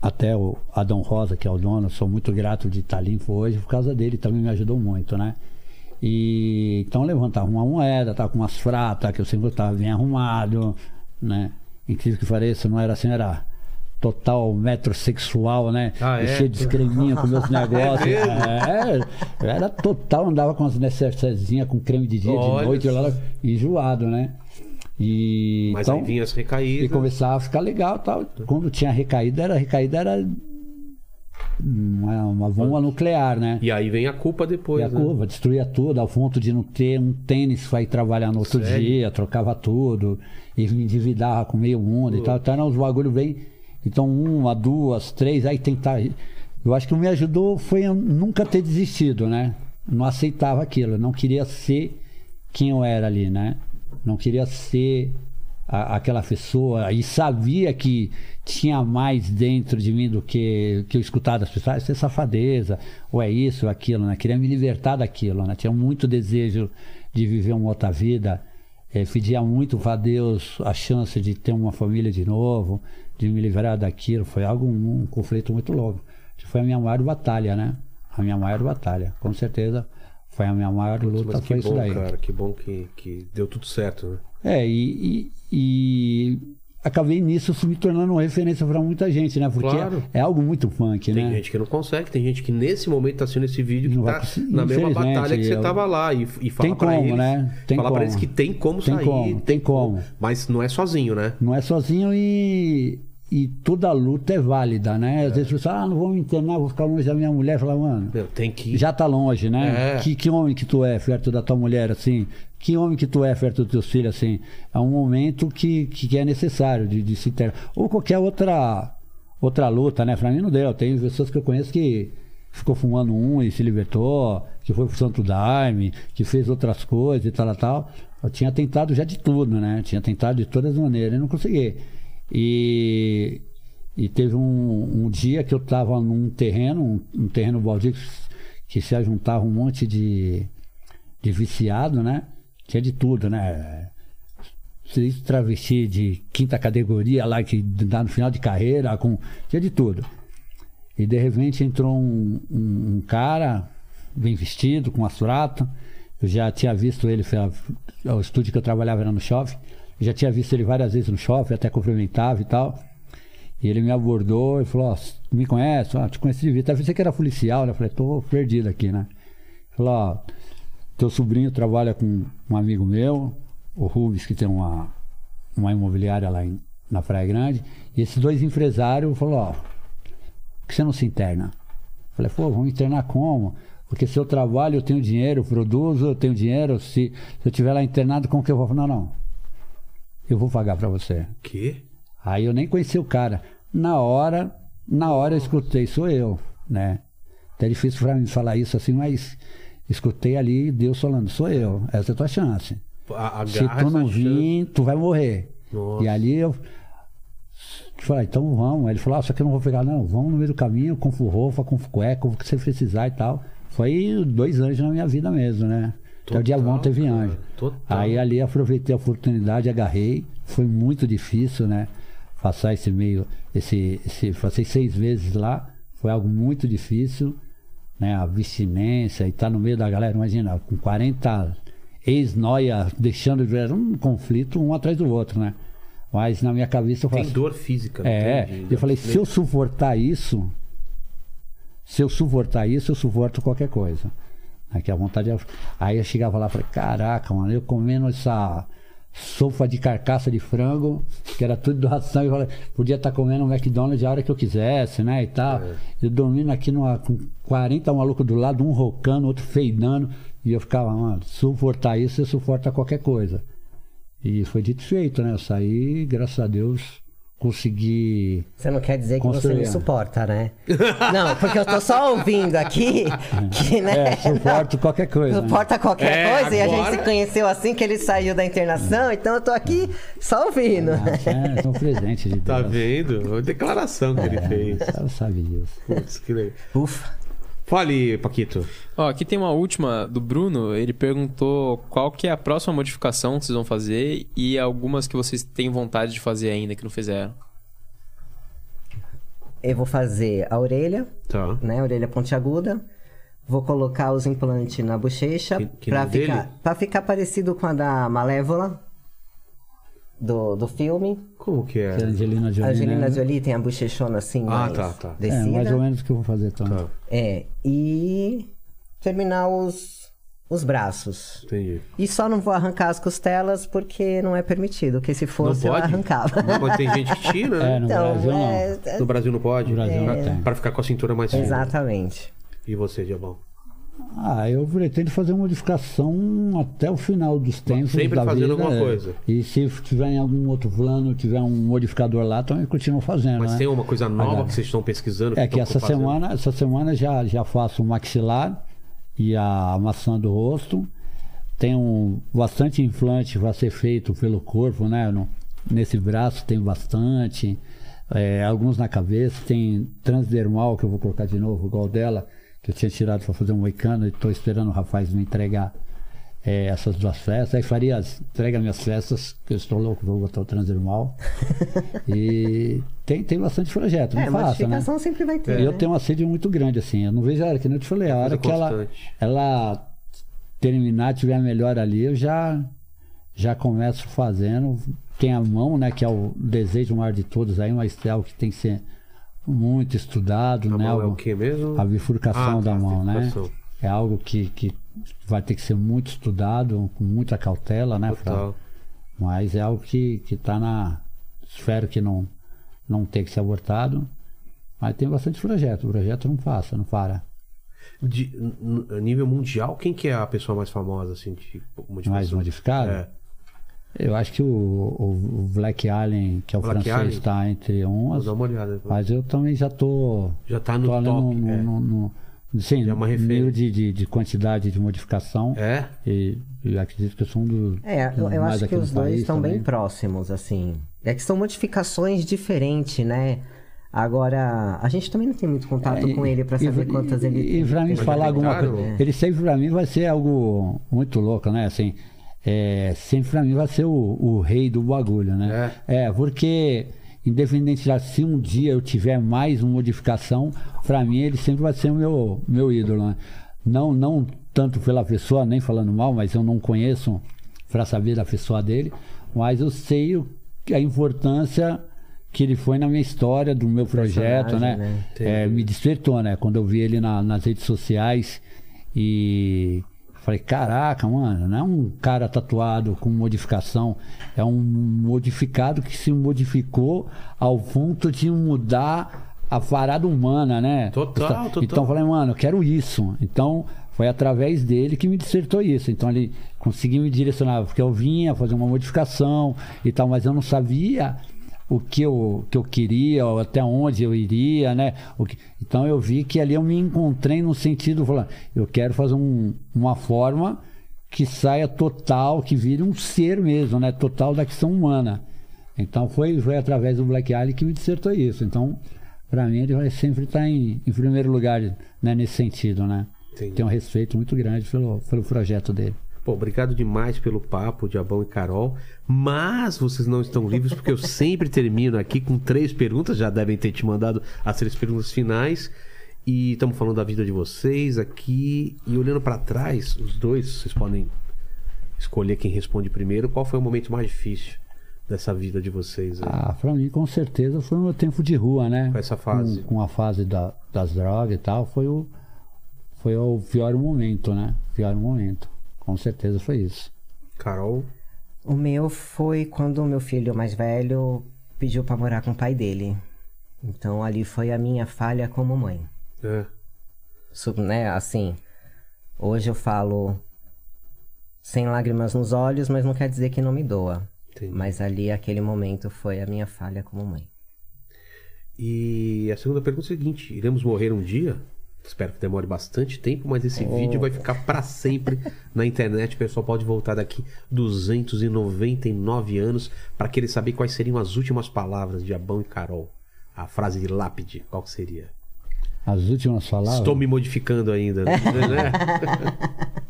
até o Adão Rosa, que é o dono, sou muito grato de estar limpo hoje, por causa dele também me ajudou muito, né? E então levantava uma moeda, tava com umas fratas, que eu sempre estava bem arrumado, né? Incrível que pareça, não era assim, era total metrosexual, né? Ah, E é? cheio de creminho com meus negócios. mesmo? É, eu era total, andava com as necessairezinhas, com creme de dia, Olha de noite, eu só. era enjoado, né? E, Mas então, aí vinha as e recaídas. começava a ficar legal e tal. Quando tinha recaída, era recaída era hum, uma, uma bomba nuclear, né? E aí vem a culpa depois, E a né? curva destruía tudo, ao ponto de não ter um tênis para ir trabalhar no outro Sério? dia, trocava tudo, e me endividava com meio mundo e tal. Então era uns bagulho bem. Então, uma, duas, três, aí tentar. Eu acho que o que me ajudou foi eu nunca ter desistido, né? Não aceitava aquilo, eu não queria ser quem eu era ali, né? Não queria ser a- aquela pessoa e sabia que tinha mais dentro de mim do que, que eu escutava das pessoas, "Ah, isso é safadeza, ou é isso, ou aquilo, né? Queria me libertar daquilo, né? Tinha muito desejo de viver uma outra vida, eh, pedia muito para Deus a chance de ter uma família de novo, de me livrar daquilo, foi algo, um, um conflito muito longo. Acho que Foi a minha maior batalha, né? A minha maior batalha, com certeza foi a minha maior luta, Mas foi que isso bom, daí. cara. Que bom que, que deu tudo certo, né? É, e, e- e acabei nisso me tornando uma referência para muita gente, né? Porque Claro. é algo muito punk, Tem né? gente que não consegue, tem gente que nesse momento tá assistindo esse vídeo que Não vai tá conseguir, na mesma infelizmente, batalha que você eu- tava lá e, e fala Tem pra como, eles, né? Tem fala pra como. eles que tem como Tem sair, como, tem como. mas não é sozinho, né? Não é sozinho e, e toda luta é válida, né? Às vezes você fala, ah, não vou me internar, vou ficar longe da minha mulher. Fala, mano, Meu, tem que já tá longe, né? É. Que, que homem que tu é perto da tua mulher, assim? Que homem que tu é perto dos teus filhos, assim? É um momento que, que, que é necessário de, de se ter. Ou qualquer outra, outra luta, né? Pra mim não deu. Tem pessoas que eu conheço que ficou fumando um e se libertou, que foi pro Santo Daime, que fez outras coisas e tal, tal, tal. Eu tinha tentado já de tudo, né? Tinha tentado de todas as maneiras e não consegui. E e teve um, um dia que eu estava num terreno, um, um terreno baldio que, s- que se ajuntava um monte de, de viciado, né? Tinha de tudo, né? Seis travesti de quinta categoria lá que dá no final de carreira, com, tinha de tudo. E de repente entrou um, um- um cara bem vestido, com as fratas. Eu já tinha visto ele, foi a- o estúdio que eu trabalhava era no shopping. Eu já tinha visto ele várias vezes no shopping, até cumprimentava e tal. E ele me abordou e falou, ó, me conhece? Ah, te conheci de vista. Eu pensei que era policial, né? Eu falei, tô perdido aqui, né? Ele Falou, ó, teu sobrinho trabalha com um amigo meu, o Rubens, que tem uma, uma imobiliária lá em- na Praia Grande. E esses dois empresários falou, ó, por que você não se interna? Eu Falei, pô, vamos internar como? Porque se eu trabalho, eu tenho dinheiro, eu produzo, eu tenho dinheiro. Se, se eu tiver lá internado, como que eu vou? Eu falei, Não, não. Eu vou pagar pra você. que Aí eu nem conheci o cara. Na hora, na hora eu escutei, sou eu, né? Até difícil pra mim falar isso assim, mas escutei ali Deus falando, sou eu, essa é a tua chance. A, a Se tu não vir, tu vai morrer. Nossa. E ali eu falei, então vamos. Ele falou, ah, só que eu não vou pegar, não, vamos no meio do caminho, com roupa, com cueca, com o que você precisar e tal. Foi dois anjos na minha vida mesmo, né? Até o dia Total, bom teve cara, anjo. total. Aí ali aproveitei a oportunidade, agarrei. Foi muito difícil, né? Passar esse meio, esse, esse passei seis vezes lá. Foi algo muito difícil, né? A abstinência e estar no meio da galera, imagina, com 40 ex-noia deixando de era um conflito um atrás do outro, né? Mas na minha cabeça eu falei, Tem dor física. é, entende? eu falei, se eu suportar isso, se eu suportar isso, eu suporto qualquer coisa. Aqui a vontade é... Aí eu chegava lá e falei, caraca, mano, eu comendo essa sopa de carcaça de frango, que era tudo doação, eu falei, podia estar comendo um McDonald's a hora que eu quisesse, né? E tal. Eu dormindo aqui numa, com 40 malucos do lado, um rocando, outro feidando. E eu ficava, mano, suportar isso, você suporta qualquer coisa. E foi dito e feito, né? Eu saí, graças a Deus, consegui. Você não quer dizer que você me Construindo. suporta, né? Não, porque eu tô só ouvindo aqui que, né? É, suporto qualquer coisa, né? Suporta qualquer É, coisa e a gente agora- se conheceu assim que ele saiu da internação, então eu tô aqui só ouvindo. Nossa, é, são presentes de Deus. Tá vendo? A declaração que ele É. fez. Ela sabe disso. Putz, que legal. Ufa. Fale, Paquito. Ó, aqui tem uma última do Bruno. Ele perguntou qual que é a próxima modificação que vocês vão fazer e algumas que vocês têm vontade de fazer ainda que não fizeram. Eu vou fazer a orelha, Tá. né? A orelha pontiaguda. Vou colocar os implantes na bochecha Que- que pra nem dele? ficar, pra ficar parecido com a da Malévola do, do filme. Como que é? Que a Angelina Jolie. A Angelina né? Jolie né? tem a bochechona assim, Ah, mais tá, tá. É, descida. mais ou menos o que eu vou fazer então. Tá, É, e terminar os, os braços. entendi. E só não vou arrancar as costelas porque não é permitido, porque se fosse eu arrancava. Não pode, tem gente que tira, né? É, no Então, Brasil não. é- é- No Brasil não pode? No Brasil não pra, tem. pra ficar com a cintura mais fina. Exatamente. E você, Diabão? Ah, eu pretendo fazer uma modificação até o final dos tempos. sempre da fazendo vida, alguma é. coisa. E se tiver em algum outro plano, tiver um modificador lá, também continuo fazendo. Mas né? tem uma coisa nova Agora. que vocês estão pesquisando? É que estão essa fazendo? semana, essa semana já, já faço o maxilar e a maçã do rosto. Tem um, bastante implante vai ser feito pelo corpo, né? No- nesse braço tem bastante, é, alguns na cabeça, tem transdermal que eu vou colocar de novo, igual dela, que eu tinha tirado para fazer um moicano e estou esperando o rapaz me entregar é, essas duas festas. Aí faria, as- entrega minhas festas, que eu estou louco, vou botar o transdermal. e tem, tem bastante projeto, não é, faça, né? modificação sempre vai É. ter. E eu né? tenho uma sede muito grande, assim. Eu não vejo a hora, que nem eu te falei, a hora que ela, constante. ela terminar, tiver melhor ali, eu já, já começo fazendo. Tem a mão, né? Que é o desejo maior de todos aí, mas é algo que tem que ser muito estudado, A né? mão é algo- o que mesmo? a bifurcação Ah, tá, da mão, né? bifurcação. É algo que, que vai ter que ser muito estudado, com muita cautela, né? Fra? Total. Mas é algo que, que tá na. Espero que não, não tenha que ser abortado. Mas tem bastante projeto. O projeto não passa, não para. De, n- n- nível mundial, quem que é a pessoa mais famosa, assim, de modificação? Mais modificado. É. Eu acho que o, o- o Black Alien, que é o Black francês, Alien? está entre Vou uns. dar uma olhada. Mas eu também já tô. um, Já tá no tô ali top. no- é. no- no- no- um, sim, Já é uma referência. nível de, de, de quantidade de modificação. É? E, e acredito que eu sou um dos. É, eu, eu mais acho que aqui no os dois país estão bem também. próximos, assim. É que são modificações diferentes, né? Agora, a gente também não tem muito contato É, com ele pra e- saber e- quantas ele e- E pra mim já falar alguma tentaram? coisa. Ele sempre pra mim vai ser algo muito louco, né? Assim, é, sempre pra mim vai ser o, o rei do bagulho, né? É, porque independente de se um dia eu tiver mais uma modificação, pra mim ele sempre vai ser o meu, meu ídolo, né? Não, não tanto pela pessoa, nem falando mal, mas eu não conheço pra saber da pessoa dele, mas eu sei o- a importância que ele foi na minha história, do meu projeto, né? Personagem, né? É, me despertou, né? Quando eu vi ele na- nas redes sociais e falei, caraca, mano, não é um cara tatuado com modificação, é um modificado que se modificou ao ponto de mudar a parada humana, né? Total, Então- total. Então eu falei, mano, eu quero isso. Então foi através dele que me despertou isso. Então ele conseguiu me direcionar, porque eu vinha fazer uma modificação e tal, mas eu não sabia o o que eu, que eu queria, ou até onde eu iria, né? O que- Então eu vi que ali eu me encontrei no sentido, falando, eu quero fazer um- uma forma que saia total, que vire um ser mesmo, né? Total da ação humana. Então foi, foi através do Black Alien que me dissertou isso. Então, para mim, ele vai sempre estar em, em primeiro lugar né? nesse sentido, né? Entendi. Tenho um respeito muito grande pelo, pelo projeto dele. Pô, obrigado demais pelo papo, Diabão e Carol. Mas vocês não estão livres, porque eu sempre termino aqui com três perguntas. Já devem ter te mandado as três perguntas finais. E estamos falando da vida de vocês aqui. E olhando pra trás, os dois, vocês podem escolher quem responde primeiro. Qual foi o momento mais difícil dessa vida de vocês? aí? Ah, pra mim, com certeza, foi o meu tempo de rua, né? Com essa fase. Com, com a fase da- das drogas e tal, foi o, foi o pior momento, né? Pior momento. Com certeza foi isso. Carol, O meu foi quando o meu filho mais velho pediu pra morar com o pai dele. Então ali foi a minha falha como mãe. é, Isso, né, assim, hoje eu falo sem lágrimas nos olhos, mas não quer dizer que não me doa. entendi. Mas ali, aquele momento, foi a minha falha como mãe. E a segunda pergunta é a seguinte: iremos morrer um dia? Espero que demore bastante tempo, mas esse vídeo vai ficar pra sempre na internet. O pessoal pode voltar daqui 299 anos pra querer saber quais seriam as últimas palavras de Abão e Carol. A frase de lápide, qual que seria? As últimas palavras. Estou me modificando ainda, né?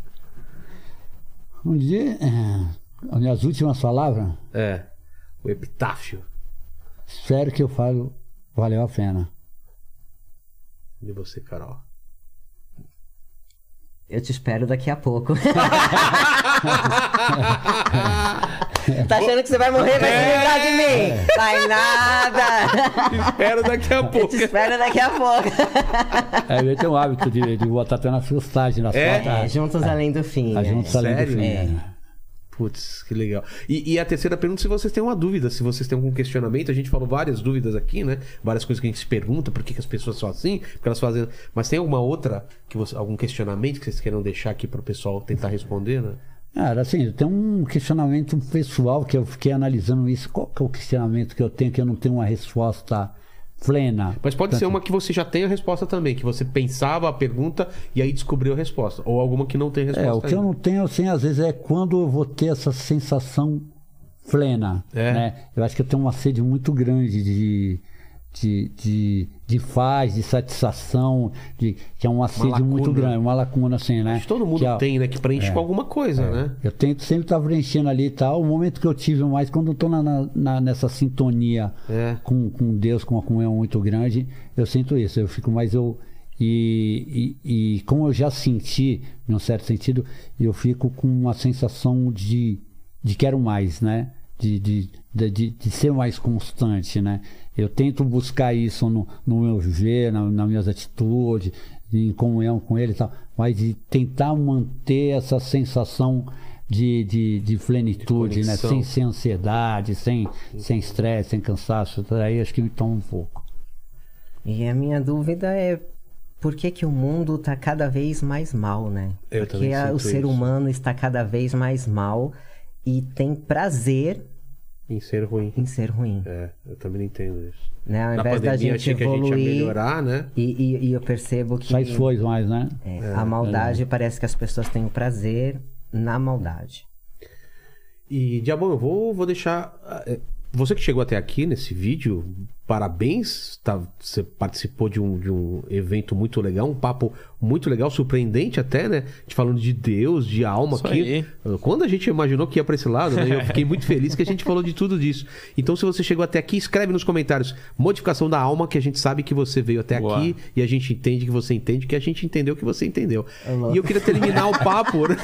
Um dia. eh, Minhas últimas palavras. é. O epitáfio Espero que eu falo. Valeu a pena. de você, Carol. Eu te espero daqui a pouco. tá achando que você vai morrer, vai se livrar de É. mim? Vai nada! Espero daqui a Eu pouco. te espero daqui a pouco. É, eu tenho o hábito de, de botar até na frustagem na É? foto. É, juntos além do fim. A é. gente saiu do Sério? fim. É. né? Putz, que legal. E, e a terceira pergunta, se vocês têm uma dúvida, se vocês têm algum questionamento, a gente falou várias dúvidas aqui, né? Várias coisas que a gente se pergunta, por que, que as pessoas são assim, porque elas fazem. Mas tem alguma outra, que você- algum questionamento que vocês queiram deixar aqui pro pessoal tentar responder, né? Cara, assim, tem um questionamento pessoal que eu fiquei analisando isso. Qual que é o questionamento que eu tenho que eu não tenho uma resposta plena? Mas pode ser uma que você já tenha a resposta também, que você pensava a pergunta e aí descobriu a resposta. Ou alguma que não tem resposta. É, o que eu ainda. não tenho, assim, às vezes é quando eu vou ter essa sensação plena, É. né? Eu acho que eu tenho uma sede muito grande de, de, de, de paz, de satisfação, de, que é uma, sede muito lacuna. grande, uma lacuna, assim, né? Acho que todo mundo Que é- tem, né? Que preenche com alguma coisa, né? eu tento sempre estar preenchendo ali e tal. O momento que eu tive mais, quando eu tô na- na- na- nessa sintonia É. com, com Deus, com uma comunhão muito grande, eu sinto isso. Eu fico mais eu. E, e, e como eu já senti, num certo sentido, eu fico com uma sensação de, de quero mais, né? De, de, de, de- de ser mais constante, né? Eu tento buscar isso no, no meu viver, na, nas minhas atitudes, em comunhão com ele e tal, mas de tentar manter essa sensação de, de, de plenitude, né? conexão. Sem, sem ansiedade, sem sem estresse, sem cansaço, tudo aí acho que me toma um pouco. E a minha dúvida é por que, que o mundo tá cada vez mais mal, né? Eu Porque também a- sinto o ser isso. humano está cada vez mais mal e tem prazer Em ser ruim. em ser ruim. É, eu também não entendo isso. Né? Ao Na invés da pandemia gente achei que a gente ia evoluir. melhorar, né? e, e- e eu percebo que Só isso foi mais, né? é, a maldade parece que as pessoas têm o prazer na maldade. E, Diabão, eu vou, vou deixar. eh, Você que chegou até aqui nesse vídeo, parabéns. tá? você participou de um, de um evento muito legal, um papo muito legal, surpreendente até, né? Te falando de Deus, de alma Isso aqui. Ah, aí. Quando a gente imaginou que ia pra esse lado, né? Eu fiquei muito feliz que a gente falou de tudo disso. Então, se você chegou até aqui, escreve nos comentários modificação da alma, que a gente sabe que você veio até Boa. aqui e a gente entende que você entende, que a gente entendeu que você entendeu. E eu queria terminar o papo. né?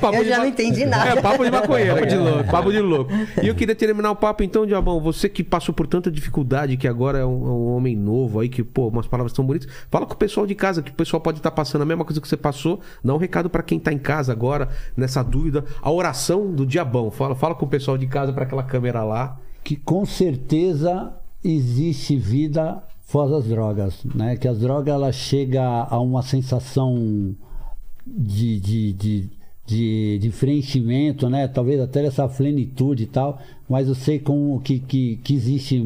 Papo Eu de já ma- não entendi nada. É, papo de maconheiro. papo de louco. Papo de louco. E eu queria terminar o papo então, Diabão. Você que passou por tanta dificuldade, que agora é um, é um homem novo aí, que, pô, umas palavras tão bonitas. Fala com o pessoal de casa, que o pessoal pode estar passando a mesma coisa que você passou. Dá um recado pra quem tá em casa agora, nessa dúvida. A oração do Diabão. Fala, fala com o pessoal de casa pra aquela câmera lá. Que com certeza existe vida fora das drogas, né? Que as drogas ela chega a uma sensação de, de, de, de, de preenchimento, né? Talvez até essa plenitude e tal, mas eu sei com, que, que, que existe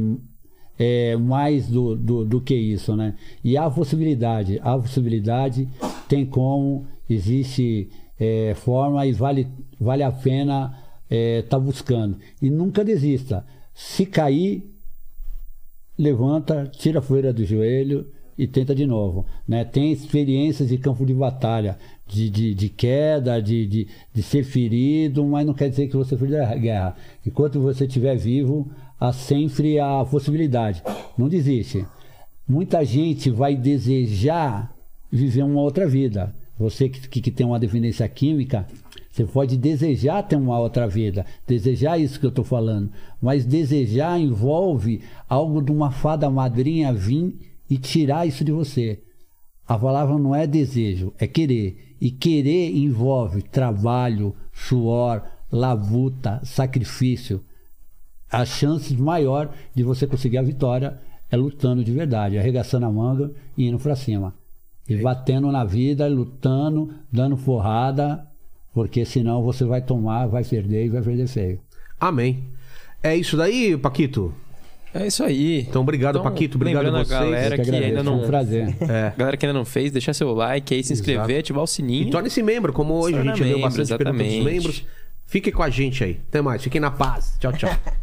é, mais do, do, do que isso, né? E há possibilidade, há possibilidade, tem como, existe é, forma e vale, vale a pena estar é, tá buscando. E nunca desista. Se cair, levanta, tira a poeira do joelho e tenta de novo. Né? Tem experiências de campo de batalha, de, de, de queda, de, de, de, ser ferido, mas não quer dizer que você foi da guerra. Enquanto você estiver vivo, há sempre a possibilidade. Não desiste. Muita gente vai desejar viver uma outra vida. Você que, que, que tem uma dependência química, você pode desejar ter uma outra vida, desejar isso que eu estou falando, mas desejar envolve algo de uma fada madrinha vir e tirar isso de você. A palavra não é desejo, é querer. E querer envolve trabalho, suor, labuta, sacrifício. A chance maior de você conseguir a vitória é lutando de verdade, arregaçando a manga e indo para cima. E batendo na vida, lutando, dando forrada, porque senão você vai tomar, vai perder e vai perder feio. Amém. É isso daí, Paquito? É isso aí. Então, obrigado, Então, Paquito. Obrigado a lembrando a vocês. galera Eu que ainda não- Foi um prazer. É. Galera que ainda não fez, deixar seu like aí, se inscrever, Exato. ativar o sininho. E torne-se membro, como hoje a Torna gente leu membro, bastante perguntas dos exatamente. membros. Fique com a gente aí. Até mais. Fiquem na paz. Tchau, tchau.